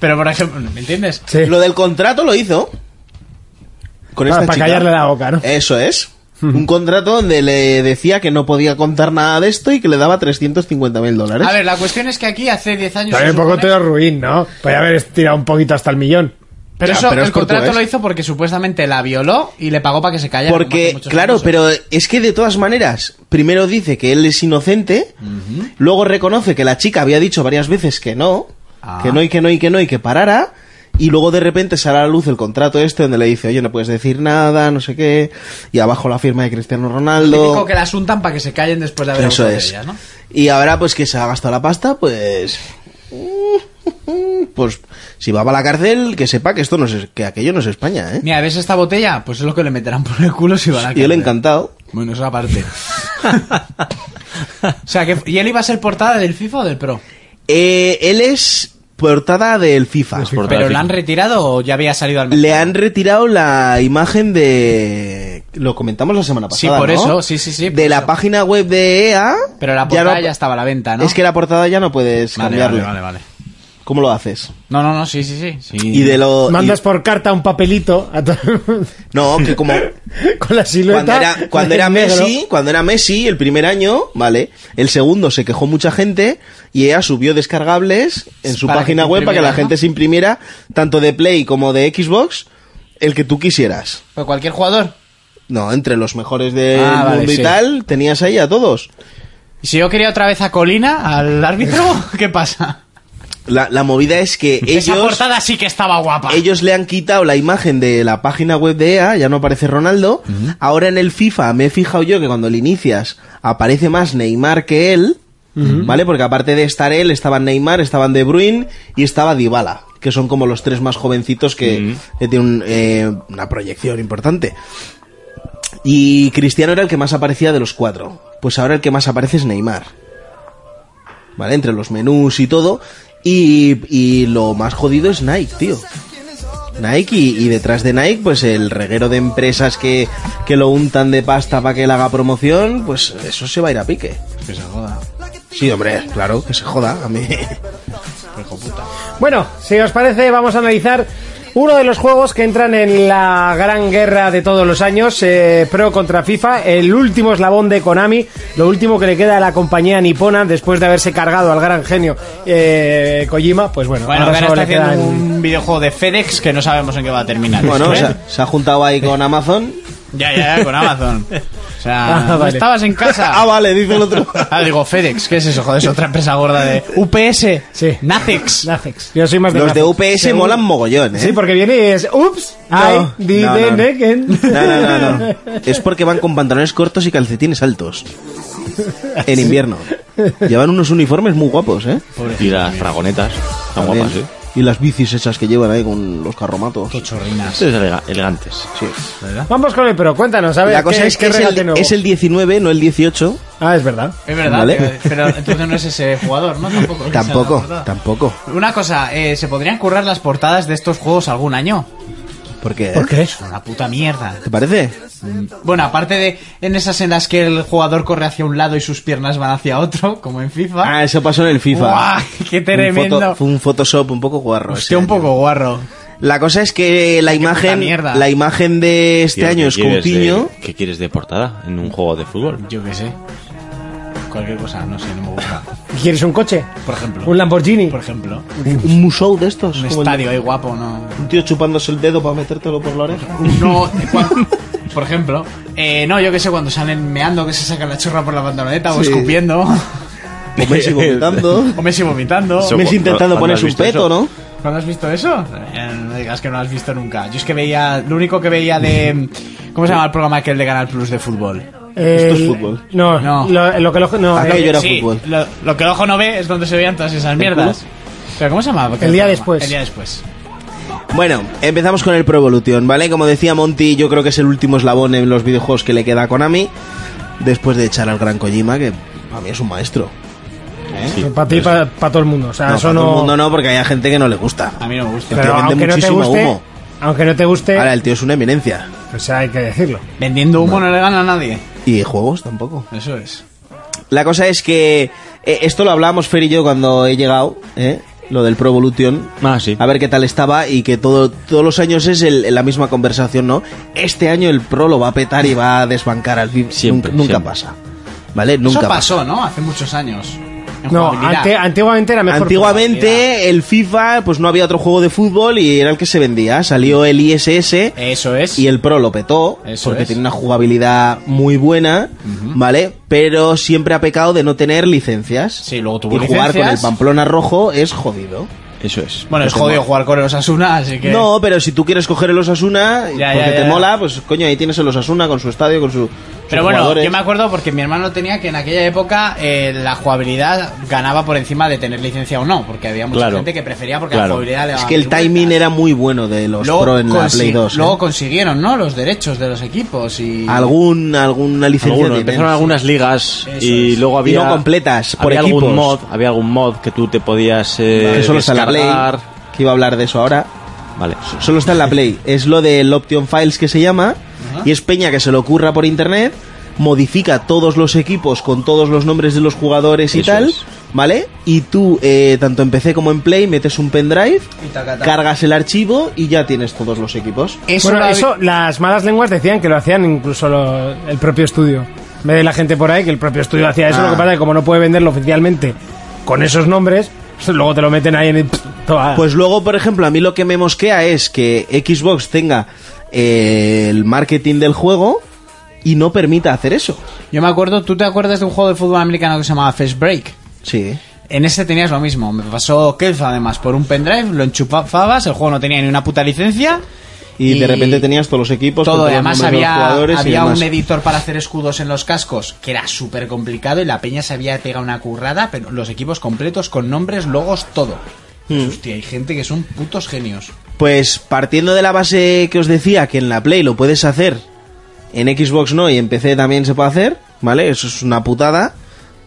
S5: Pero por ejemplo, ¿me entiendes?
S7: Lo del contrato lo hizo. Con
S4: Ah,
S7: esta
S4: para
S7: chica.
S4: callarle la boca, ¿no?
S7: Eso es. Un contrato donde le decía que no podía contar nada de esto y que le daba 350 mil dólares.
S5: A ver, la cuestión es que aquí hace 10 años.
S4: También
S5: se
S4: un poco
S5: supone-
S4: te ruin, ¿no? Podría haber tirado un poquito hasta el millón.
S5: Pero
S7: Ya,
S5: eso,
S7: pero es
S5: el contrato
S4: ¿eh?
S7: portugués.
S5: lo hizo porque supuestamente la violó y le pagó para que se callara. como hace
S7: Porque,
S5: muchos
S7: claro,
S5: años. ¿eh?
S7: pero es que de todas maneras, primero dice que él es inocente, luego reconoce que la chica había dicho varias veces que no, que no y que no y que no y que parara, y luego de repente sale a la luz el contrato este donde le dice, oye, no puedes decir nada, no sé qué, y abajo la firma de Cristiano
S5: Típico
S7: Ronaldo.
S5: que la asuntan para que se callen después de haber
S7: Eso
S5: abusado de
S7: es.
S5: ellas, ¿no?
S7: Y ahora pues que se ha gastado la pasta, pues... Pues si va a la cárcel, que sepa que esto no es, que aquello no es España, ¿eh?
S5: Mira, ¿ves esta botella? Pues es lo que le meterán por el culo si van a la
S7: Y él
S5: cárcel.
S7: encantado.
S5: Bueno, eso aparte. o sea, que y él iba a ser portada del FIFA o del Pro.
S7: Eh, él es portada del FIFA.
S5: ¿Pero la han retirado o ya había salido al mercado?
S7: Le han retirado la imagen de... Lo comentamos la semana
S5: Sí,
S7: pasada.
S5: por
S7: ¿no?
S5: eso, sí, sí, sí. por
S7: De la
S5: eso.
S7: página web de EA...
S5: Pero la
S7: ya
S5: portada ya,
S7: no-
S5: estaba a la venta, ¿no?
S7: Es que la portada ya no puedes
S5: Vale,
S7: cambiarle.
S5: vale, vale, vale.
S7: ¿Cómo lo haces?
S5: No, no, no, sí, sí, sí. sí.
S7: Oh, Y de lo...
S4: Mandas por carta un papelito a todo-
S7: y- No, que como...
S4: con la silueta.
S7: Cuando era, cuando era
S4: en negro.
S7: Messi, cuando era Messi, el primer año, vale, el segundo se quejó mucha gente y EA subió descargables en su
S5: Para que
S7: página
S5: te
S7: web para que la
S5: imprimieran,
S7: gente
S5: ¿no?
S7: se imprimiera, tanto de Play como de Xbox, el que tú quisieras.
S5: Pues cualquier jugador.
S7: No, entre los mejores del
S5: Ah, vale,
S7: mundo y
S5: sí.
S7: tal, tenías ahí a todos.
S5: ¿Y si yo quería otra vez a Colina, al árbitro, ¿qué pasa?
S7: La, la movida es que
S5: Esa
S7: ellos,
S5: portada sí que estaba guapa.
S7: ellos le han quitado la imagen de la página web de EA, ya no aparece Ronaldo. Ahora en el FIFA me he fijado yo que cuando le inicias aparece más Neymar que él, ¿vale? Porque aparte de estar él, estaban Neymar, estaban De Bruyne y estaba Dybala, que son como los tres más jovencitos que, que tienen un, eh, una proyección importante. Y Cristiano era el que más aparecía de los cuatro. Pues ahora el que más aparece es Neymar. ¿Vale? Entre los menús y todo. Y, y lo más jodido es Nike, tío. Nike y, y detrás de Nike, pues el reguero de empresas que, que lo untan de pasta para que él haga promoción, pues eso se va a ir a pique.
S5: Que se joda.
S7: Sí, hombre, claro, que se joda a mí.
S4: Bueno, si os parece, vamos a analizar uno de los juegos que entran en la gran guerra de todos los años, eh, Pro contra FIFA, el último eslabón de Konami, lo último que le queda a la compañía nipona después de haberse cargado al gran genio eh, Kojima, pues bueno,
S5: Bueno, ahora
S4: ahora
S5: está
S4: solo le
S5: haciendo
S4: quedan-
S5: un videojuego de FedEx que no sabemos en qué va a terminar.
S7: Bueno, o
S5: ¿Eh?
S7: sea, se ha juntado ahí con Amazon.
S5: Ya, ya, ya, con Amazon. O sea,
S4: Ah,
S5: ¿no
S4: vale.
S5: estabas en casa.
S7: Ah, vale, dice el otro.
S5: Ah, digo, FedEx, ¿qué es eso? Joder, es otra empresa gorda de UPS.
S4: Sí.
S5: Nacex.
S4: Nacex. Yo soy más de
S7: Los de
S4: Nacex.
S7: UPS
S4: Según-
S7: molan mogollón, ¿eh? Ah,
S4: Sí, porque viene y es, ups,
S7: No,
S4: I did
S7: no, no, no.
S4: it again.
S7: No, no, no, no. Es porque van con pantalones cortos y calcetines altos. En invierno. Llevan unos uniformes muy guapos, ¿eh?
S8: Y las fragonetas. Están
S7: También.
S8: guapas, ¿eh?
S7: Y las bicis esas que llevan ahí con los carromatos.
S5: Chorrinas.
S8: Ustedes elega- elegantes.
S7: Sí.
S4: Vamos con el Pro, cuéntanos, a ver,
S7: La cosa
S4: ¿qué-
S7: es que
S4: qué
S7: es
S4: regate
S7: el,
S4: nuevo?
S7: es el 19, no el 18.
S4: Ah, es verdad.
S5: Es verdad,
S7: Vale.
S5: que- pero entonces no es ese jugador, ¿no? Tampoco. que sea
S7: Tampoco,
S5: la portada.
S7: tampoco.
S5: Una cosa, eh, ¿se podrían currar las portadas de estos juegos algún año?
S7: ¿Por qué?
S5: Es una puta mierda.
S7: ¿Te parece?
S5: Bueno, aparte de en esas en las que el jugador corre hacia un lado y sus piernas van hacia otro, como en FIFA.
S7: Ah, eso pasó en el FIFA.
S5: ¡Guau! ¡Qué tremendo!
S7: Un foto- fue un Photoshop un poco guarro. ese
S5: Hostia, un
S7: año.
S5: poco guarro.
S7: La cosa es que la
S5: puta
S7: imagen,
S5: mierda.
S7: la imagen de este
S8: Tío, ¿qué
S7: año es
S8: quieres de-
S7: Coutinho.
S8: ¿Qué quieres de portada en un juego de fútbol?
S5: Yo qué sé. Cualquier cosa, no sé, no me gusta.
S4: ¿Quieres un coche?
S5: Por ejemplo.
S4: ¿Un Lamborghini?
S5: Por ejemplo.
S7: Un musou de estos.
S5: Un
S7: como el-
S5: estadio ahí guapo, ¿no?
S7: Un tío chupándose el dedo para metértelo por la oreja.
S5: No, cua- por ejemplo. Eh, no, yo qué sé, cuando salen meando que se sacan la chorra por la pantaloneta o
S7: Sí.
S5: escupiendo.
S7: O Pues Messi vomitando.
S5: O Messi vomitando.
S8: Eso-
S7: Messi intentando
S8: ¿Cuándo
S7: poner
S8: has
S7: su
S8: visto
S7: peto,
S8: eso?
S7: ¿no?
S5: ¿Cuándo has visto eso? Eh, No digas que no lo has visto nunca. Yo es que veía, lo único que veía de... ¿Cómo se llama el programa aquel de Canal Plus de fútbol?
S4: Eh,
S7: Esto es fútbol. Ah,
S4: No,
S5: No.
S4: Lo, lo que el ojo- no,
S5: Aquello
S4: eh,
S5: era
S4: sí.
S5: fútbol. Lo, lo que el ojo no ve es donde se veían todas esas mierdas. ¿Pero cómo se llamaba?
S4: El día después.
S5: El día después.
S7: Bueno, empezamos con el Pro Evolution, ¿vale? Como decía Monty, yo creo que es el último eslabón en los videojuegos que le queda a Konami. Después de echar al gran Kojima, que para mí es un maestro.
S4: Para ti, para todo el mundo. O sea,
S7: No,
S4: Ah, eso
S7: pa'
S4: no.
S7: todo el mundo no, porque hay gente que no le gusta.
S5: A mí no me gusta.
S4: Pero
S7: vende
S4: aunque no te
S7: muchísimo
S4: guste,
S7: humo.
S4: aunque no te guste,
S7: Ahora, el tío es una eminencia.
S4: o sea, hay que decirlo.
S5: Vendiendo humo no le gana a nadie.
S7: Y juegos tampoco.
S5: Eso es.
S7: La cosa es que eh, esto lo hablábamos Fer y yo cuando he llegado, ¿eh? lo del Pro Evolution.
S8: Ah,
S7: A ver qué tal estaba y que todo, todos los años es el- la misma conversación, ¿no? Este año el Pro lo va a petar y va a desbancar al FIFA. Siempre, nunca
S8: siempre.
S7: pasa. ¿Vale? Nunca
S5: Eso
S7: pasa.
S5: pasó, ¿no? Hace muchos años. En
S4: No,
S5: jugabilidad.
S4: ante- antiguamente era mejor.
S7: Antiguamente el FIFA pues no había otro juego de fútbol y era el que se vendía. Salió el ISS
S5: Eso es.
S7: y el Pro lo petó
S5: Eso
S7: porque
S5: es.
S7: tiene una jugabilidad muy buena, ¿vale? Pero siempre ha pecado de no tener licencias.
S5: Sí, luego tuvo
S7: y jugar con el
S5: licencias.
S7: Pamplona rojo es jodido.
S8: Eso es.
S5: Bueno, es
S7: Porque
S5: jodido
S7: no-
S5: jugar con los Asuna, así que.
S7: No, pero si tú quieres coger el Osasuna
S5: Ya,
S7: porque
S5: ya,
S7: te
S5: ya.
S7: mola, pues coño, ahí tienes el Osasuna con su estadio, con su
S5: Pero
S7: sus
S5: bueno,
S7: jugadores.
S5: yo me acuerdo porque mi hermano tenía que en aquella época eh, la jugabilidad ganaba por encima de tener licencia o no, porque había mucha
S8: Claro.
S5: gente que prefería porque la
S8: Claro.
S5: jugabilidad le
S7: Es
S5: daba
S7: que el
S5: mil vueltas.
S7: timing era muy bueno de los
S5: Luego
S7: Pro en la
S5: consi-
S7: Play 2. ¿eh?
S5: Luego consiguieron, ¿no? Los derechos de los equipos y.
S7: Algún, alguna licencia
S8: Alguno,
S7: tienen,
S8: empezaron
S7: sí.
S8: algunas ligas
S5: Eso
S8: y
S5: es.
S8: luego
S7: Y
S8: había
S7: no completas, por
S8: había
S7: equipos.
S8: algún mod, había algún mod que tú te podías eh,
S7: que solo está en la Play.
S8: descargar.
S7: Que iba a hablar de eso ahora.
S8: Vale.
S7: Solo está en la Play. Es lo del Option Files que se llama. Y es Peña que se lo ocurra por internet. Modifica todos los equipos con todos los nombres de los jugadores y
S8: Eso
S7: tal.
S8: es.
S7: ¿Vale? Y tú, eh, tanto en PC como en Play, metes un pendrive,
S5: Y taca, Eh. taca.
S7: cargas el archivo y ya tienes todos los equipos.
S5: Eso
S4: Bueno,
S5: lo-
S4: eso, las malas lenguas decían que lo hacían incluso lo- el propio estudio. Me de la gente por ahí que el propio estudio hacía eso.
S7: Ah.
S4: Lo que pasa es que como no puede venderlo oficialmente con esos nombres, pues luego te lo meten ahí en el. Toma.
S7: Pues luego, por ejemplo, a mí lo que me mosquea es que Xbox tenga eh, el marketing del juego y no permita hacer eso.
S5: Yo me acuerdo, ¿tú te acuerdas de un juego de fútbol americano que se llamaba Fast Break?
S7: Sí.
S5: En este tenías lo mismo. Me pasó Kelf además por un pendrive, lo enchufabas, el juego no tenía ni una puta licencia.
S7: Y, de repente tenías todos los equipos, con
S5: todo.
S7: todos
S5: y además
S7: los nombres de Pues los
S5: había,
S7: jugadores y
S5: había
S7: demás.
S5: un editor para hacer escudos en los cascos que era súper complicado y la peña se había pegado una currada, pero los equipos completos con nombres, logos, todo. Hostia, hay gente que son putos genios.
S7: Pues partiendo de la base que os decía, que en la Play lo puedes hacer, en Xbox no y en PC también se puede hacer, ¿vale? Eso es una putada,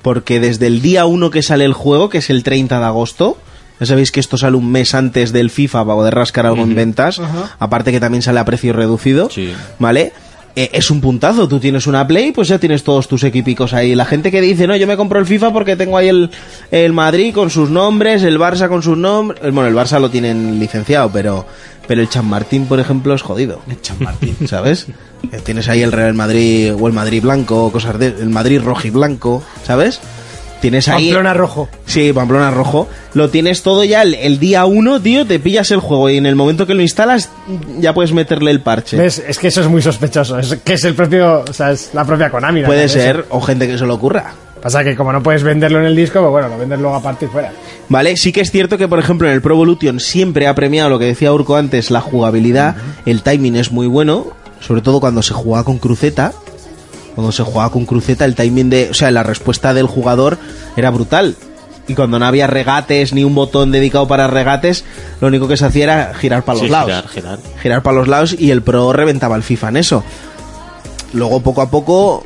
S7: porque desde el día 1 que sale el juego, que es el 30 de agosto, ya sabéis que esto sale un mes antes del FIFA para poder rascar algo en ventas, aparte que también sale a precio reducido,
S8: Sí.
S7: ¿vale? Eh, es un puntazo, tú tienes una Play, pues ya tienes todos tus equipicos ahí. La gente que dice, no, yo me compro el FIFA porque tengo ahí el, el Madrid con sus nombres, el Barça con sus nombres... Bueno, el Barça lo tienen licenciado, pero, pero el Chan Martín, por ejemplo, es jodido.
S5: Chan Martín.
S7: ¿sabes? Eh, Tienes ahí el Real Madrid o el Madrid blanco, cosas de el Madrid rojo y blanco, ¿sabes? Tienes ahí
S4: Pamplona rojo.
S7: Sí, Pamplona rojo. Lo tienes todo ya el, el día uno, tío, te pillas el juego y en el momento que lo instalas ya puedes meterle el parche.
S4: ¿Ves? Es que eso es muy sospechoso. Es que es el propio. O sea, es la propia Konami. la
S7: Puede
S4: verdad,
S7: ser o gente que se lo ocurra.
S4: eso. Pasa que como no puedes venderlo en el disco, pues bueno, lo vendes luego aparte y fuera.
S7: ¿Vale? Sí que es cierto que, por ejemplo, en el Pro Evolution siempre ha premiado lo que decía Urco antes, la jugabilidad, el timing es muy bueno, sobre todo cuando se juega con cruceta. Cuando se jugaba con cruceta, el timing de. O sea, la respuesta del jugador era brutal. Y cuando no había regates ni un botón dedicado para regates, lo único que se hacía era girar para los
S8: Sí,
S7: lados
S8: girar, girar.
S7: girar para los lados y el pro reventaba el FIFA en eso. Luego poco a poco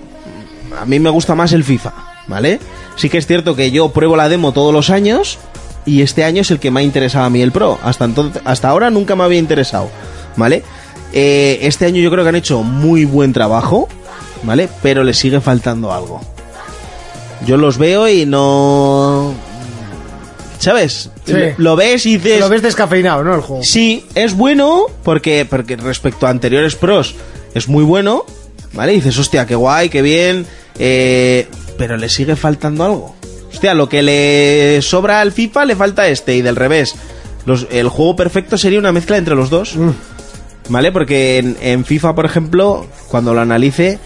S7: a mí me gusta más el FIFA, ¿vale? Sí que es cierto que yo pruebo la demo todos los años y este año es el que me ha interesado a mí el pro. Hasta entonces, hasta ahora nunca me había interesado, ¿vale? Eh, este año yo creo que han hecho muy buen trabajo, ¿vale? Pero le sigue faltando algo. Yo los veo y no... ¿Sabes?
S4: Sí.
S7: Lo- Lo ves y dices...
S4: Lo ves descafeinado, ¿no? El juego.
S7: Sí, es bueno porque, porque respecto a anteriores pros es muy bueno, ¿vale? Y dices, hostia, qué guay, qué bien, eh, pero le sigue faltando algo. Hostia, lo que le sobra al FIFA le falta este y del revés. Los- el juego perfecto sería una mezcla entre los dos, ¿vale? Porque en, en FIFA, por ejemplo, cuando lo analice,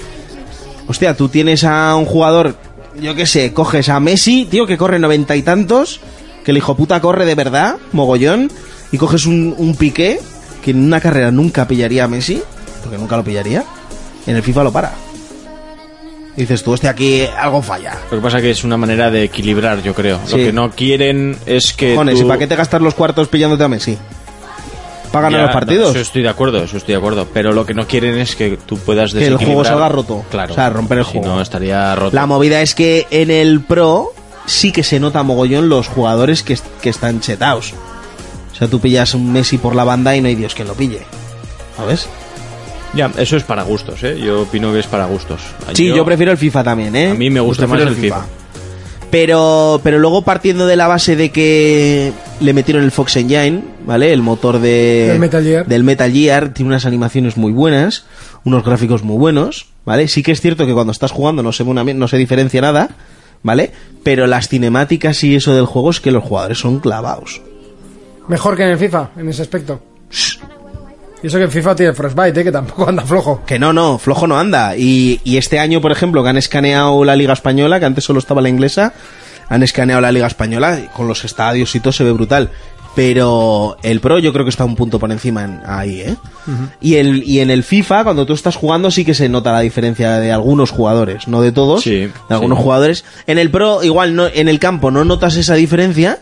S7: hostia, tú tienes a un jugador, yo qué sé, coges a Messi, tío, que corre noventa y tantos, que el hijo puta corre de verdad, mogollón, y coges un, un piqué, que en una carrera nunca pillaría a Messi, porque nunca lo pillaría, en el FIFA lo para. Y dices tú, hostia, aquí algo falla.
S8: Lo que pasa que es una manera de equilibrar, yo creo.
S7: Sí.
S8: Lo que no quieren es que.
S7: Cojones,
S8: Eh, tú-
S7: ¿y para qué te gastas los cuartos pillándote a Messi? ¿Para ganar
S8: Ya,
S7: los partidos?
S8: no, eso estoy de acuerdo, eso estoy de acuerdo. Pero lo que no quieren es que tú puedas
S7: Que el
S8: desequilibrar.
S7: juego salga roto.
S8: Claro.
S7: O sea, romper el
S8: Si
S7: juego.
S8: no, estaría roto.
S7: La movida es que en el Pro sí que se nota mogollón los jugadores que, que están chetados. O sea, tú pillas un Messi por la banda y no hay Dios que lo pille. ¿Sabes?
S8: Ya, eso es para gustos, ¿eh? Yo opino que es para gustos.
S7: Sí, yo, prefiero el FIFA también, ¿eh?
S8: A mí me gusta
S7: Yo
S8: más
S7: prefiero
S8: el FIFA.
S7: Pero, pero luego partiendo de la base de que le metieron el Fox Engine, ¿vale? El motor de,
S4: Del Metal Gear.
S7: del Metal Gear, tiene unas animaciones muy buenas, unos gráficos muy buenos, ¿vale? Sí que es cierto que cuando estás jugando no se, ve una mi- no se diferencia nada, ¿vale? Pero las cinemáticas y eso del juego es que los jugadores son clavados.
S4: Mejor que en el FIFA, en ese aspecto. Y eso que en FIFA tiene Frostbite, ¿eh? que tampoco anda flojo.
S7: Que no, no, flojo no anda. Y, y este año, por ejemplo, que han escaneado la Liga Española, que antes solo estaba la inglesa, han escaneado la Liga Española, y con los estadios y todo se ve brutal. Pero el Pro yo creo que está un punto por encima en- ahí, ¿eh? Y, el, y en el FIFA, cuando tú estás jugando, sí que se nota la diferencia de algunos jugadores, no de todos, de algunos
S8: sí.
S7: jugadores. En el Pro, igual, no, en el campo no notas esa diferencia,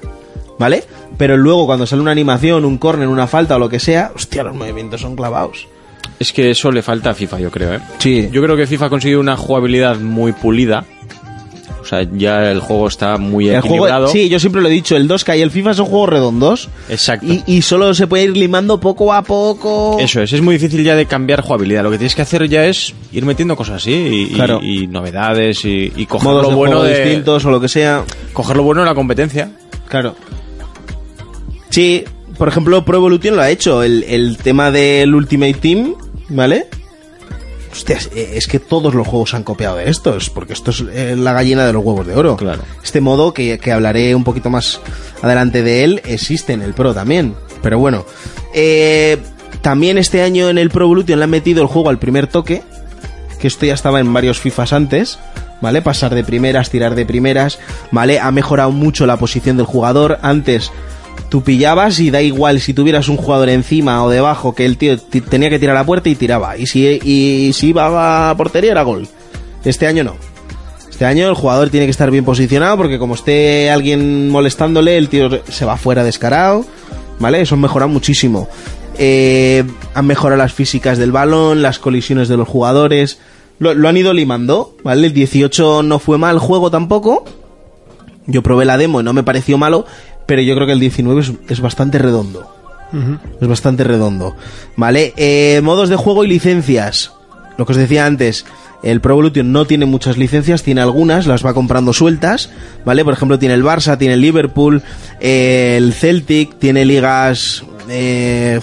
S7: ¿vale? Pero luego cuando sale una animación, un córner, una falta o lo que sea, hostia, los movimientos son clavados.
S8: Es que eso le falta a FIFA, yo creo, ¿eh?
S7: Sí.
S8: Yo creo que FIFA ha conseguido una jugabilidad muy pulida. O sea, ya el juego está muy
S7: El juego-
S8: equilibrado.
S7: sí, yo siempre lo he dicho, el 2K y el FIFA son juegos redondos
S8: Exacto.
S7: y, y solo se puede ir limando poco a poco.
S8: Eso es, es muy difícil ya de cambiar jugabilidad. Lo que tienes que hacer ya es ir metiendo cosas así y, y-
S7: Claro.
S8: y novedades y, y coger
S7: modos
S8: lo
S7: de
S8: bueno
S7: juego
S8: de
S7: distintos o lo que sea.
S8: coger lo bueno de la competencia.
S7: Claro. Sí, por ejemplo, Pro Evolution lo ha hecho, el, el tema del Ultimate Team, ¿vale? Hostias, eh, es que todos los juegos han copiado de estos, porque esto es eh, la gallina de los huevos de oro. Claro. Este modo, que, que hablaré un poquito más adelante de él, existe en el Pro también. Pero bueno, eh, también este año en el Pro Evolution le han metido el juego al primer toque, que esto ya estaba en varios FIFAs antes, ¿vale? Pasar de primeras, tirar de primeras, ¿vale? Ha mejorado mucho la posición del jugador. Antes tú pillabas y da igual si tuvieras un jugador encima o debajo que el tío ti- tenía que tirar a puerta y tiraba. Y si, y si iba a portería era gol. Este año no. Este año el jugador tiene que estar bien posicionado porque como esté alguien molestándole, el tío se va fuera descarado. ¿Vale? Eso han mejorado muchísimo. Eh, han mejorado las físicas del balón, las colisiones de los jugadores. Lo, lo han ido limando, ¿vale? El 18 no fue mal juego tampoco. Yo probé la demo y no me pareció malo, pero yo creo que el 19 es, es bastante redondo. Es bastante redondo. ¿Vale? Eh, modos de juego y licencias. Lo que os decía antes, el Pro Evolution no tiene muchas licencias, tiene algunas, las va comprando sueltas. ¿Vale? Por ejemplo, tiene el Barça, tiene el Liverpool, eh, el Celtic, tiene ligas. eh,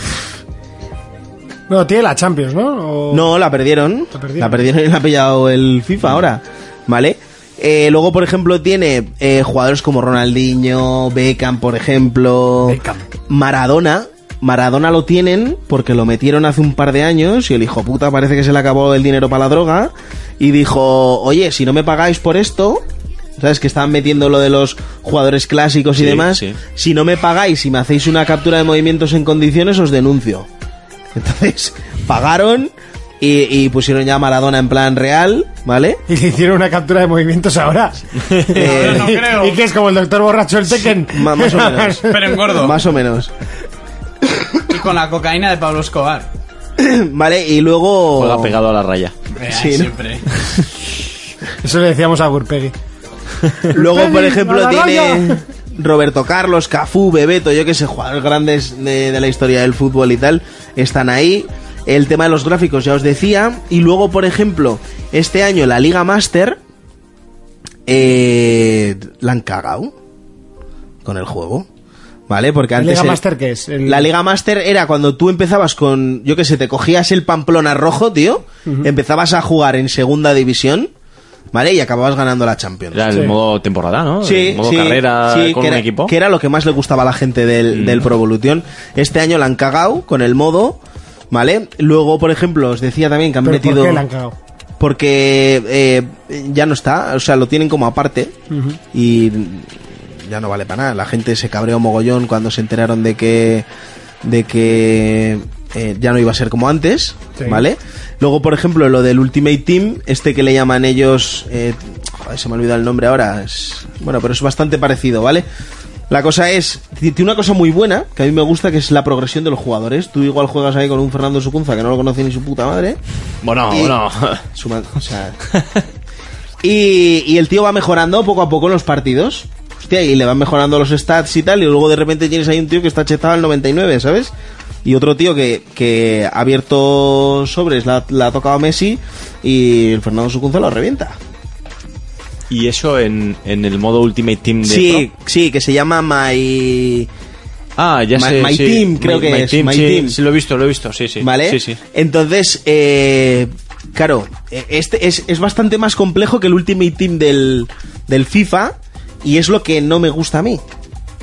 S4: No, tiene la Champions, ¿no? O-
S7: no, la perdieron.
S4: La perdieron.
S7: La perdieron y la ha pillado el FIFA ahora. ¿Vale? Eh, luego, por ejemplo, tiene eh, jugadores como Ronaldinho, Beckham, por ejemplo. Maradona. Maradona lo tienen porque lo metieron hace un par de años y el hijo puta parece que se le acabó el dinero para la droga. Y dijo, oye, si no me pagáis por esto, ¿sabes? Que estaban metiendo lo de los jugadores clásicos y
S8: Sí,
S7: demás.
S8: sí.
S7: Si no me pagáis y me hacéis una captura de movimientos en condiciones, os denuncio. Entonces pagaron y, y pusieron ya a Maradona en plan real, ¿vale?
S4: Y le hicieron una captura de movimientos ahora.
S7: Eh,
S4: Y que es como el doctor borracho el Tekken.
S7: ma- más o menos.
S5: Pero en gordo.
S7: Más o menos.
S5: Y con la cocaína de Pablo Escobar.
S7: Vale, y luego...
S8: Juega pegado a la raya.
S5: Eh,
S7: Sí, ¿no?
S5: siempre.
S4: Eso le decíamos a Gurpegui.
S7: Luego, por
S4: Félix,
S7: ejemplo,
S4: la
S7: tiene
S4: raya.
S7: Roberto Carlos, Cafú, Bebeto, yo que sé, jugadores grandes de, de la historia del fútbol y tal, están ahí. El tema de los gráficos ya os decía. Y luego, por ejemplo, este año la Liga Master eh, la han cagado con el juego. ¿Vale? Porque
S4: ¿La
S7: antes...
S4: Liga
S7: el-
S4: Master qué es? El-
S7: La Liga Master era cuando tú empezabas con, yo que sé, te cogías el Pamplona rojo, tío, empezabas a jugar en segunda división, ¿vale? Y acababas ganando la Champions.
S8: Era el modo temporada, ¿no?
S7: Sí,
S8: el modo
S7: sí,
S8: carrera
S7: sí,
S8: con
S7: que
S8: un
S7: era,
S8: equipo. Mm.
S7: que era lo que más le gustaba a la gente del, del Pro Evolution. Este año la han cagado con el modo, ¿vale? Luego, por ejemplo, os decía también que han
S4: ¿Pero
S7: metido...
S4: ¿Por qué la han cagado?
S7: Porque eh, ya no está, o sea, lo tienen como aparte y ya no vale para nada. La gente se cabreó mogollón cuando se enteraron de que de que eh, ya no iba a ser como antes,
S4: Sí.
S7: ¿vale? Luego, por ejemplo, lo del Ultimate Team, este que le llaman ellos. eh, joder, se me ha olvidado el nombre ahora. es- bueno, pero es bastante parecido, ¿vale? La cosa es, ti- tiene una cosa muy buena, que a mí me gusta, que es la progresión de los jugadores. Tú igual juegas ahí con un Fernando Sucunza que no lo conoce ni su puta madre.
S8: Bueno,
S7: Y-
S8: bueno.
S7: su ma- o sea, y, y el tío va mejorando poco a poco en los partidos. Hostia, y le van mejorando los stats y tal. Y luego de repente tienes ahí un tío que está chetado al 99, ¿sabes? Y otro tío que, que ha abierto sobres, la, la ha tocado a Messi. Y el Fernando Sucunza lo revienta.
S8: Y eso en, en el modo Ultimate Team de
S7: Sí, sí, que se llama My.
S8: Ah, ya
S7: My,
S8: sé,
S7: My
S8: sí.
S7: Team, creo
S8: My-
S7: que
S8: My
S7: es.
S8: Team,
S7: My
S8: sí,
S7: Team.
S8: sí, lo he visto, lo he visto, sí, sí.
S7: ¿Vale?
S8: Sí, sí.
S7: Entonces, eh, claro, eh, este es, es bastante más complejo que el Ultimate Team del, del FIFA y es lo que no me gusta a mí.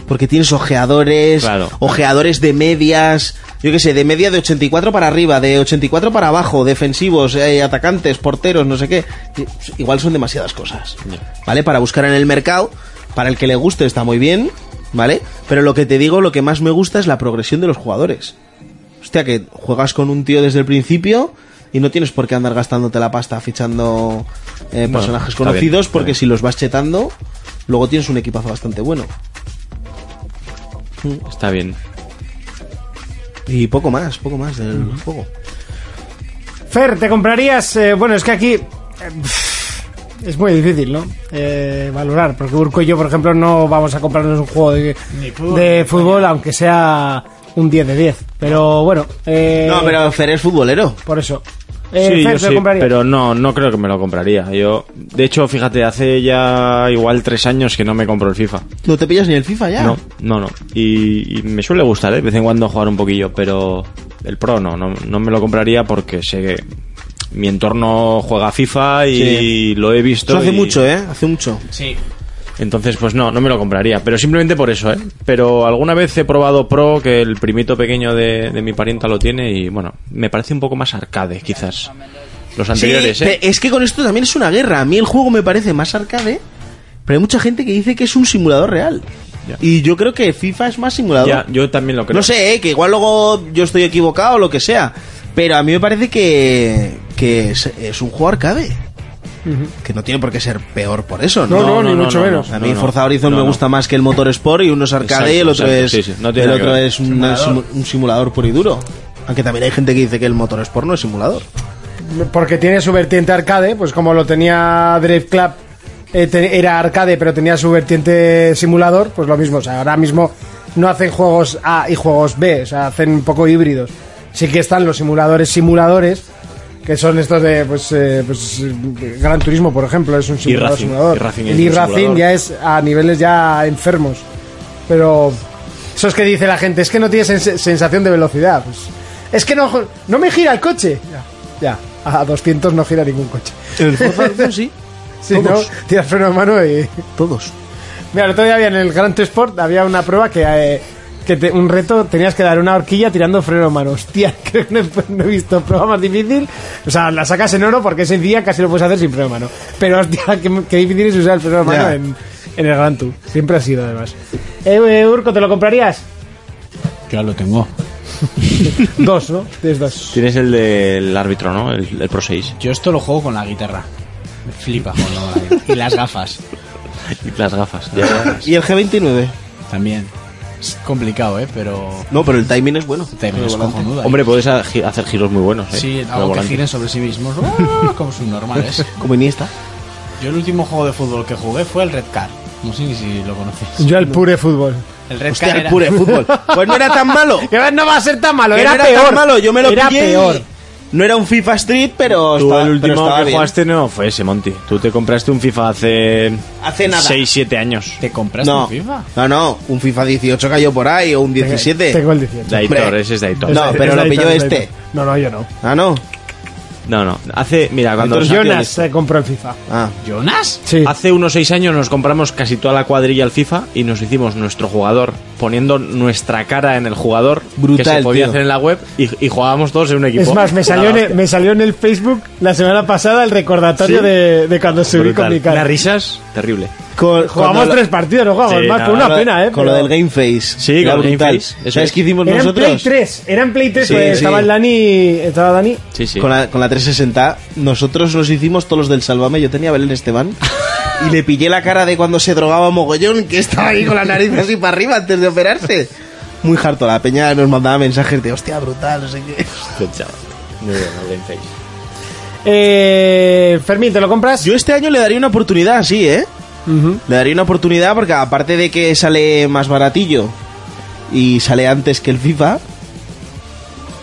S7: Porque tienes ojeadores,
S8: Claro.
S7: ojeadores de medias, yo qué sé, de media de 84 para arriba, de 84 para abajo, defensivos, eh, atacantes, porteros, no sé qué. Igual son demasiadas cosas. ¿vale? Para buscar en el mercado. Para el que le guste está muy bien, ¿vale? Pero lo que te digo, lo que más me gusta es la progresión de los jugadores. Hostia, que juegas con un tío desde el principio y no tienes por qué andar gastándote la pasta fichando eh,
S8: Bueno,
S7: personajes
S8: está bien,
S7: conocidos,
S8: está
S7: porque
S8: bien.
S7: si los vas chetando, luego tienes un equipazo bastante bueno.
S8: Está bien.
S7: Y poco más, poco más del juego.
S4: Fer, ¿te comprarías? eh, bueno, es que aquí eh, pff, es muy difícil, ¿no? Eh, valorar, porque Urco y yo, por ejemplo, no vamos a comprarnos un juego de, de fútbol, aunque sea un 10 de 10. Pero bueno, eh,
S7: No, pero Fer es futbolero.
S4: por eso. Eh,
S8: sí,
S4: Fer,
S8: yo
S4: ¿te
S8: sí,
S4: comprarías?
S8: pero no, no creo que me lo compraría. Yo, de hecho, fíjate, hace ya igual tres años que no me compro el FIFA.
S7: No te pillas ni el FIFA ya.
S8: No, no, no. Y, y me suele gustar, ¿eh? de vez en cuando jugar un poquillo, pero el Pro no, no, no me lo compraría porque sé que mi entorno juega FIFA y
S7: Sí.
S8: lo he visto.
S7: Eso hace
S8: y-
S7: mucho, ¿eh? Hace mucho.
S5: Sí.
S8: Entonces, pues no, no me lo compraría, pero simplemente por eso, ¿eh? Pero alguna vez he probado Pro, que el primito pequeño de, de mi parienta lo tiene y bueno, me parece un poco más arcade, quizás. Los anteriores,
S7: Sí,
S8: ¿eh?
S7: pe- Es que con esto también es una guerra. A mí el juego me parece más arcade, pero hay mucha gente que dice que es un simulador real.
S8: Ya.
S7: Y yo creo que FIFA es más simulador.
S8: Ya, yo también lo creo.
S7: no sé, eh, que igual luego yo estoy equivocado o lo que sea. Pero a mí me parece que, que es, es un juego arcade. Que no tiene por qué ser peor por eso, ¿no?
S4: No, no, ni mucho menos.
S7: A mí
S8: no, no.
S7: Forza Horizon
S8: No,
S7: me
S8: no.
S7: gusta más que el motor Sport y uno es arcade
S8: Exacto,
S7: y el otro
S8: exacto,
S7: es,
S8: sí, sí. No tiene
S7: el
S8: nada que
S7: otro
S8: ver.
S7: es una simu- un simulador puro y duro. Aunque también hay gente que dice que el motor Sport no es simulador.
S4: Porque tiene su vertiente arcade, pues como lo tenía Drive Club, eh, te- era arcade, pero tenía su vertiente simulador, pues lo mismo. O sea, ahora mismo no hacen juegos A y juegos B, o sea, hacen un poco híbridos. Sí que están los simuladores simuladores, que son estos de, pues, eh, pues, eh, Gran Turismo, por ejemplo, es un simulador.
S8: Racing,
S4: simulador.
S8: y Racing es
S4: El
S8: un
S4: iRacing
S8: simulador.
S4: ya es a niveles ya enfermos. Pero eso es que dice la gente, es que no tiene sens- sensación de velocidad. Pues, es que no, jo- no me gira el coche. Ya, ya, a 200 no gira ningún coche.
S7: El Forza Horizon sí.
S4: Si
S7: Todos.
S4: no, tiras freno de mano y...
S7: Todos.
S4: Mira, el otro día había en el Gran Turismo Sport había una prueba que, eh, que te- un reto tenías que dar una horquilla tirando freno de mano. Hostia, creo que no he, pues, no he visto prueba más difícil. O sea, la sacas en oro porque ese día casi lo puedes hacer sin freno de mano. Pero hostia, qué, qué difícil es usar el freno de mano
S7: Ya.
S4: en, en el Gran Tour. Siempre ha sido, además. Eh, eh, Urco, ¿te lo comprarías?
S5: Ya lo tengo.
S4: Dos, ¿no? Tienes dos.
S8: Tienes el del árbitro, ¿no? El, el Pro 6.
S5: Yo esto lo juego con la guitarra. Me flipa jugarlo con la guitarra. Y las gafas.
S8: Y las gafas. las gafas.
S7: ¿Y el G29?
S5: También. Es complicado, ¿eh? Pero.
S7: No, pero el timing es bueno.
S5: También es cojonuda.
S8: Hombre, puedes ha- gi- hacer giros muy buenos, ¿eh?
S5: Sí,
S8: Con el
S5: algo que
S8: volante.
S5: giren sobre sí mismos. ¡Ah! Como sus normales.
S7: Como Iniesta.
S5: Yo el último juego de fútbol que jugué fue el Red Car. No sé ni si lo conocéis.
S4: Yo el pure fútbol.
S5: El Red
S7: Hostia,
S5: Car
S7: el
S5: era-
S7: pure fútbol. Pues no era tan malo.
S4: Que va- no va a ser tan malo, ¿eh?
S7: Que
S4: era,
S7: no era
S4: peor.
S7: tan malo, yo me lo
S4: Era
S7: pillé y
S4: peor.
S7: No era un FIFA Street, pero
S8: Tú
S7: estaba-
S8: el
S7: pero
S8: último
S7: estaba
S8: que
S7: bien.
S8: jugaste no fue ese, Monty. Tú te compraste un FIFA hace...
S7: Hace nada.
S8: 6, 7 años.
S5: ¿Te compraste
S7: No.
S5: un FIFA?
S7: no, no, un FIFA 18 cayó por ahí o un 17.
S4: Tengo el 18.
S8: De Aitor,
S7: Hombre.
S8: ese es de Aitor.
S7: No, pero lo
S4: Ahí
S7: pilló
S4: está, ahí está.
S7: este.
S4: No, no, yo no.
S7: Ah, no.
S8: No, no. Hace... Mira, cuando...
S4: Entonces
S8: salió
S4: Jonas
S8: el-
S4: se compró el FIFA.
S7: Ah.
S5: ¿Jonas?
S4: Sí.
S8: Hace unos 6 años nos compramos casi toda la cuadrilla al FIFA y nos hicimos nuestro jugador poniendo nuestra cara en el jugador que
S7: Brutal,
S8: se podía
S7: tío.
S8: hacer en la web y, y jugábamos todos en un equipo.
S4: Es más, me salió, en el, me salió en el Facebook la semana pasada el recordatorio
S8: Sí.
S4: de, de cuando subí con mi cara.
S8: Unas risas terrible.
S4: Jugamos tres partidos, no jugamos
S8: Sí,
S4: más,
S8: nada,
S4: fue una
S8: con lo-
S4: pena, ¿eh?
S7: Con lo
S4: pero-
S7: del Game Face. Sí,
S8: con el Game Face, eso
S7: ¿Sabes
S8: es.
S7: qué hicimos
S4: Era en
S7: nosotros?
S4: Play 3, era en Play 3,
S7: Sí,
S4: pues
S7: sí.
S4: estaba el Dani, estaba Dani.
S7: Con, la, con la 360, nosotros nos hicimos todos los del Salvame. Yo tenía a Belén Esteban y le pillé la cara de cuando se drogaba mogollón, que estaba ahí con la nariz así para arriba antes de operarse. Muy harto, la peña nos mandaba mensajes de hostia brutal, no sé qué.
S8: Muy bien, el Game Face.
S4: Eh, Fermín, ¿te lo compras?
S7: Yo este año le daría una oportunidad, sí, ¿eh? Le daría una oportunidad porque aparte de que sale más baratillo y sale antes que el FIFA,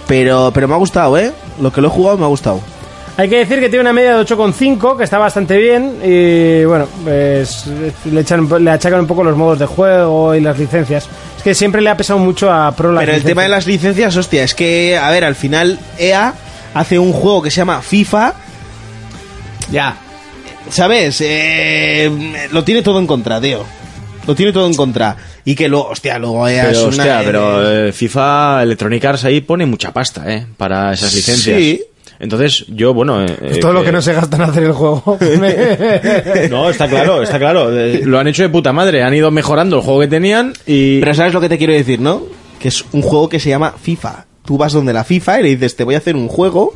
S7: pero, pero me ha gustado, ¿eh? Lo que lo he jugado me ha gustado.
S4: Hay que decir que tiene una media de 8,5, que está bastante bien. Y bueno, pues le, echan, le achacan un poco los modos de juego y las licencias. Es que siempre le ha pesado mucho a Pro la
S7: Pero el tema de las licencias, hostia, es que, a ver, al final EA hace un juego que se llama FIFA,
S5: Ya.
S7: ¿sabes? Eh, lo tiene todo en contra, tío. Lo tiene todo en contra. Y que luego, hostia, luego EA es
S8: Pero,
S7: una-
S8: hostia, pero eh, FIFA Electronic Arts ahí pone mucha pasta, ¿eh? Para esas licencias.
S7: Sí.
S8: Entonces, yo, bueno... eh,
S4: Todo
S8: eh,
S4: lo que no se gasta en hacer el juego.
S8: No, está claro, está claro. Eh, Lo han hecho de puta madre. Han ido mejorando el juego que tenían y...
S7: Pero sabes lo que te quiero decir, ¿no? Que es un juego que se llama FIFA. Tú vas donde la FIFA y le dices, te voy a hacer un juego.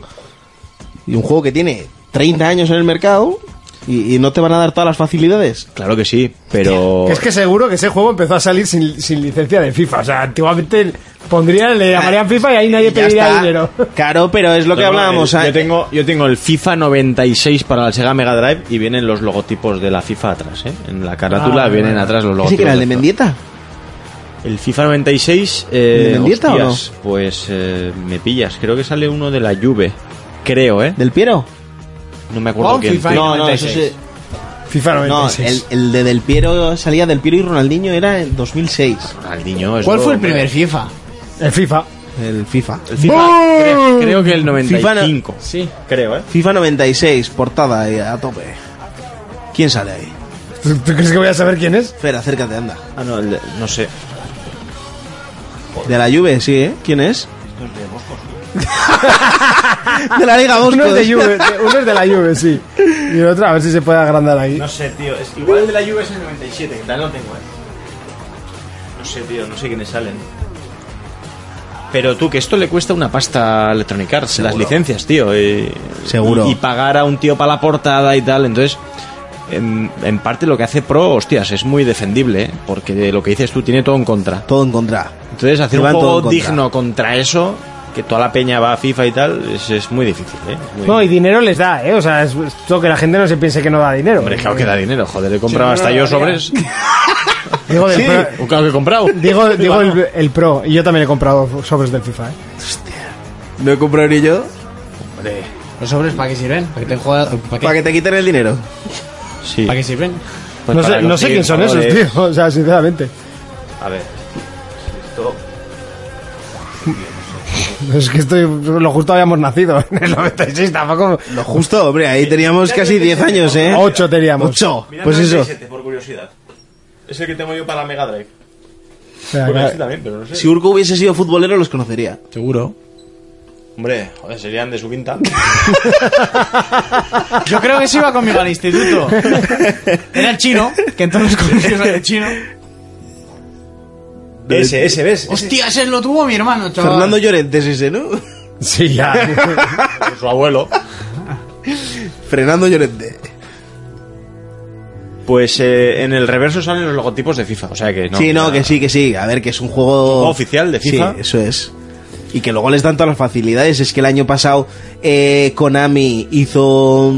S7: Y un juego que tiene 30 años en el mercado. Y, y no te van a dar todas las facilidades.
S8: Claro que sí, pero...
S4: Que es que seguro que ese juego empezó a salir sin, sin licencia de FIFA. O sea, antiguamente pondrían, le llamarían FIFA y ahí nadie
S7: Ya
S4: pediría
S7: está.
S4: dinero.
S7: Claro, pero es lo que
S8: No, no,
S7: hablábamos.
S8: el-
S7: ah,
S8: yo, tengo, yo tengo el FIFA 96 para la Sega Mega Drive y vienen los logotipos de la FIFA atrás, ¿eh? En la carátula
S4: Ah,
S8: vienen atrás los
S7: ¿Ese
S8: logotipos.
S7: que era el
S8: de
S7: de
S8: todo.
S7: Mendieta?
S8: El FIFA 96... Eh,
S7: ¿El de Mendieta o no?
S8: hostias, Pues eh, me pillas. Creo que sale uno de la Juve. Creo, ¿eh?
S7: ¿Del Piero?
S8: No me acuerdo
S5: Pon
S8: quién.
S5: FIFA
S8: tío.
S7: No, no,
S5: 96.
S7: eso sí.
S4: FIFA
S7: No,
S4: 96.
S7: el, el de Del Piero salía Del Piero y Ronaldinho era en 2006.
S8: Ronaldinho, eso,
S5: ¿Cuál fue el
S8: hombre.
S5: primer FIFA?
S4: El FIFA.
S7: El FIFA.
S8: El FIFA, creo, creo que el 95.
S5: Sí.
S8: creo, ¿eh?
S7: FIFA 96, portada ahí, a tope. ¿Quién sale ahí?
S4: ¿Tú, tú crees que voy a saber quién es?
S7: Fer, acércate, anda.
S8: Ah, no, el de- no sé.
S7: De la Juve, sí, ¿eh? ¿Quién es? de la Liga Bosco.
S4: Uno es de, Juve, de- uno es de la Juve, sí. Y el otro, a ver si se puede agrandar ahí.
S8: No sé, tío. Es, igual el de la Juve es el 97, que tal no tengo, ¿eh? No sé, tío. No sé quiénes salen. Pero tú, que esto le cuesta una pasta a Electronic Arts, las licencias, tío. Y,
S7: Seguro.
S8: Y, y pagar a un tío para la portada y tal. Entonces, en, en parte lo que hace Pro, hostias, es muy defendible, ¿eh? Porque lo que dices tú tiene todo en contra.
S7: Todo en contra.
S8: Entonces, hacer
S7: Llevan
S8: un
S7: todo en
S8: juego
S7: contra.
S8: digno contra eso, que toda la peña va a FIFA y tal, es, es muy difícil, ¿eh? Es muy
S4: No, y dinero les da, ¿eh? O sea, es esto que la gente no se piense que no da dinero.
S8: Hombre, claro que da dinero, joder, he comprado hasta yo sobres.
S4: Digo, del
S8: Sí,
S4: pro-
S8: claro que he comprado.
S4: digo, digo el, el pro, y yo también he comprado sobres del FIFA, ¿eh?
S7: ¿No he comprado ni yo?
S5: ¿Los sobres para qué sirven? ¿Para que te juega- ¿Para
S7: Para
S5: qué,
S7: que te quiten el dinero.
S8: Sí.
S5: para qué sirven?
S8: Pues
S4: no, sé,
S8: para
S4: no sé
S8: conseguir
S4: quién son esos,
S8: favores.
S4: tío. O sea, sinceramente.
S8: A ver.
S4: Pues Es que estoy. Lo justo habíamos nacido en el 96, tampoco.
S7: Lo justo, hombre, ahí teníamos casi 10 años, ¿eh?
S4: 8 teníamos.
S7: 8. Pues eso.
S8: por curiosidad. Es el que tengo yo para la Mega Drive.
S4: O sea,
S5: Pues-
S4: claro.
S8: también, pero no sé.
S7: Si Urco hubiese sido futbolero, los conocería.
S5: Seguro.
S8: Hombre, joder, serían de su quinta.
S5: Yo creo que se iba conmigo al instituto. Era el chino, que entonces conocí al chino.
S7: Ese, ese, ¿ves?
S5: Hostia, ese lo tuvo mi hermano, chaval.
S7: Fernando Llorente es ese, ¿no?
S4: Sí, ya.
S8: su abuelo.
S7: Fernando Llorente.
S8: Pues eh, en el reverso salen los logotipos de FIFA. O sea que no.
S7: sí, no, que sí, que sí. A ver, que es un juego...
S8: juego oficial de FIFA.
S7: Sí, eso es. Y que luego les dan todas las facilidades. Es que el año pasado eh, Konami hizo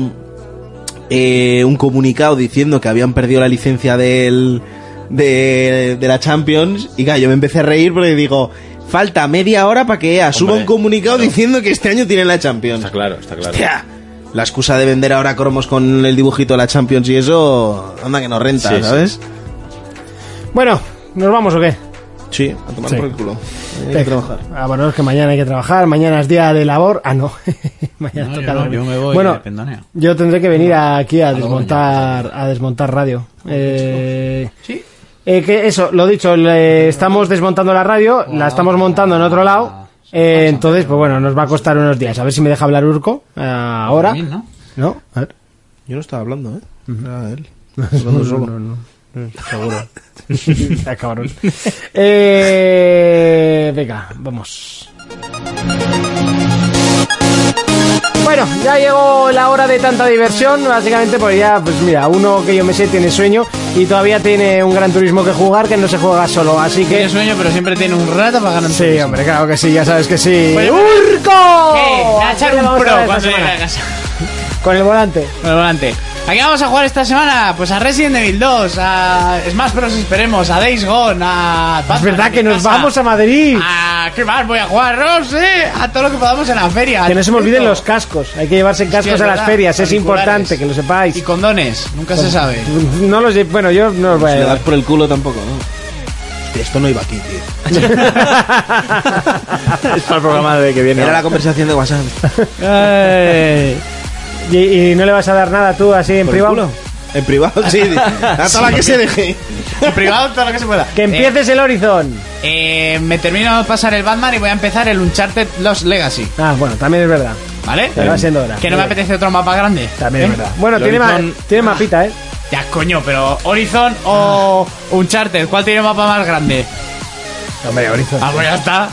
S7: eh, un comunicado diciendo que habían perdido la licencia del, de, de la Champions. Y claro, yo me empecé a reír porque digo... Falta media hora para que EA suba
S8: Hombre,
S7: un comunicado diciendo que este año tienen la Champions.
S8: Está claro, está claro.
S7: Hostia, la excusa de vender ahora cromos con el dibujito de la Champions y eso, anda que no renta,
S8: Sí, sí.
S7: ¿sabes?
S4: bueno, ¿nos vamos o qué?
S7: Sí, a tomar
S4: Sí.
S7: por el culo. Hay que trabajar.
S4: Ah, bueno, es que mañana hay que trabajar, mañana es día de labor. Ah, no. mañana
S5: No,
S4: toca
S5: yo, no,
S4: dormir.
S5: yo me voy
S4: Bueno,
S5: de pendoneo.
S4: yo tendré que venir aquí a desmontar a desmontar radio. Eh,
S5: Sí.
S4: Eh, que eso, lo dicho, le estamos desmontando la radio,
S5: Ah.
S4: la estamos montando en otro lado. eh, entonces, pues bueno, nos va a costar unos días. A ver si me deja hablar Urco eh, ahora.
S5: Bien, ¿no?
S4: ¿No? A ver.
S7: Yo no estaba hablando, ¿eh? Era él.
S4: No,
S7: Hablando solo.
S4: no, no.
S7: Eh, Seguro.
S4: Ah, cabrón. Eh, venga, vamos. Bueno, ya llegó la hora de tanta diversión, básicamente porque ya, pues mira, uno que yo me sé tiene sueño y todavía tiene un gran turismo que jugar que no se juega solo, así que...
S5: Tiene sueño, pero siempre tiene un rato para ganar.
S4: Sí, hombre, claro que sí, ya sabes que sí.
S5: Bueno,
S4: ¡Urco!
S5: Eh, va a echar
S4: Así le
S5: un
S4: Oh, vamos a
S5: pro
S4: dar
S5: cuando
S4: esta
S5: llegue
S4: semana.
S5: a casa.
S4: Con el volante.
S5: Con el volante. ¿A qué vamos a jugar esta semana? Pues a Resident Evil 2, a Smash Bros. Esperemos, a Days Gone, a...
S4: Es verdad que nos vamos a Madrid.
S5: ¿A qué más voy a jugar? No sé, a todo lo que podamos en la feria.
S4: Que no se me olviden
S5: Esto.
S4: los cascos. Hay que llevarse
S5: Sí,
S4: cascos
S5: Ah, es
S4: a las
S5: verdad.
S4: ferias. Es
S5: Auriculares.
S4: importante que lo sepáis.
S5: Y condones, nunca se sabe.
S4: No los lle- Bueno, yo no los voy a
S7: Si le
S4: llevar.
S7: das por el culo tampoco, ¿no? Hostia, esto no iba aquí, tío.
S8: Es para el programa de que viene.
S7: Era la conversación de WhatsApp.
S5: Ay.
S4: ¿Y, y no le vas a dar nada tú así en
S7: ¿Por el
S4: privado?
S7: culo? En privado, sí. Hasta
S5: Sí,
S7: la que
S5: porque-
S7: se deje.
S5: En privado todo lo que se pueda.
S4: Que empieces el Horizon.
S5: Eh, eh, me termino de pasar el Batman y voy a empezar el Uncharted Lost Legacy,
S4: Ah, bueno, también es verdad.
S5: ¿vale?
S4: Ya va siendo hora.
S5: Que no me apetece otro mapa grande.
S4: También
S5: ¿eh?
S4: es verdad. Bueno, tiene, ma-
S8: Horizon-
S4: tiene mapita, ¿eh?
S5: Ya, coño, pero Horizon o Uncharted, ¿cuál tiene mapa más grande?
S4: Hombre, Horizon.
S5: Ah, pues ya está.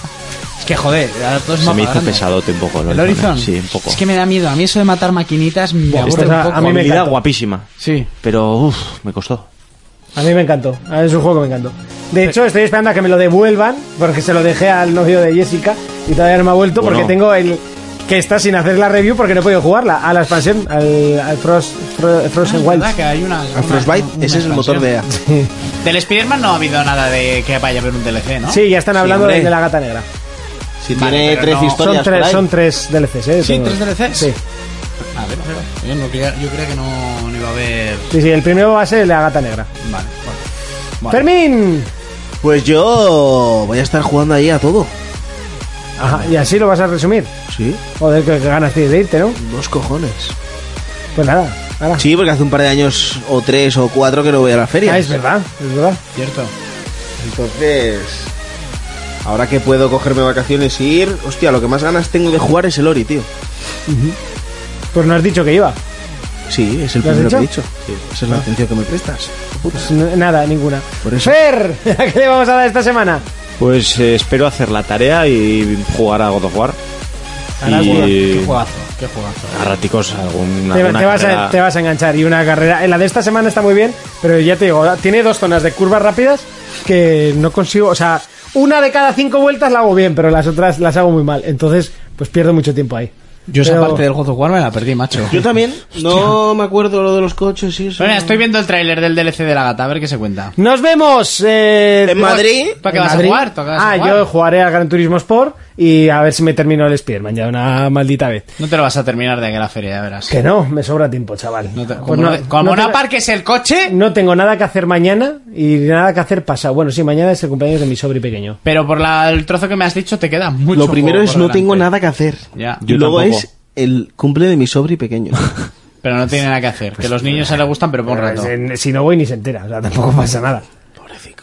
S5: Es que joder, ya todo es
S8: Se
S5: mapa
S8: me hizo
S5: grande.
S8: pesadote un poco.
S5: ¿El Horizon?
S8: Sí, un poco.
S5: Es que me da miedo. A mí eso de matar maquinitas me aburre
S4: este
S5: un
S4: es
S5: poco.
S4: a mí me
S8: Habilidad
S4: encantó.
S8: guapísima.
S5: Sí.
S8: Pero, uff, me costó.
S4: A mí me encantó. Ah, Es un juego que me encantó. De hecho, estoy esperando a que me lo devuelvan porque se lo dejé al novio de Jessica y todavía no me ha vuelto
S8: Bueno.
S4: porque tengo el que está sin hacer la review porque no he podido jugarla a la expansión, al, al Frost, Fro-
S5: Ah,
S4: Frozen
S5: es
S4: Wilds.
S5: verdad que hay una,
S7: A
S5: una-
S7: Frostbite,
S5: una
S7: ese es el motor de...
S5: expansión. Del Spider-Man no ha habido nada de que vaya a haber un DLC, ¿no?
S4: Sí, ya están hablando
S7: hombre.
S4: de la gata negra.
S7: Si
S5: Vale,
S7: tiene
S5: pero
S7: tres
S5: no-
S7: historias
S4: Son
S7: por
S4: tres,
S7: ahí.
S4: son tres DLCs, ¿eh?
S5: ¿Sí?
S4: Tengo-
S5: ¿Tres DLCs?
S4: Sí.
S5: A ver, a ver. Ah, Yo, no creía, yo creía que no, no iba a haber.
S4: sí, sí, el primero va a ser la gata negra.
S5: Vale, bueno. Vale.
S4: ¡Fermín!
S7: Pues yo voy a estar jugando ahí a todo.
S4: Ajá, y así lo vas a resumir.
S7: Sí,
S4: Joder, que, que ganas tienes de irte, ¿no?
S7: dos cojones.
S4: Pues nada, nada.
S7: Sí, porque hace un par de años o tres o cuatro que no voy a la feria.
S4: Ah, es verdad, es verdad.
S5: Cierto.
S7: Entonces, ahora que puedo cogerme vacaciones y ir, hostia, lo que más ganas tengo de jugar es el Ori, tío.
S4: Pues no has dicho que iba.
S7: Sí, es el
S4: ¿Lo has Ah.
S7: primero que he
S4: dicho?
S7: dicho. Sí, esa es la atención que me prestas.
S4: Pues n- nada, ninguna.
S7: Por eso.
S4: Fer, ¿a qué le vamos a dar esta semana?
S8: Pues eh, espero hacer la tarea y jugar a God of War.
S4: Harás
S8: y
S5: Qué juegazo, qué juegazo.
S8: a raticos alguna,
S4: Te,
S8: alguna
S4: te vas
S8: carrera.
S4: a, te vas a enganchar y una carrera. La de esta semana está muy bien, pero ya te digo, tiene dos zonas de curvas rápidas que no consigo. O sea, una de cada cinco vueltas la hago bien, pero las otras las hago muy mal. Entonces, pues pierdo mucho tiempo ahí.
S5: Yo esa
S4: Pero-
S5: parte del God of War me la perdí, macho.
S7: Yo también, no me acuerdo lo de los coches y eso.
S5: Bueno, estoy viendo el tráiler del DLC de la gata, a ver qué se cuenta.
S4: Nos vemos eh,
S7: En Madrid.
S5: ¿Para qué
S4: en
S5: vas a
S4: Madrid.
S5: jugar? ¿Tú a qué vas a
S4: Ah,
S5: jugar?
S4: yo jugaré al Gran Turismo Sport y a ver si me termino el Spiderman ya de una maldita vez.
S5: No te lo vas a terminar de aquí a la feria, ya verás.
S4: Que no, me sobra tiempo, chaval.
S5: No te-
S4: Pues
S5: como
S4: no-
S5: no, como
S4: no
S5: no
S4: tengo-
S5: aparques el coche,
S4: No tengo nada que hacer mañana y nada que hacer pasado. Bueno, sí, mañana es el cumpleaños de mi sobri pequeño.
S5: pero por la- el trozo que me has dicho te queda mucho.
S7: Lo primero
S5: juego
S7: es
S5: por
S7: no
S5: delante.
S7: tengo nada que hacer.
S5: Ya.
S7: Y
S8: Yo
S7: luego
S8: tampoco.
S7: es el cumple de mi sobri pequeño.
S5: Pero no tiene nada que hacer.
S7: Pues
S5: que los niños se les gustan, pero por un rato.
S4: Eh, Si no voy ni se entera, o sea, tampoco pasa nada.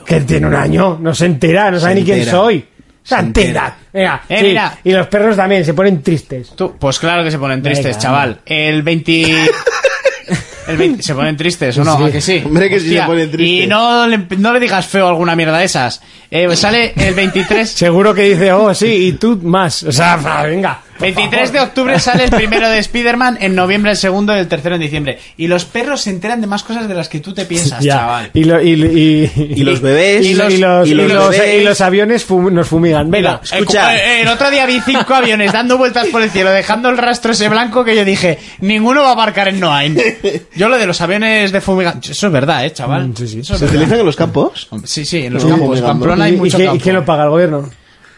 S4: Que tiene un año, no se entera, no sabe ni quién
S7: entera.
S4: soy. Se,
S7: Se
S4: entera.
S7: entera.
S4: Venga,
S5: Eh,
S4: sí,
S5: mira.
S4: Y los perros también se ponen tristes.
S5: Tú, pues claro que se ponen tristes,
S4: Venga,
S5: chaval. El 20... El 20 ¿Se ponen tristes o no?
S4: Sí.
S5: ¿A que sí?
S7: Hombre, que sí se ponen tristes.
S5: Y no le, no le digas feo a alguna mierda de esas. Eh, pues sale el 23...
S4: Seguro que dice, oh, sí, y tú más. O sea, va, venga. por
S5: 23 de
S4: favor.
S5: octubre sale el primero de Spider-Man, en noviembre el segundo y el tercero en diciembre. Y los perros se enteran de más cosas de las que tú te piensas,
S4: Ya.
S5: chaval.
S4: Y, lo- y- y-
S7: Y los bebés.
S4: Y los, y los-
S7: y los
S4: y los-
S7: bebés.
S4: y los aviones fum- nos fumigan. Venga,
S5: Eh,
S7: escucha.
S5: eh, el otro día vi cinco aviones dando vueltas por el cielo, dejando el rastro ese blanco que yo dije, ninguno va a aparcar en Noain. Yo lo de los aviones de fumigación, eso es verdad, eh, chaval.
S4: Mm, sí, sí.
S5: Eso es
S7: ¿Se
S5: verdad.
S7: utilizan en los campos?
S5: Sí, sí, en los
S7: Sí,
S5: campos.
S7: fumigando.
S5: Pamplona hay
S4: ¿Y-
S5: mucho
S4: ¿Y, qué- y
S5: campo.
S4: quién lo paga? ¿El gobierno?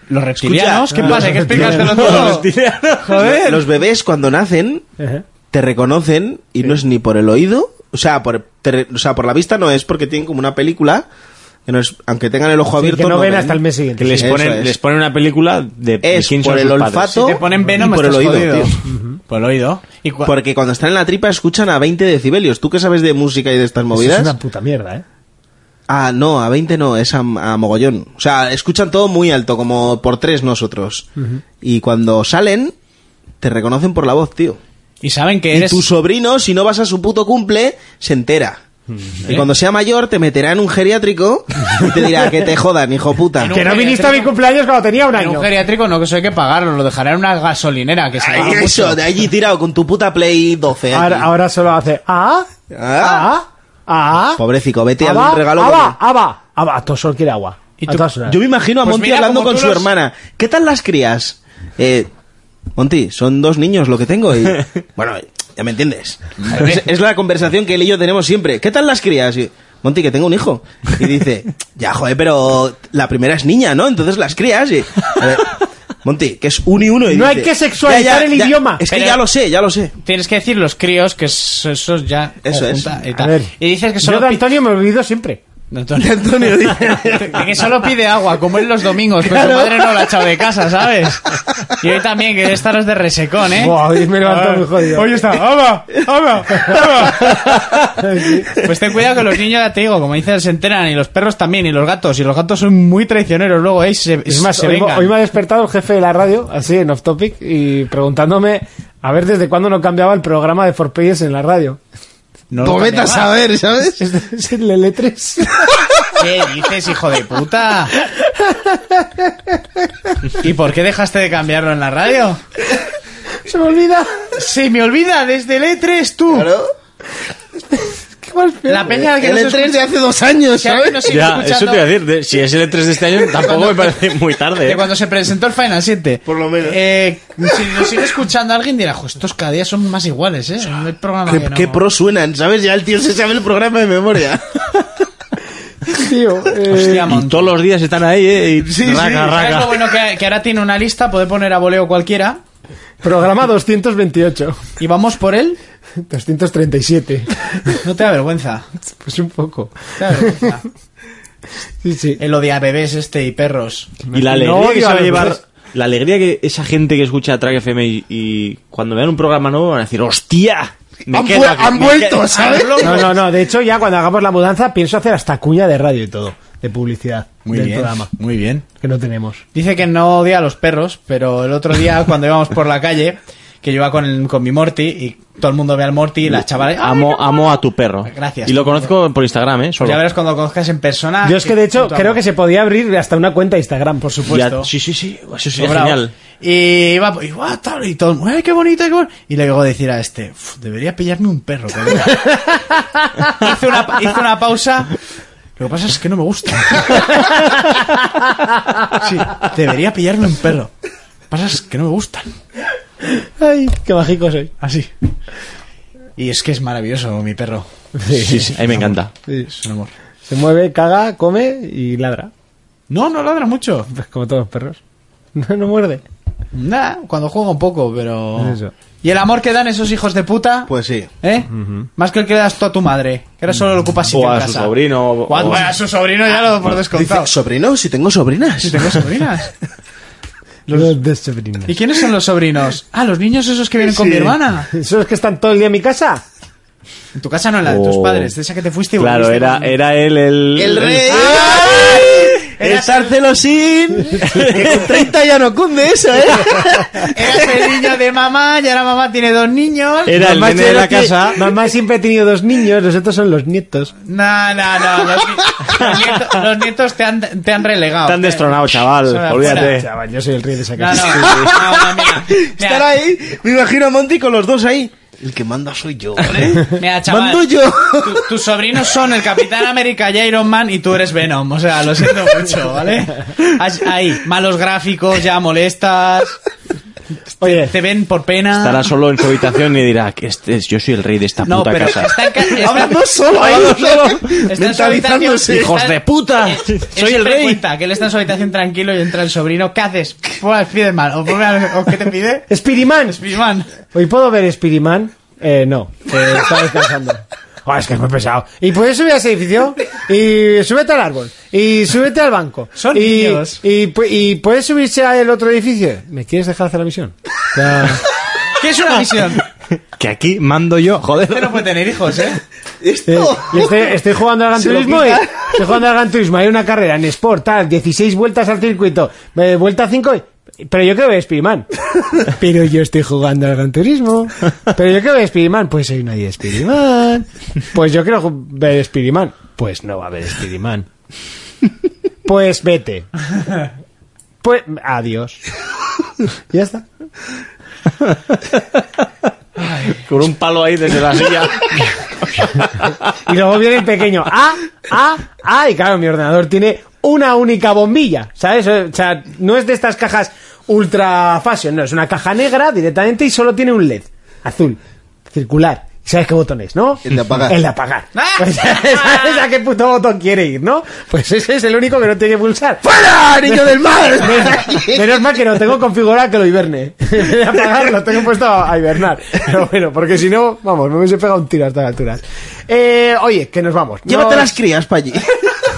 S5: Los reptilianos, ¿qué
S7: Escucha,
S5: pasa? ¿Qué
S4: los
S5: explicártelo
S4: reptilianos,
S5: todo?
S4: los reptilianos,
S5: joder.
S7: Los bebés cuando nacen
S4: Ajá.
S7: te reconocen y no es ni por el oído, o sea, por, te re- o sea, por la vista no es porque tienen como una película, que no es, aunque tengan el ojo
S4: Sí,
S7: abierto.
S4: que no ven hasta el mes siguiente.
S8: Que les
S7: Eso
S8: ponen,
S7: es.
S8: les ponen una película de de
S7: Es
S8: quién son
S7: por el
S8: sus
S7: olfato.
S8: padres.
S5: Si te ponen Venom,
S7: Y por el
S5: estás
S7: oído,
S5: jodido.
S7: tío.
S5: Ujú. Por el oído. Y cua-
S7: Porque cuando están en la tripa escuchan a 20 decibelios. ¿Tú qué sabes de música y de estas
S4: Eso
S7: movidas?
S4: Es una puta mierda, ¿eh?
S7: Ah, no, a 20 no, es a, a mogollón. O sea, escuchan todo muy alto, como por tres nosotros.
S5: Ujú.
S7: Y cuando salen, te reconocen por la voz, tío.
S5: Y saben que
S7: Y
S5: eres...
S7: tu sobrino, si no vas a su puto cumple, se entera.
S4: Mm-hmm.
S7: Y cuando sea mayor, te meterá en un geriátrico y te dirá que te jodan, hijo puta.
S4: Que no viniste a mi cumpleaños cuando tenía un
S5: En
S4: año.
S5: un geriátrico no, que eso hay que pagarlo, lo dejarán en una gasolinera que se
S7: Ay,
S5: paga
S7: eso,
S5: mucho.
S7: Ah, de allí tirado con tu puta Play 12. aquí.
S4: Ahora, ahora solo hace ah, ah, ah.
S7: Pobrecico, vete a
S4: aba,
S7: un regalo.
S4: Aba, aba, aba. Todo solo quiere agua. A todas
S7: con-
S4: horas.
S7: Yo me imagino a
S4: Pues
S7: Monty
S4: mira
S7: hablando
S4: cómo
S7: con
S4: tú
S7: su
S4: los-
S7: hermana. ¿Qué tal las crías? Eh, Monty, son dos niños lo que tengo y... bueno, ya me entiendes. Es, es la conversación que él y yo tenemos siempre. ¿Qué tal las crías? Y, Monty, que tengo un hijo. Y dice, ya, joder, pero la primera es niña, ¿no? Entonces las crías y... a ver, Monty, que es un y uno. Y
S4: No hay
S7: dice,
S4: que sexualizar
S7: "Ya, ya,
S4: el
S7: ya,
S4: idioma".
S7: Es que
S5: Pero-
S7: ya lo sé, ya lo sé.
S5: Tienes que decir los críos, que es- eso es ya...
S7: Eso es.
S5: conjunta Y,
S4: A
S5: tal.
S4: ver.
S5: y dices que
S4: Yo
S5: solo,
S4: de
S5: pi-
S4: Antonio me olvido siempre.
S5: de Antonio. De que solo pide agua, como él los domingos, pero
S4: Claro.
S5: su madre no la ha echado de casa, ¿sabes? Y hoy también, que esta es de resecón, ¿eh?
S4: Buah, hoy me he levantado muy jodido.
S5: Hoy está,
S4: aba, aba, aba.
S5: Pues ten cuidado que los niños, ya te digo, como dices, se enteran, y los perros también, y los gatos, y los gatos son muy traicioneros luego, ¿eh? Y Se,
S4: Es más,
S5: se
S4: hoy,
S5: vengan.
S4: hoy me ha despertado el jefe de la radio, así en off topic, y preguntándome a ver desde cuándo no cambiaba el programa de For Players en la radio.
S5: No lo
S7: Vete a
S5: cambiaba.
S7: saber, ¿sabes?
S4: Es, es el L3.
S5: ¿Qué dices, hijo de puta? ¿Y por qué dejaste de cambiarlo en la radio?
S4: Se me olvida.
S5: Se me olvida, desde el E3 tú.
S7: Claro.
S4: ¿Qué más peor?
S5: La peña que
S7: El E
S5: nos
S7: E3
S5: escucha-
S7: de hace dos años,
S5: que a mí
S7: ¿sabes?
S5: nos sigue
S8: Ya, eso
S5: escuchando-
S8: te iba a decir. de- si es el E3 de este año, tampoco me parece muy tarde.
S5: Que
S8: ¿eh?
S5: cuando se presentó el Final 7. Por
S7: lo menos.
S5: si nos sigue escuchando alguien, dirá, "Jo, estos cada día son más iguales, ¿eh? No hay programa
S7: Qué,
S5: que no".
S7: qué pro suenan, ¿sabes? Ya el tío se sabe el programa de memoria.
S4: Tío, eh,
S5: Hostia,
S8: Y
S5: Monty.
S8: todos los días están ahí, ¿eh? Y raca,
S5: ¿Sabes
S8: raca.
S5: lo bueno que, que ahora tiene una lista, puede poner a voleo cualquiera.
S4: programa 228.
S5: Y vamos por él.
S4: 237.
S5: No te da vergüenza.
S4: Pues un poco.
S5: Te da vergüenza.
S4: Sí, sí.
S5: El odia bebés este y perros.
S8: Y la alegría
S4: No
S8: que
S4: odio a
S8: sabe
S4: los
S8: llevar.
S4: demás.
S8: La alegría que esa gente que escucha Track FM y, y cuando vean un programa nuevo van a decir, ¡hostia! Me
S7: Han
S8: quedo
S7: vuel-
S8: aquí,
S7: han
S8: me
S7: vuelto,
S8: quedo".
S7: ¿sabes?
S4: No, no, no. De hecho, ya cuando hagamos la mudanza pienso hacer hasta cuña de radio y todo. De publicidad. del programa.
S5: muy bien.
S4: Que no tenemos.
S5: Dice que no odia a los perros, pero el otro día cuando íbamos por la calle, que yo iba con, con mi Morty y todo el mundo ve al Morty y "Ah, las chavales... "Ay,
S8: Amo, amo a tu perro.
S5: Gracias.
S8: Y lo conozco por Instagram, ¿eh? Solo.
S5: Ya verás cuando lo conozcas en persona.
S4: Yo es que de hecho
S5: puto
S4: creo
S5: amo.
S4: que se podía abrir hasta una cuenta de Instagram, por
S8: Ya-
S4: supuesto.
S8: sí, sí, sí. Eso sería
S5: Sobraos.
S8: genial.
S5: Y iba y, "Guau, tal", y todo, "Ay, qué bonito, qué bonito". Y le digo decir a este, "Uf, debería pillarme un perro. colega". hice, una, hice una pausa. Lo que pasa es que no me gusta. Sí, debería pillarme un perro. Lo que pasa es que no me gustan.
S4: Ay, qué bajico soy.
S5: Así. Y es que es maravilloso mi perro.
S8: Sí, sí, A mí me encanta.
S4: Sí.
S5: Es un amor.
S4: pues, Se mueve, caga, come y ladra.
S5: No, no ladra mucho.
S4: Pues como todos los perros. No, no muerde.
S5: Nah, cuando juega un poco, pero.
S4: Es eso.
S5: Y el amor que dan esos hijos de puta.
S7: Pues sí.
S5: ¿Eh? Más que el que le das tú a tu madre, que ahora solo le ocupas sitio
S8: O
S5: en
S8: a su
S5: casa.
S8: sobrino. o-
S5: O a,
S8: o-
S5: bueno, a su sobrino ya lo por
S7: Dice,
S5: descontado.
S7: sobrino, si tengo sobrinas.
S5: Si tengo sobrinas.
S4: Los de este sobrinos.
S5: ¿Y quiénes son los sobrinos? Ah, los niños esos que vienen con mi hermana.
S4: ¿Esos que están todo el día en mi casa?
S5: En tu casa no, en la de tus
S8: Oh.
S5: padres, de esa que te fuiste y
S8: Claro,
S5: volviste
S8: era,
S5: con-
S8: era él el.
S7: El rey.
S8: El celosín.
S7: Que con 30 ya no cunde eso, ¿eh?
S5: Eras el niño de mamá y ahora mamá tiene dos niños.
S8: Era el
S4: Mamá
S8: nene de la
S4: tiene-
S8: casa.
S4: Mamá siempre ha tenido dos niños, los otros son los nietos.
S5: No, no, no. Los, ni- los nietos, los nietos te, han, te han relegado.
S8: Tan destronado, chaval.
S5: Eso era
S8: Olvídate.
S4: Chaval, yo soy el rey de esa
S5: No, no.
S4: casa.
S5: no, no, mira, mira.
S7: Estar ahí, me imagino a Monty con los dos ahí. El que manda soy yo, ¿vale?
S5: Mira, chaval,
S7: Mando yo.
S5: tu- tus sobrinos son el Capitán América y Iron Man y tú eres Venom. O sea, lo siento mucho, ¿vale? Has- Ahí, malos gráficos, ya molestas,
S4: Oye,
S5: te ven por pena.
S8: Estará solo en su habitación y dirá, que este es- yo soy el rey de esta
S5: no,
S8: puta
S5: pero
S8: casa.
S5: está en ca- está-
S7: Hablando solo, ahí,
S5: está
S7: solo.
S5: en su habitación,
S7: Mentalizándose.
S8: ¡Hijos
S5: está-
S8: de puta!
S5: eh,
S8: Soy
S5: él
S8: el
S5: siempre
S8: rey.
S5: cuenta que él está en su habitación tranquilo y entra el sobrino. ¿Qué haces? Pon al Spiderman. O, ponme al- ¿o qué te pide?
S4: Spiriman.
S5: Spiderman.
S4: ¿Hoy puedo ver Spiriman? Eh, no. Eh, está descansando. Oh, es que es muy pesado. Y puedes subir a ese edificio. Y súbete al árbol. Y súbete al banco.
S5: Son
S4: y,
S5: niños.
S4: Y, pu- y puedes subirse al otro edificio. ¿Me quieres dejar hacer la misión? Ya.
S5: ¿Qué es una misión?
S8: Que aquí mando yo,
S5: Usted
S8: joder.
S5: no puede tener hijos, ¿eh?
S4: Eh, y estoy, estoy jugando al Gran
S14: Se lo
S4: Turismo y
S14: quita.
S4: estoy jugando al Gran Turismo. Hay una carrera en Sport, tal, 16 vueltas al circuito, eh, vuelta 5 Pero yo que veo Spiderman. Pero yo estoy jugando al Gran Turismo. Pero yo que veo Spiderman. Pues hay una de Spiderman. Pues yo quiero ju- ver Spiderman. Pues no va a haber Spiderman. Pues vete. Pues adiós. Ya está.
S8: Con un palo ahí desde la silla.
S4: Y luego viene el pequeño. Ah, ah, ah. Y claro, mi ordenador tiene una única bombilla. ¿Sabes? O sea, no es de estas cajas ultra fashion. No, es una caja negra directamente y solo tiene un LED azul, circular. ¿Y ¿Sabes qué botón es, no?
S15: El de apagar.
S4: El de apagar. Pues, ¿Sabes a qué puto botón quiere ir, no? Pues ese es el único que no tiene que pulsar.
S15: ¡Fuera, niño del mal!
S4: Menos, menos mal que no tengo configurado que lo hiberne. De apagar lo tengo puesto a hibernar. Pero bueno, porque si no, vamos, me hubiese pegado un tiro a estas alturas. Eh, oye, que nos vamos.
S7: Llévate
S4: Nos-
S7: las crías para allí.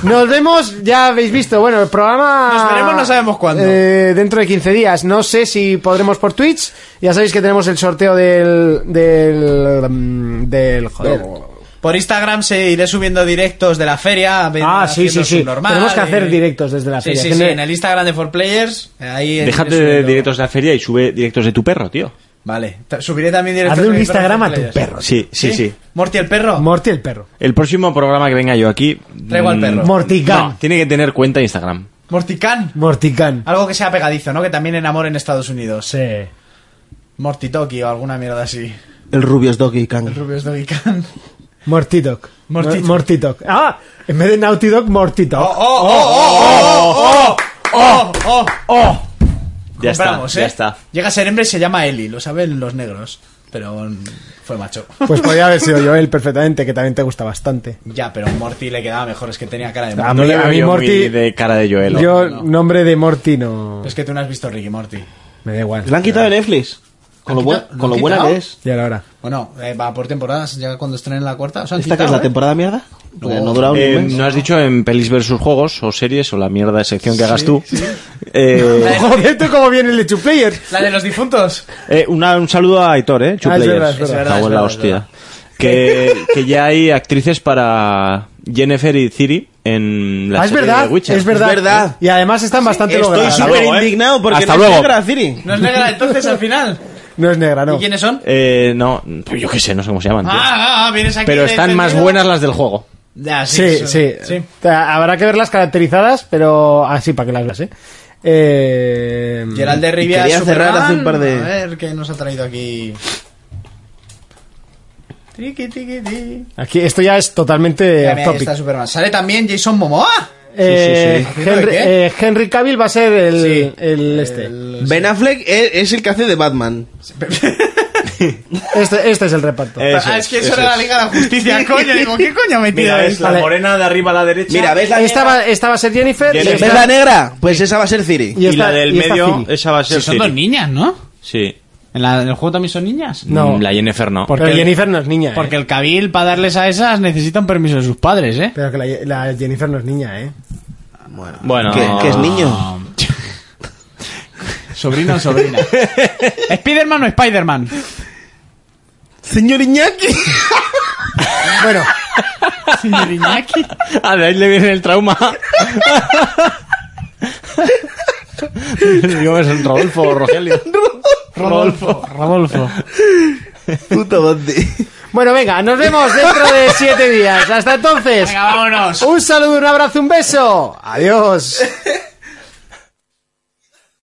S4: Nos vemos, ya habéis visto, bueno, el programa...
S5: Nos veremos, no sabemos cuándo.
S4: eh, dentro de 15 días. No sé si podremos por Twitch. Ya sabéis que tenemos el sorteo del... del... mm, del... joder.
S5: Por Instagram se iré subiendo directos de la feria. ven-
S4: Ah, sí, sí,
S5: haciendo
S4: sí.
S5: subnormal,
S4: Tenemos que hacer
S5: y-
S4: directos desde la
S5: Sí,
S4: feria.
S5: sí,
S4: que
S5: sí,
S4: no-
S5: en el Instagram de 4Players. Ahí iré
S8: Déjate de
S5: subiendo.
S8: directos de la feria y sube directos de tu perro, tío.
S5: Vale, ta- subiré también directos
S4: Hazle
S5: de
S4: un
S5: mi perro
S4: Instagram a
S5: 4Players.
S4: tu perro.
S8: Sí, sí, sí.
S5: Morty el perro.
S4: Morty el perro.
S8: El próximo programa que venga yo aquí.
S5: Traigo al
S8: mm,
S5: perro.
S4: Mortigan.
S8: no, tiene que tener cuenta de Instagram.
S5: Morticán.
S4: Mortican.
S5: Algo que sea pegadizo, ¿no? Que también enamore en Estados Unidos.
S4: Sí.
S5: Mortitoki o alguna mierda así.
S7: El Rubius Doggy Kang.
S5: Rubios de Vicán.
S4: Mortidoc.
S5: Mortidoc.
S4: Mor- Mortidoc. Ah, en vez de Naughty Dog, Mortidoc.
S5: ¡Oh, oh, oh, oh! ¡Oh!
S8: Ya está,
S5: Compramos,
S8: ya
S5: ¿eh?
S8: está.
S5: Llega a ser hembra y se llama Eli, lo saben los negros. Pero mm, fue macho.
S4: Pues podría haber sido Joel perfectamente, que también te gusta bastante.
S5: Ya, pero Morty le quedaba mejor, es que tenía cara de Morty.
S4: A mí,
S8: no le
S4: a
S8: veo
S4: mí
S8: yo
S4: Morty-
S8: muy de cara de Joel.
S4: Yo, nombre de Morty no...
S5: Es que tú no has visto Ricky Morty.
S4: Me da igual.
S7: ¿La han quitado de Netflix? Con lo,
S5: ¿Han
S7: buen-
S5: quitado?
S7: con
S5: ¿Lo
S7: lo
S5: han
S7: buena
S5: quitado?
S7: que es.
S4: Ya la hora.
S5: Bueno, eh, va por temporadas, ya cuando estrenen la cuarta. ¿os han
S7: ¿Esta que es
S5: quitado,
S7: la
S5: eh?
S7: temporada mierda? Porque no, dura un
S8: Eh,
S7: mes.
S8: no has dicho en pelis versus juegos o series o la mierda de sección que hagas tú. Eh,
S4: Joder, tú cómo viene el de Two Players.
S5: La de los difuntos.
S8: eh, una- un saludo a Aitor, ¿eh?
S4: Ah, es verdad, es
S8: Chuplayers.
S4: verdad.
S8: Cago en la
S5: Es verdad,
S8: hostia. Que, que ya hay actrices para Jennifer y Ciri en la
S4: Ah, es
S8: serie
S4: verdad,
S8: de Witcher.
S4: es verdad,
S7: Es verdad.
S4: Y además están bastante
S7: Estoy
S4: logradas.
S8: Hasta
S7: súper
S8: luego, ¿eh?
S7: indignado porque
S8: Hasta
S7: no
S8: luego.
S7: es negra, Ciri.
S5: ¿No es negra entonces al final?
S4: eh, No es negra, no.
S5: ¿Y quiénes son?
S8: Eh, no, pues yo qué sé, no sé cómo se llaman. tío.
S5: Ah, ah, ah, vienes aquí.
S8: Pero
S5: de
S8: están más
S5: entendido.
S8: buenas las del juego.
S5: Ya,
S4: Sí,
S5: eso-
S4: sí.
S5: sí.
S4: O sea, Habrá que verlas caracterizadas, pero así para que las veas, ¿eh? Eh,
S5: Gerald de Rivia.
S7: Quería cerrar
S5: Superman.
S7: hace un par de-
S5: A ver qué nos ha traído aquí. Triqui, triqui, tri.
S4: Aquí, esto ya es totalmente
S5: Mira,
S4: off
S5: mira, ahí
S4: topic.
S5: está Superman. Sale también Jason Momoa.
S4: Eh,
S5: sí, sí.
S4: Henry,
S5: ¿De qué?
S4: eh, Henry Cavill va a ser el,
S5: Sí.
S4: el este.
S7: Ben Affleck es, es el que hace de Batman.
S4: este. Este es el reparto.
S5: ah, es que eso era la Liga de la Justicia, coño. Digo, ¿qué coño me
S8: Mira,
S5: tira
S8: ves
S5: esto?
S8: la
S4: Vale.
S8: morena de arriba a la derecha.
S7: Mira, ¿ves la
S4: esta,
S7: negra?
S4: va, esta va a ser Jennifer.
S8: Jennifer.
S4: y
S7: ¿Ves
S4: esta-
S7: la negra? Pues esa va a ser Ciri.
S4: y
S8: Y,
S4: esta-
S8: la del
S4: y esta
S8: medio,
S4: Phoebe.
S8: esa va a ser
S5: Si son
S8: Ciri.
S5: dos niñas, ¿no?
S8: Sí.
S5: ¿En, la- en el juego también son niñas.
S4: No.
S8: Mm, La Jennifer no.
S4: Porque
S5: Pero-
S4: Jennifer no es niña, ¿eh?
S5: Porque el cabil para darles a esas necesita un permiso de sus padres, ¿eh?
S4: Pero que la, la Jennifer no es niña, ¿eh?
S8: Bueno,
S7: Que, que es niño.
S5: Sobrino o sobrina. ¿Spiderman o Spiderman?
S7: Señor Iñaki.
S4: Bueno,
S5: Señor Iñaki.
S8: Ah, de ahí le viene el trauma. Digo, es un Rodolfo o Rogelio. Rodolfo. Rodolfo.
S7: Puta bondi.
S4: bueno, venga, nos vemos dentro de siete días. Hasta entonces,
S5: Venga, vámonos.
S4: un saludo, un abrazo, un beso. Adiós.